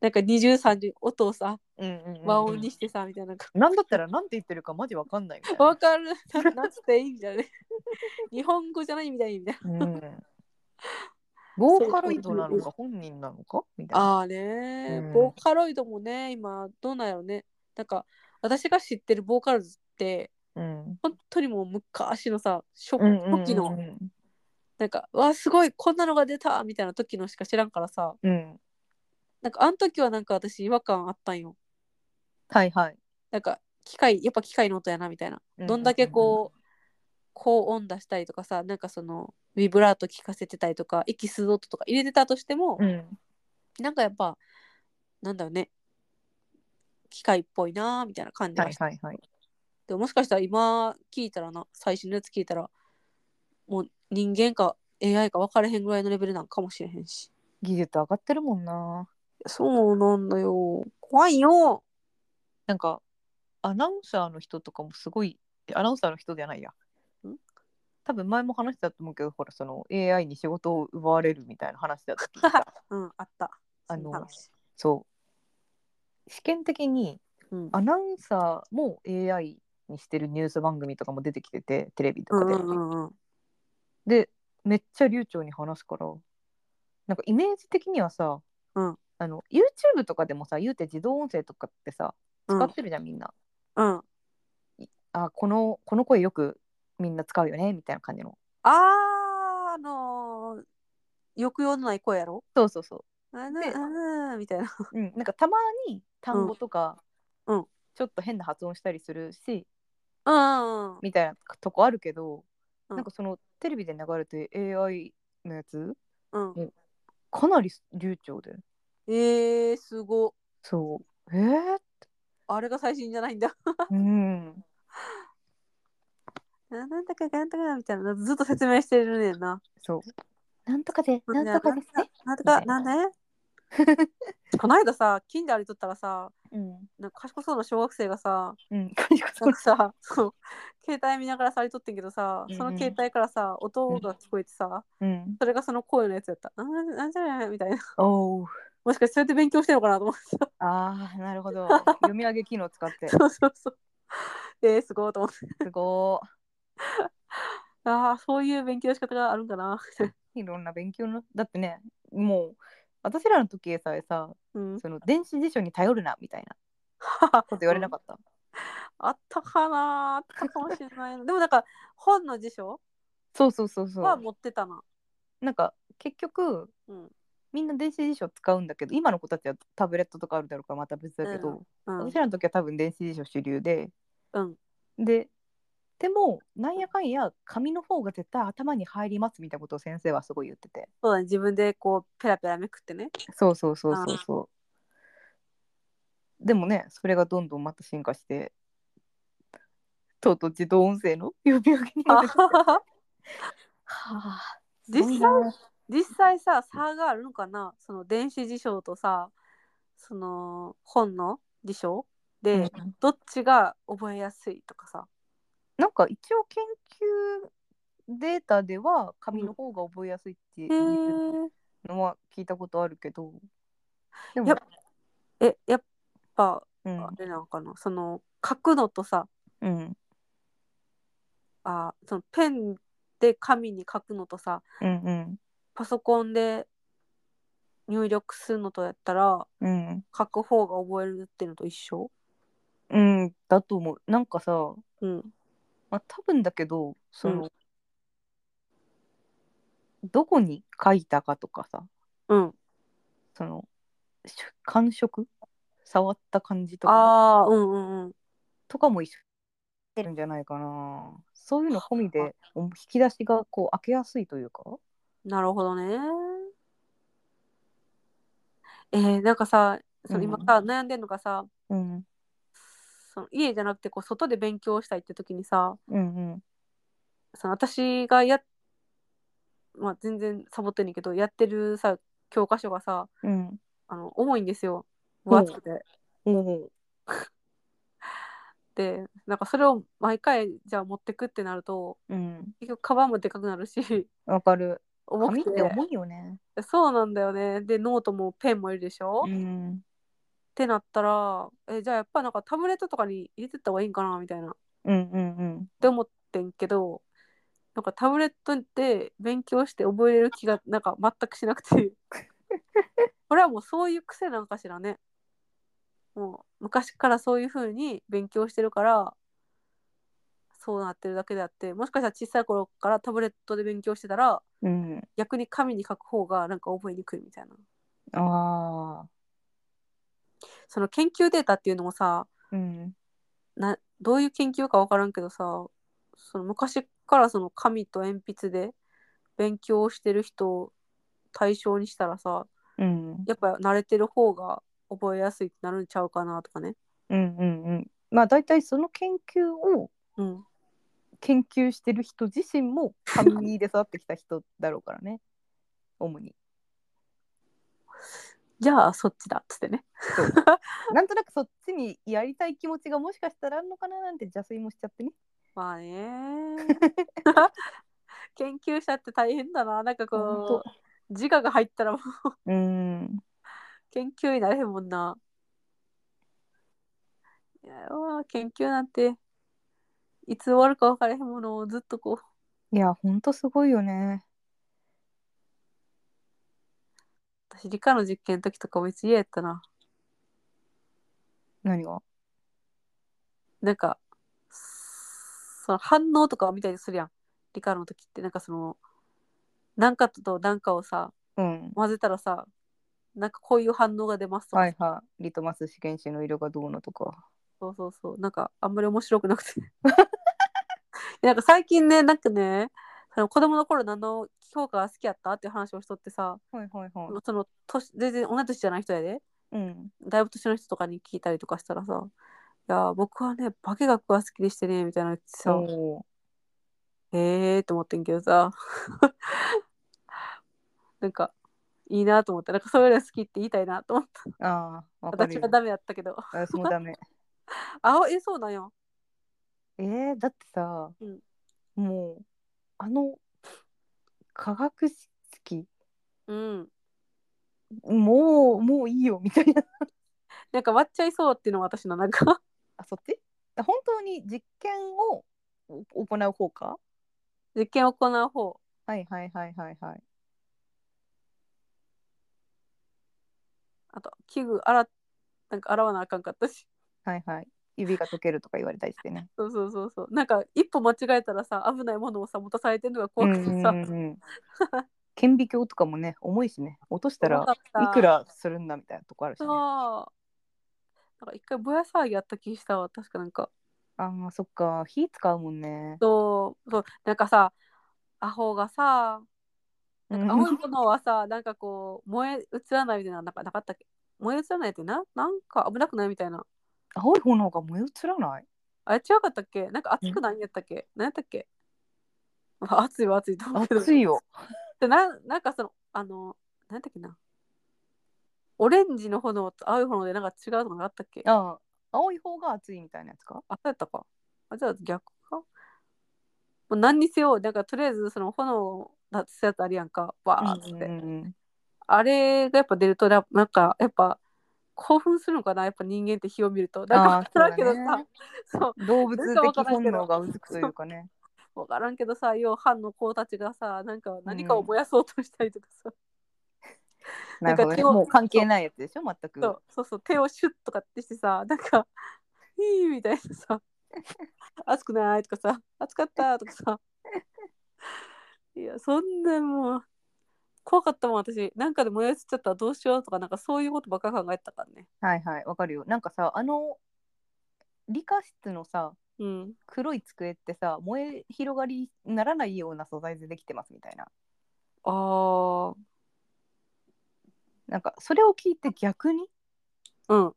なんか二重三重音をさうんうん、うん。和音にしてさみたいななんかなんだったらなんて言ってるかマジわかんないみたい なわかるななんつっていいみたいな 日本語じゃないみたいみたいなうん。ボーカロイドなのか本人なのかみたいな。ああね、うんボーカロイドもね今どうなんやろねなんか私が知ってるボーカルズってうん。本当にもう昔のさ初うんうんうんうん初期のなんか「わあすごいこんなのが出た!」みたいな時のしか知らんからさうんなんかあの時はなんか私違和感あったんよはいはいなんか機械やっぱ機械の音やなみたいなどんだけこう高音出したりとかさなんかそのビブラート聞かせてたりとか息吸う音とか入れてたとしても、うんうんなんかやっぱなんだろうね機械っぽいなーみたいな感じはがいして、はいはいでももしかしたら今聞いたらな最新のやつ聞いたらもう人間か AI か分からへんぐらいのレベルなんかもしれへんし技術上がってるもんなそうなんだよ怖 いよなんかアナウンサーの人とかもすごいえアナウンサーの人じゃないやん多分前も話したと思うけどほらその AI に仕事を奪われるみたいな話だった時にさうんあったあのそ話そう試験的にうんアナウンサーも AI にしてるニュース番組とかも出てきててテレビとうかんで、うんうんうんでめっちゃ流暢に話すからなんかイメージ的にはさ、うんあの YouTube とかでもさ言うて自動音声とかってさうん使ってるじゃん、みんなうんあこのこの声よくみんな使うよねみたいな感じのあーあのー、抑揚のない声やろそうそうそあでなあみたいな。 う、うん、なんかたまに単語とか、うんうんちょっと変な発音したりするしうんうんみたいなとこあるけど、うんなんかそのテレビで流れてる AI のやつうん。うん、かなり流暢でえー、すご。そうえー、あれが最新じゃないんだ。 うんあなんだかなんだかみたいな。ずっと説明してるねんな。そうなんとかでなんとかですねなんとみたか、いななんだね。 この間さ、近所歩いとったらさ、うんなんか賢そうな小学生がさ、 うん、賢なん かさ、そう携帯見ながらさ歩いとってんけどさ、そうんうのん携帯からさ、音が聞こえてさ、うん。それがその声のやつやった。あーなんじゃないみたいな。おお。もしかしてそうやって勉強してるのかなと思って さ。ああ、なるほ ど。読み上げ機能使って。そうそうそう。えー、すごいと思って。すごああ、そういう勉強の仕方があるんかな。 い。いろんな勉強の。だってね、もう、私らの時さえさ、うん。その電子辞書に頼るなみたいなこと言われなかった。あったかなあったかもしれないな。でもなんか本の辞書 そうそうそうそはう。持ってたな。なんか、結局、うん。みんな電子辞書使うんだけど、今の子たちはタブレットとかあるだろうからまた別だけど、うん私。らの時は多分電子辞書主流で、うん、で、でも、なんやかんや、紙の方が絶対頭に入りますみたいなことを先生はすごい言ってて。そうだね。自分でこうペラペラめくってね。そうそうそうそうそう。でもね、それがどんどんまた進化して、とうとう自動音声の呼び上げにあまで。は あ、す実ごい際な 実際さ差があるのかなその電子辞書とさその本の辞書で、うんどっちが覚えやすいとかさ。なんか一応研究データでは紙の方が覚えやすいっていへうーのは聞いたことあるけど、でやもっ、えやっぱうんあれなのかな、その書くのとさうんあそのペンで紙に書くのとさうんパソコンで入力するのとやったらうん書く方が覚えるっていうのと一緒うんうんだと思う。なんかさ、うんまあ、多分だけどその、うどこに書いたかとかさうんそのし感触触った感じとかああうんうんうんとかも一緒に出るんじゃないかなそういうの込みでお引き出しがこう開けやすいというかなるほどねえー、なんかさその今さ、悩んでんのがさうんその家じゃなくてこう外で勉強したいって時にさうんうんその私がやまあ全然サボってんねんけどやってるさ教科書がさうんあの重いんですよ分厚くて。おでなんかそれを毎回じゃあ持ってくってなるとうん結局カバンもでかくなるし わかる重紙くってて重いよねそうなんだよねでノートもペンもいるでしょ、うっんてなったらえじゃあやっぱなんかタブレットとかに入れてった方がいいんかなみたいなっうんうんうんて思ってんけどなんかタブレットで勉強して覚えれる気がなんか全くしなくてこれはもうそういう癖なんかしらねもう昔からそういう風に勉強してるからそうなってるだけであってもしかしたら小さい頃からタブレットで勉強してたらうん。逆に紙に書く方がなんか覚えにくいみたいなああ。その研究データっていうのもさうん。などういう研究か分からんけどさその昔からその紙と鉛筆で勉強をしてる人を対象にしたらさうん。やっぱ慣れてる方が覚えやすいってなるんちゃうかなとかね。うんうんうん。まあ大体その研究をうん、研究してる人自身も紙で育ってきた人だろうから ね。主に。じゃあそっちだっつってね。なんとなくそっちにやりたい気持ちがもしかしたらあるのかななんて邪推もしちゃってね。まあね 研究者って大変だななんかこう自我が入ったらもううん。研究になれへんもんな。いやうわ研究なんていつ終わるか分からへんものをずっとこういや、ほんとすごいよね。私理科の実験の時とかめっちゃ嫌やったな。何がなんかその反応とかを見たりするやん理科の時ってなんかその何かと何かをさうん。混ぜたらさなんかこういう反応が出ますとか、はいはい。リトマス試験紙の色がどうのとか。そうそうそうなんかあんまり面白くなくて なんか最近ねなんかねその子供の頃何の評価が好きやったっていう話をしとってさはいはいはい。その年全然同い年じゃない人やでうん。だいぶ年の人とかに聞いたりとかしたらさ「いや僕はね化学が好きでしてね」みたいなの言ってさ、おーええー、と思ってんけどさ なんかいいなと思ったなんかそういうの好きって言いたいなと思ったああ、わかる私よは。ダメだったけど私もダメ。あえそうなんやえー、だってさ、うんもうあの化学式うんもうもういいよみたいな なんか割っちゃいそうっていうのが私のなんか あそっち本当に実験を行う方か実験を行う方はいはいはいはいはいあと器具洗っなんか洗わなあかんかったしはいはい指が溶けるとか言われたりして ねそうそうそうそうなんか一歩間違えたらさ危ないものをさ持たされてるのが怖くてさ、うんうんうん顕微鏡とかもね重いしね落としたら重かったいくらするんだみたいなとこあるし、そねう、なんか一回ぼや騒ぎやった気したわ確かなんかあーそっか火使うもんねそうそうなんかさアホがさう青いんものはさ、なんかこう、燃え移らないみたいな、なんかなかったっけ燃え移らないってな、なんか危なくないみたいな。青い炎が燃え移ら ないあれ違かったっけなんか熱くないんやったっけなんやったっけまあ熱いは熱いと思うけど。熱いよでななんかその、あの、なんやったっけな。オレンジの炎と青い炎でなんか違うとかなかったっけあ、ああ青い方が熱いみたいなやつかそうやったか。あ、じゃあ逆か。もう何にせよ、なんかとりあえずその炎を出すやつあるやんか、バーって。うんうんうんあれがやっぱ出るとななんかやっぱ興奮するのかなやっぱ人間って火を見ると。なんか分からんけどさそう,、動物的本能がうずくというかね。分からんけどさ要は藩の子たちがさなんか何かを燃やそうとしたりとかなさ、るほどなんかね。手をもう関係ないやつでしょ、全く。そうそうそう手をシュッとかってしてさなんか 「いい」みたいなさ 「熱くない」とかさ「熱かった」とかさいやそんなもう怖かったもん私なんかで燃やしちゃったらどうしようとかなんかそういうことばっか考えてたからね。はいはい、わかるよ。なんかさ、あの理科室のさ、うん、黒い机ってさ、燃え広がりにならないような素材でできてますみたいな。あーなんかそれを聞いて逆に、うん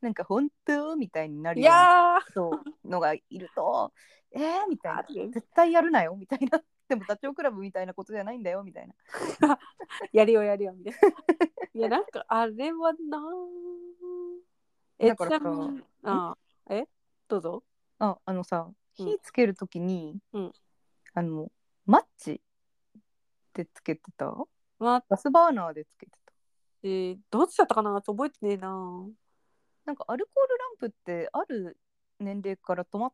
なんか本当みたいになるいようなやーそうのがいると、えーみたいな。あ絶対やるなよみたいな。でもダチョウ倶楽部みたいなことじゃないんだよみたいな。やるよやるよみたいな。 いやなんかあれはなーえだちからなさみにあーえどうぞ。ああのさうん火つけるときに、うんあのマッチってつけてたまガスバーナーでつけてたえどっちだったかな覚えてねえな。なんかアルコールランプってある年齢から止まっ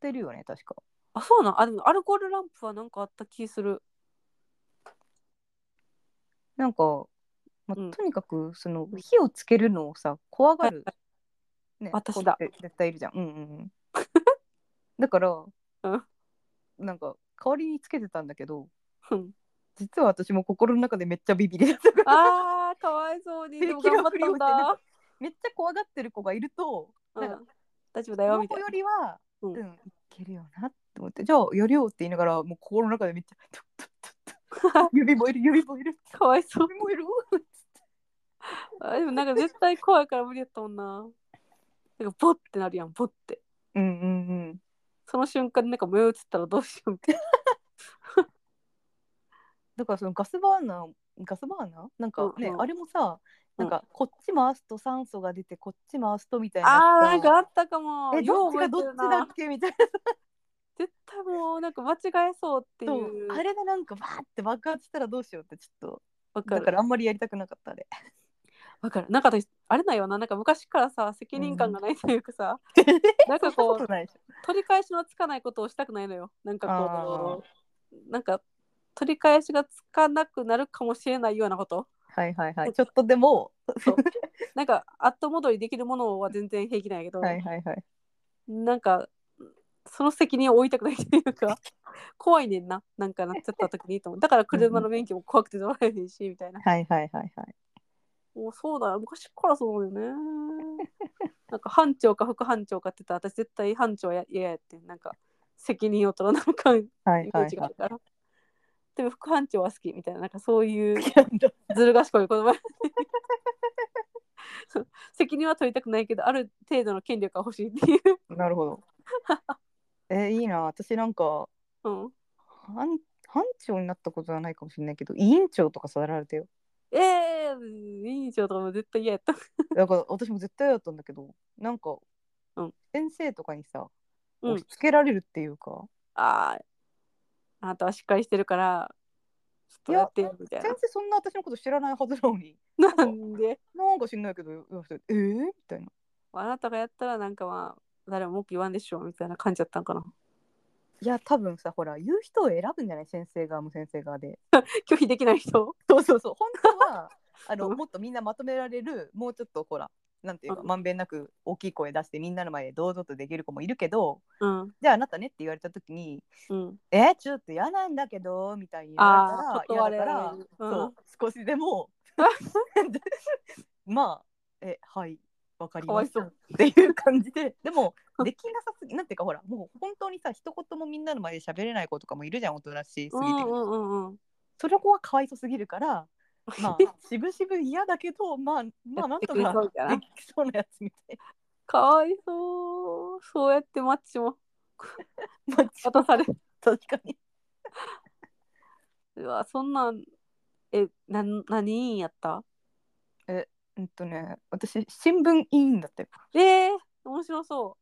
てるよね確かあそうなんあでもアルコールランプはなんかあった気する。なんか、まあうんとにかくその火をつけるのをさ怖がる、ね、私だ子って絶対いるじゃんうんうんうん だからうんなんか代わりにつけてたんだけど うん実は私も心の中でめっちゃビビりだったからあーかわいそうにでも平気頑な張っふりたをんしてなんだか、めっちゃ怖がってる子がいるとうなんんか、大丈そ夫だよのみた子いな よりはううんん、いけるよなって思ってじゃあやるよって言いながらもう心の中でめっちゃトゥットゥットゥットゥッ 指燃える指燃えるかわいそう指燃えるあでもなんか絶対怖いから無理やったもんななんかボッてなるやんボッてうんうんうんその瞬間になんか目移ったらどうしようみたいなだからそのガスバーナーガスバーナーなんかね、うんうんあれもさなんかこっち回すと酸素が出てこっち回すとみたいなあーやつがなんかあったかもえどっちがどっようち覚えてるだなっけみたいな絶対もうなんか間違えそうっていそううあれでなんかバーって爆発したらどうしようってちょっわとかだかるらあんまりやりたくなかったあれわかるなんか私あれなんよななんか昔からさ責任感がないというかさ、なんか そんこなこうとないでしょ取り返しのつかないことをしたくないのよなんかこうなんか取り返しがつかなくなるかもしれないようなことはいはいはいちょっとでもなんか後戻りできるものは全然平気なんやけど、はいはいはいなんかその責任を負いたくないというか 怖いねんななんかなっちゃった時にと思うだから車の免許も怖くて乗られへんしみたいなはいはいはいはいもうそうだよ昔からそうだよ ねなんか班長か副班長かって言ったら私絶対班長や嫌やってんなんか責任を取らなあかんイはいメはーいジがはあいるから、でも副班長は好きみたいななんかそういういずる賢い言 葉そう責任は取りたくないけどある程度の権力が欲しいっていう、やなるほどえいいな私なんかうん、班班長になったことはないかもしれないけど委員長とかさられてよええ委員長とかも絶対嫌やった。だから私も絶対嫌だったんだけどなんか、うん先生とかにさうん押し付けられるっていうか、ああ、あなたはしっかりしてるから、ちょっとやってよみたい先生そんな私のこと知らないはずなのにな。なんで、なんか知んないけど言わせてえー、みたいなあなたがやったらなんかまあ、誰も文句言わんでしょみたいな感じだったんかな。 いや多分さほら言う人を選ぶんじゃない先生側も先生側で拒否できない人。そうそうそう本当はあのうんもっとみんなまとめられるもうちょっとほらなんていうかうんまんべんなく大きい声出してみんなの前で堂々とできる子もいるけどうん。じゃああなたねって言われた時にうん。 「えちょっと嫌なんだけど」みたいに言われたらあー嫌だ断れから、うんそう少しでも まあえはいわかりかわまいしそたうっていう感じででもできなさすぎなんていうかほらもう本当にさ一言もみんなの前で喋れない子とかもいるじゃん大人しすぎて、うんうんうんうん。その子はかわいそすぎるから まあ渋々嫌だけどまあまあなんとやってくれそうみたかいなできそうなやつみたいかわいそう。そうやってマッチもな。まあちょっ渡され。と確かにうわ、そんなん、え、なん何やったうんとね私新聞委員だったよええ面白そ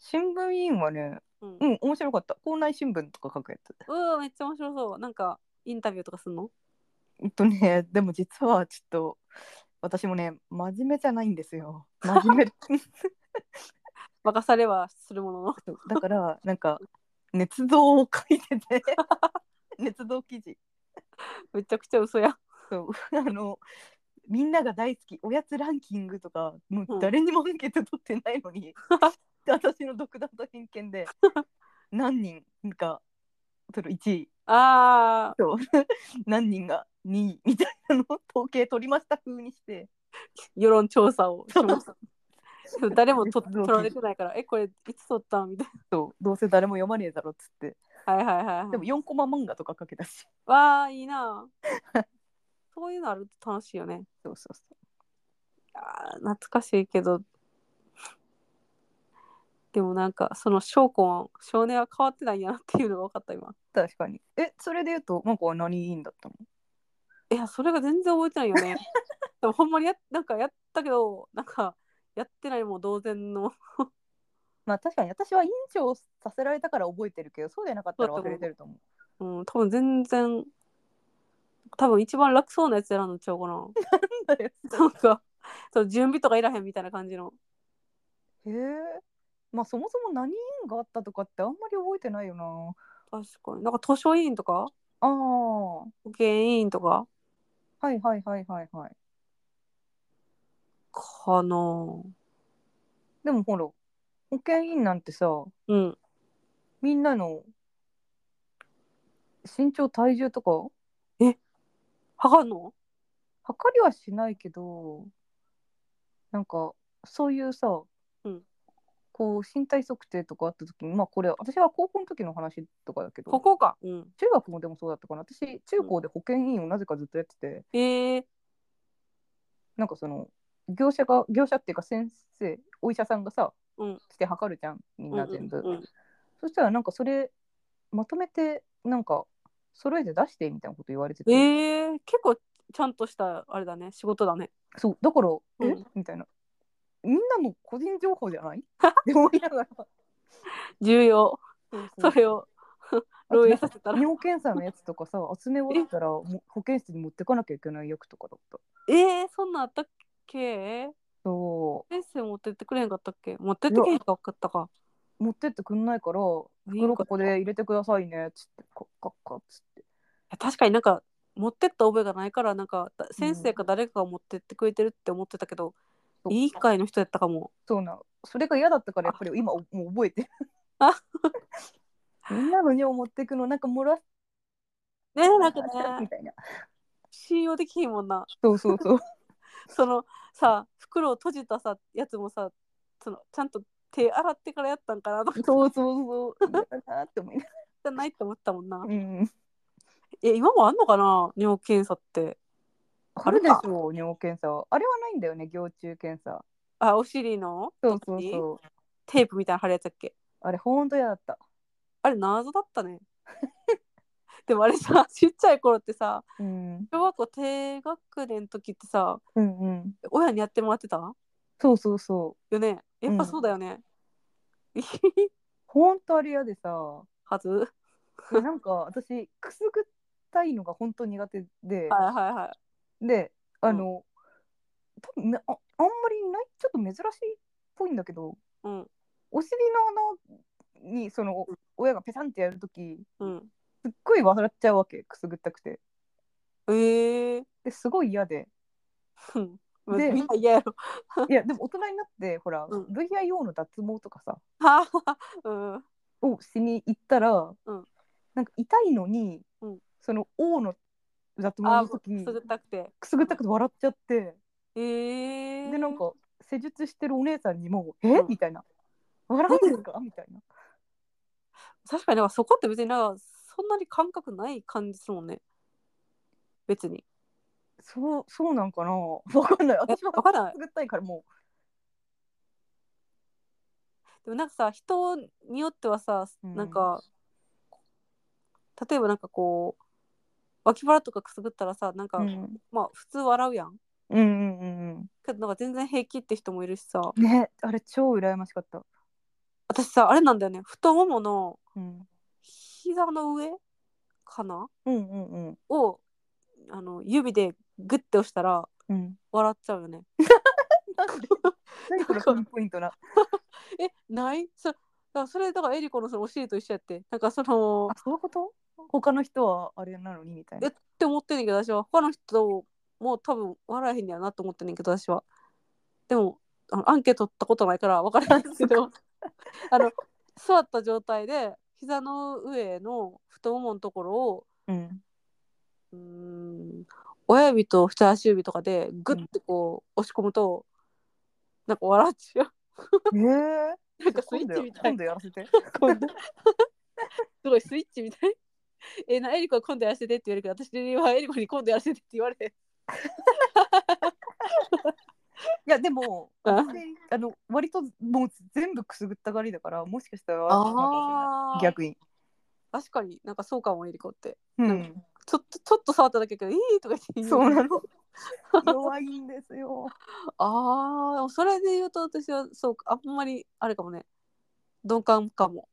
新聞委員はねう。うん。ううん面白かった校内新聞とか書くやつわ、めっちゃ面白そう。なんか、インタビューとかすんのうんとねでも実はちょっと私もね真面目じゃないんですよ真面目 任されはするものの。 そうだからなんか捏造を書いてて捏造記事めちゃくちゃ嘘や。そう あのみんなが大好きおやつランキングとかもう誰にもアンケート取ってないの に、私の独断と偏見で何人が取る1位ああ、と 何人が2位みたいなのを 統計取りました風にして世論調査をしました。 でも誰もと同期取られてないから、え、これいつ取ったんみたいそうどうせ誰も読まねえだろっつってな。はいはいはい、はい。でも4コマ漫画とか書けたしわあ、い いな。そういうのあると楽しいよね。そうそうそうあー懐かしいけど。でもなんか、その証拠は、少年は変わってないんやなっていうのが分かった今。確かにえそれで言うとマコは何委員だったのいや、それが全然覚えてないよ ね。でもほんまにや、なんかやったけど、なんか、やってないも同然の。まあ確かに私は委員長させられたから覚えてるけどそうでなかったらそう忘だと思うれてると思ううん、多分全然多分一番楽そうなやつ選んのちゃうかななんだよなんかそう準備とかいらへんみたいな感じのへえ。まあそもそも何員があったとかってあんまり覚えてないよな。確かになんか図書委員とかああ。は保健委員とかいはいはいはいはい。かなでもほら、保健委員なんてさ、うんみんなの身長体重とか測るの測りはしないけどなんかそういうさ、うんこう身体測定とかあった時にまあこれ私は高校の時の話とかだけどここか。うん。中学もでもそうだったかな私中高で保健委員をなぜかずっとやってて、えー、なんかその業者が業者っていうか先生お医者さんがさ、うんして測るじゃんみんな全部、うんうんうんそしたらなんかそれまとめてなんか揃えて出してみたいなこと言われてて、えー、結構ちゃんとしたあれだね仕事だね。そうだから、えうんみたいなみんなの個人情報じゃ ないって思いながら重要。それを漏洩させたら。尿検査のやつとかさ集め終わったらも保健室に持ってかなきゃいけない役とかだったえー、そんなんあったっけそ先生持ってってくれへんかったっけ持ってってけへんかったか。う持ってってくんないから袋ここで入れてくださいねっつってカッカッカッつって確かになんか持ってった覚えがないからなんかだ先生か誰かが持ってってくれてるって思ってたけど、そう委員会の人やったかもそうなのそれが嫌だったからやっぱり今おもう覚えてるあ みんなの尿持ってくのなんか漏らすねえなんみか ねたいな信用できひんもんなそうそう そうそのさ袋を閉じたさやつもさそのちゃんと手洗ってからやったんかなとかそうそうそう嫌だなって思いながじゃないって思ったもんならうんえ今もあんのかな尿検査ってあるでしょう尿検査はあれはないんだよね尿中検査あお尻のそうそうとこにそうテープみたいなの貼るやつだっけあれほんと嫌だったあれ謎だったね でもあ れさちっちゃい頃ってさうん小学校低学年の時ってさうんうん親にやってもらってたそうそうそうよねやっぱそうだよね、ほんとあれ嫌でさはずはいでなんか私くすぐったいのが本当苦手ではいはであの、多分ねああんまりないちょっと珍しいっぽいんだけどいうんお尻の穴にその親がペタンってやるときうんすっごい笑っちゃうわけくすぐったくてええですごい嫌 でー、ででみんな嫌やろいやでも大人になってほら、うん VIO の脱毛とかさはあうんをしに行ったら、うんなんか痛いのに、うんその O の脱毛あのく時すぐったくてくすぐったくて笑っちゃってええー、でなんか施術してるお姉さんにも「えうんみたいな「笑うんですか?」みたいな。確かになんかそこって別になんかそんなに感覚ない感じするもんね別にそう、そうなんかな。 わかんない。え私はわからない作ったいからもでもなんかさ人によってはさうんなんか、例えばなんかこう脇腹とかくすぐったらさなんか、う。うん。まあ普通笑うやんうんうんうんけどなんか全然平気って人もいるしさうん。ね、あれ超羨ましかった。私さあれなんだよね太もものうん。膝の上かなうんうんうん。をあの指でグッて押したらうん。笑っちゃうよね なんで。何このピンポイントな。えないそだからそれだからエリコのそのお尻と一緒やってなんかそのあ、そういうこと。他の人はあれなのにみたいなえ。って思ってんねんけど私は他の人も多分笑えへんやなと思ってんねんけど私はでもあのアンケート取ったことないから分からないんですけ どあの座った状態で膝の上の太もものところを うん。うーん親指と人差し指とかでグッてこう押し込むと、なんか笑っちゃうええ。なんかスイッチみたい今度やらせて。今 度すごいスイッチみたいえなエリコは今度やらせてって言われるけど私はエリコに今度やらせてって言われへんいや、でも。あ私あの、割と、もう全部くすぐったがりだから、もしかしたら。あー逆に。確かになんかそうかもエリコってうん。ちょっとちょっと触っただけやけど「いい」とか言って言そうなの。 弱いんですよ。ああそれで言うと私はそうかあんまりあれかもね鈍感かも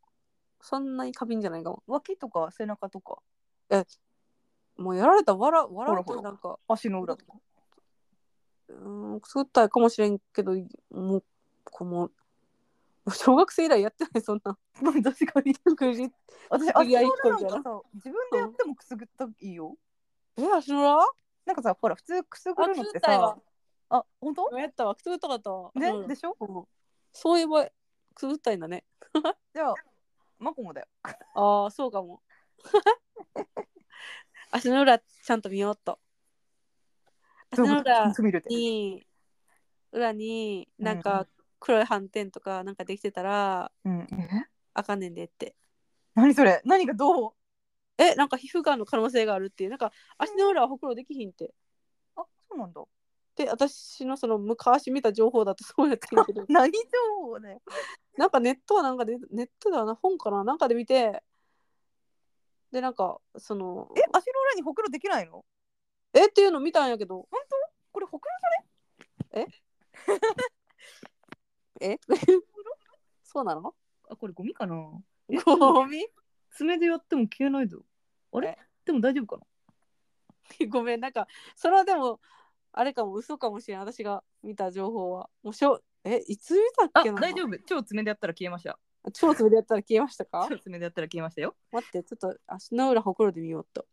そんなに過敏じゃないかも脇とか背中とか。もうやられたら笑う笑ほうらとほらなんか足の裏とか。 うーん作ったいかもしれんけどもうこうもう小学生以来やってないそ んな確かに。私、作足りの合いっ裏子なみんたいなかさ、自分でやってもくすぐったいよ。え足の裏なんかさ、ほら、普通くすぐるのってあくすぐったいさわ。あ、本当。やったわくすぐったかったわね、うんでしょ。うんそういえばくすぐったいんだねじゃあ、マコモだよ。ああそうかも 足の裏ちゃんと見ようっと足の裏見るで。に裏になんうんうか黒い斑点とかなんかできてたらうん、えあかんねんでって何それ何がどうえなんか皮膚がんの可能性があるっていうなんか足の裏はほくろできひんってあそうなんだ。で私のその昔見た情報だとそうやってんけど何情報だよ。なんかネットはなんかでネットだな本かななんかで見てでなんかそのえ足の裏にほくろできないのえっていうの見たんやけどこれほくろ えそうなのあこれゴミかなゴミ爪でやっても消えないぞ。あれでも大丈夫かなごめん なんかそれはでもあれかも嘘かもしれん私が見た情報はもうしょえいつ見たっあけな大丈夫。超爪でやったら消えました。超つぶれやったら消えましたか超爪でやったら消えましたよ。待ってちょっと足の裏ほくろで見ようっと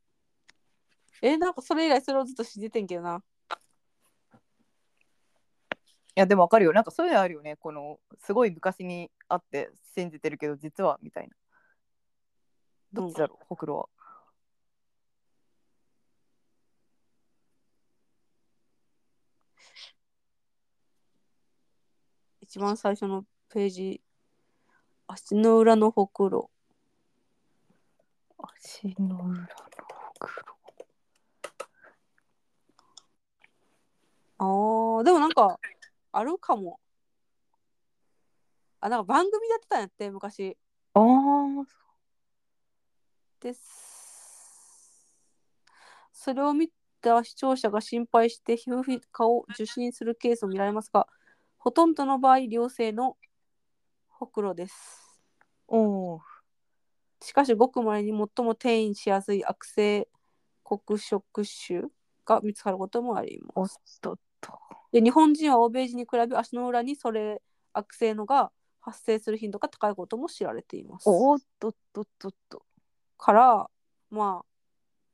えなんかそれ以来それをずっと信じてんけどないやでもわかるよ。なんかそういうのあるよね。このすごい昔にあって信じてるけど実はみたいな。どっちだろう、ほくろは。一番最初のページ足の裏のほくろ足の裏のほくろ。あーでもなんかあるかもあなんか番組やってたんやって昔ああ、です。それを見た視聴者が心配して皮膚科を受診するケースも見られますが、ほとんどの場合、良性のほくろです。おお。しかし、ごくまれに最も転移しやすい悪性黒色腫が見つかることもあります。おっとっと。で日本人は欧米人に比べ足の裏にそれ悪性のが発生する頻度が高いことも知られています。おっとっとっとっと。からまあ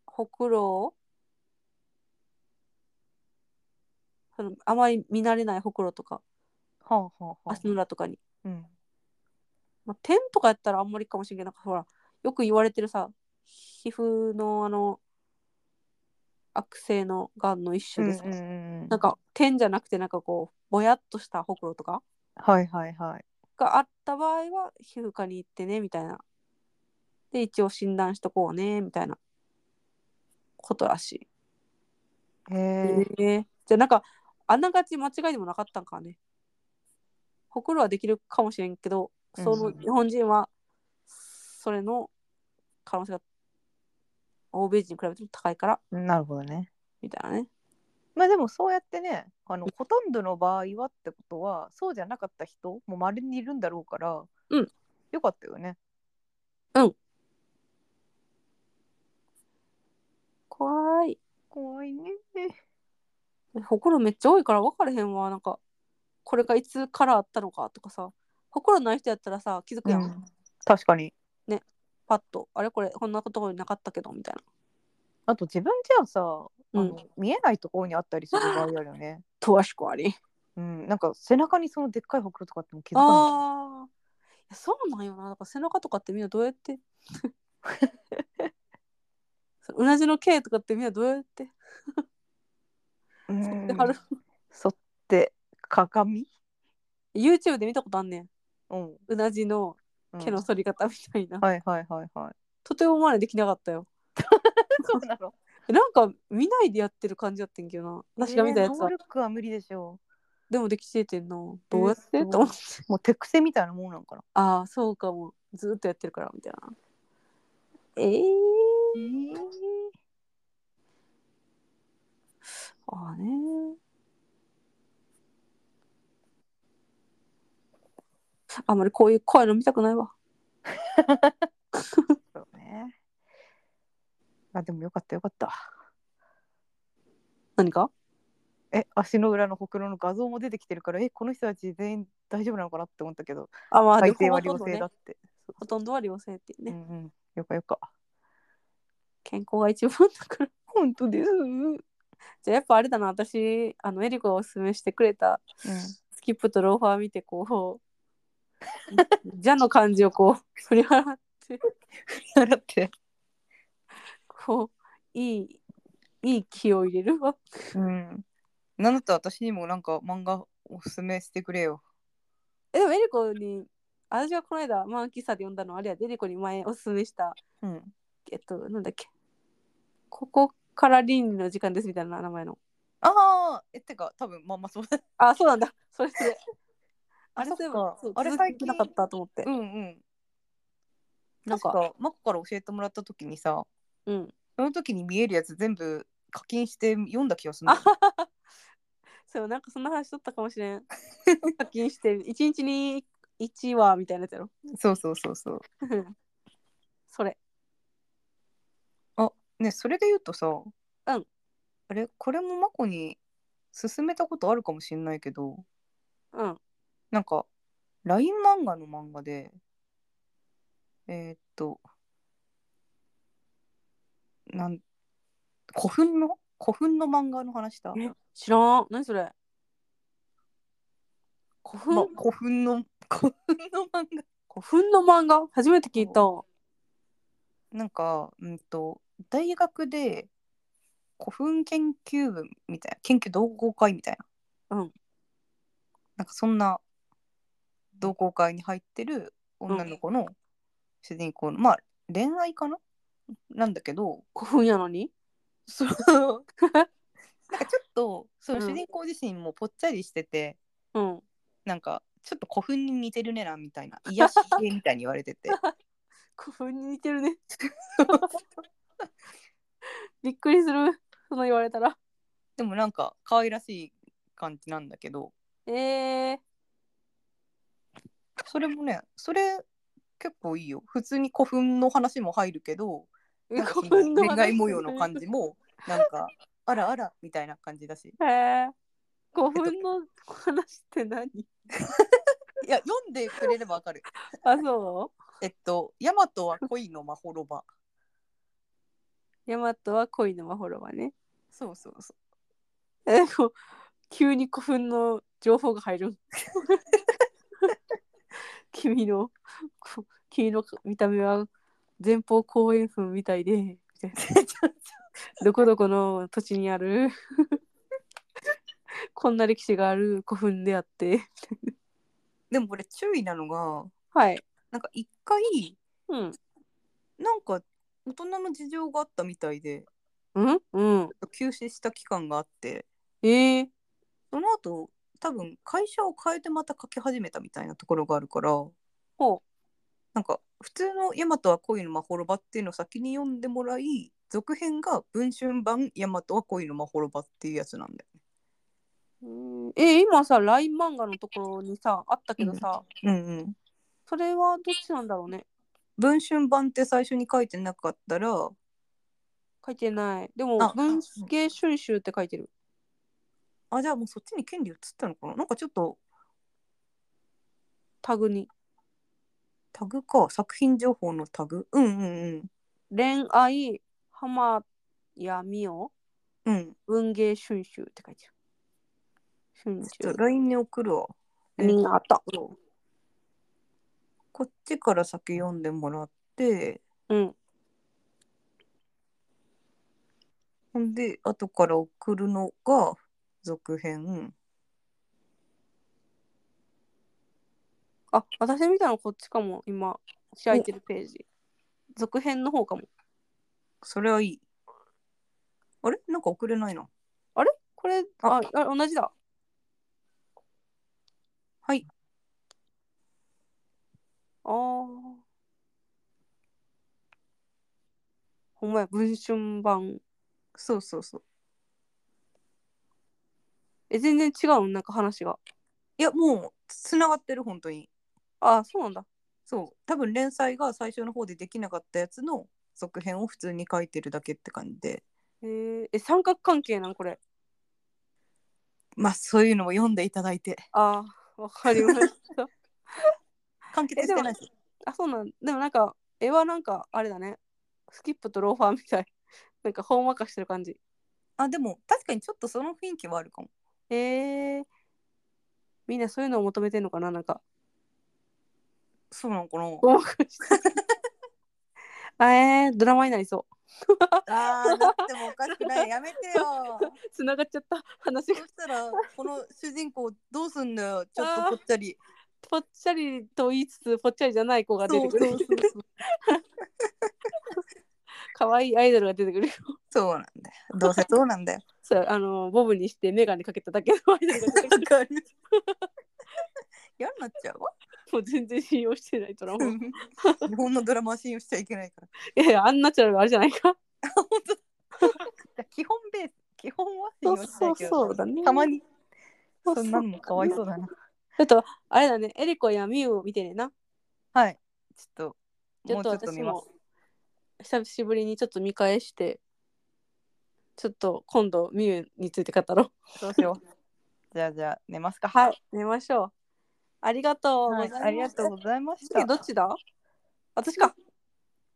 ほくろをそのあまり見慣れないほくろとかはあはあはあ足。の裏とかに、うん。まあ、点とかやったらあんまりかもしれんけどなんかほらよく言われてるさ皮膚のあの悪性のがんの一種でさ、うんなんか点じゃなくてなんかこうぼやっとしたほくろとかはいはいはい。があった場合は皮膚科に行ってねみたいなで一応診断しとこうねみたいなことらしい。へえ。へえじゃあなんかあながち間違いでもなかったんかね。ほくろはできるかもしれんけど、うんその日本人はそれの可能性が欧米人に比べても高いからなるほどね。みたいなね。まあでもそうやってね、あのほとんどの場合はってことは、そうじゃなかった人もまれにいるんだろうから、うん、よかったよね。怖い。怖いね。ほくろめっちゃ多いから分からへんわ。なんかこれがいつからあったのかとかさ。ほくろない人やったらさ気づくやん。うん確かに。パッと。あれこれこんなところになかったけどみたいな。あと自分じゃあさ、あのう見えないところにあったりする場合あるよ ね。とわしくあり。うん、なんか背中にそのでっかいほくろとかあっても気づかない。ああ。いやそうなんよな。なんか背中とかってみんなどうやって そう同じの毛とかってみんなどうやってうんで貼る、そって鏡 YouTube で見たことあんねん。うん。うなじのうん毛の剃り方みたいな。はいはいはい はい。とても真似できなかったよ。そうな の。なんか見ないでやってる感じやってんけどな。私が見たやつノーは。ルックは無理でしょでもできててんな。どうやって、えーと思って。う。もう手癖みたいなもんなんかな。ああ、そうかも。ずっとやってるからみたいな。えええー、ああね。あんまりこういう怖いの見たくないわ。そうね。あでもよかったよかった。何かえ足の裏のほくろの画像も出てきてるからえこの人たち全員大丈夫なのかなって思ったけどあ、まあ、大で抵もはほと良んど性ねだっ。て。ほとんどは良性っていうね。うんうん、よかよか。健康が一番だから。 本当です。うんじゃあやっぱあれだな、私、あの、エリコがおすすめしてくれたス キップとローファー見て、こう、じゃの感じをこう、振り払っって習ってこういいいい気を入れるわうんなんだったら私にもなんか漫画おすすめしてくれよえでもエリコに私がこの間まあ喫茶で読んだのあれやでエリコに前おすすめしたうんえっとなんだっけここから倫理の時間ですみたいな名前のああえってか多分まあまあそうだあそうなんだそれそれあそれっかそういえばそう あれ続最いて近なかったと思ってうんうんなん確かかマックから教えてもらった時にさうんその時に見えるやつ全部課金して読んだ気がするんあだはよはそうなんかそんな話しとったかもし れん課金してる一日に1話みたいなやつやろそうそうそうそうそれねそれで言うとさうんあれこれもマコに勧めたことあるかもしんないけどうんなんか LINE 漫画の漫画でえーっとなん古墳の古墳の漫画の話だ、え知らん何それ古墳、まあ、古墳の古墳の漫画古墳の漫画初めて聞いたなんか、うんと、大学で古墳研究部みたいな、研究同好会みたいな。うん。なんかそんな同好会に入ってる女の子の主人公の、まあ恋愛かななんだけど、古墳やのに そう。なんかちょっと、そのうん主人公自身もぽっちゃりしてて、うんなんかちょっと古墳に似てるねなみたいな、癒し系みたいに言われて て。古墳に似てるねびっくりするその言われたらでもなんか可愛らしい感じなんだけど、えー、それもね、それ結構いいよ。普通に古墳の話も入るけど、なんか古墳の話恋愛模様の感じも、なんか、あらあらみたいな感じだし。へえ古墳の話っ て何いや、読んでくれればわかる。あそえっと、ヤマトは恋のまほろ ば。うヤマトは恋のまほろばねそうそうそえでも急に古墳の情報が入 る君のこ君の見た目は前方後円墳みたいでみたいなう。どこどこの土地にあ るこんな歴史がある古墳であってでもこれ注意なのが、はいなんか一回、うんなんか大人の事情があったみたいで、うんうん休止した期間があって、えー、その後、多分会社を変えてまた書き始めたみたいなところがあるから、ほなんか普通の「ヤマトは恋のまほろば」っていうのを先に読んでもらい続編が「文春版ヤマトは恋のまほろば」っていうやつなんだよね。ううんえ今さ LINE 漫画のところにさあったけどさ、うんうん、それはどっちなんだろうね文春版って最初に書いてなかったら書いてないであも文芸春秋って書いてるあじゃあもうそっちに権利移ったのかななんかちょっとタグにタグか作品情報のタグうんうん恋愛浜谷美桜うんうん文芸春秋って書いてる春ちょっ秋と LINE に送るわ。ありがとそうこっちから先読んでもらってううんほんで後から送るのが続編。あ、私見たのこっちかも、今、開いてるページ。続編の方かも。それはいい。あれなんか送れないな。これ、ああ、あ同じだ。はい。あー。ほんまや、文春版。そうそうそう。え、全然違うん、なんか話が。いや、もう、つながってる、本当に。あ、そうなんだ。そう。多分、連載が最初の方でできなかったやつの続編を普通に書いてるだけって感じで。へーえ、三角関係なん、これ。まあ、そういうのも読んでいただいて。あー、わかりました。完結してないし。あ、そうなんでもなんか、絵はなんか、あれだね。スキップとローファーみたい。なんか、ほんわかしてる感じ。あ、でも、確かにちょっとその雰囲気はあるかも。えー、みんなそう いうのを求めてんのかななんか。そうなのかなごまかしてあえー、ドラマになりそう。ああ、なってもおかしくない。やめてよ。 繋がっちゃった話がそ。したら、この主人公どうすんのよ。ちょっとぽっちゃり。ぽっちゃりと言いつつぽっちゃりじゃない子が出そてうくそうそうる。そう。可愛いアイドルが出てくる。そうなんだよ。どうせそうなんだよ。そうあのボブにしてメガネかけただけのアイドルが出て く る。かる。嫌になっちゃうわ。もう全然信用してないドラ マ。い日本のドラマは信用しちゃいけないから。やいやアンナチュラルがあるじゃないか。基本ベース基本は信用しないけどうだねたまにそうそんなのもかわいそうだな。ちょっとあれだねエリコやミウを見てねな。はい。ちょっと、ちもょっうとちょっと私見まもす。久しぶりにちょっと見返してちょっと今度ミウについて語ろう。どうしよう。じゃあ、じゃあ、寝ますか。はい寝ましょう。ありがとうござはいいます。ありがとうございまし次たど。っちだ私か。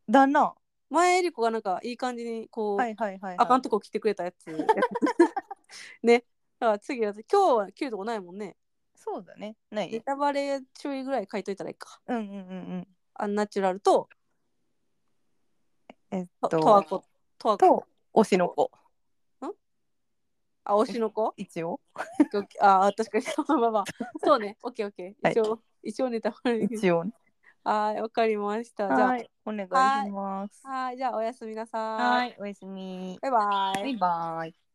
だな。前エリコがなんかいい感じにこう、はいはいはい、はい。あかんとこ来てくれたやつ。 ね。だから次は今日は切るとこないもんね。そうだね。なネい。タバレ注意ぐらい書いといたらいいか。うんうんうんアンナチュラルとうん。えっとと、、とわこ。とわこと推しの子、あ推しの子一応。オッケーオッケーあー確かに そうまあまあそうねオッケーオッケ ーはい一応、一応ネタバレ 一応ね。あーわかりましたじゃあはい。お願いします。はいじゃあおやすみなさいい。おやすみ。バイバイバイバイ。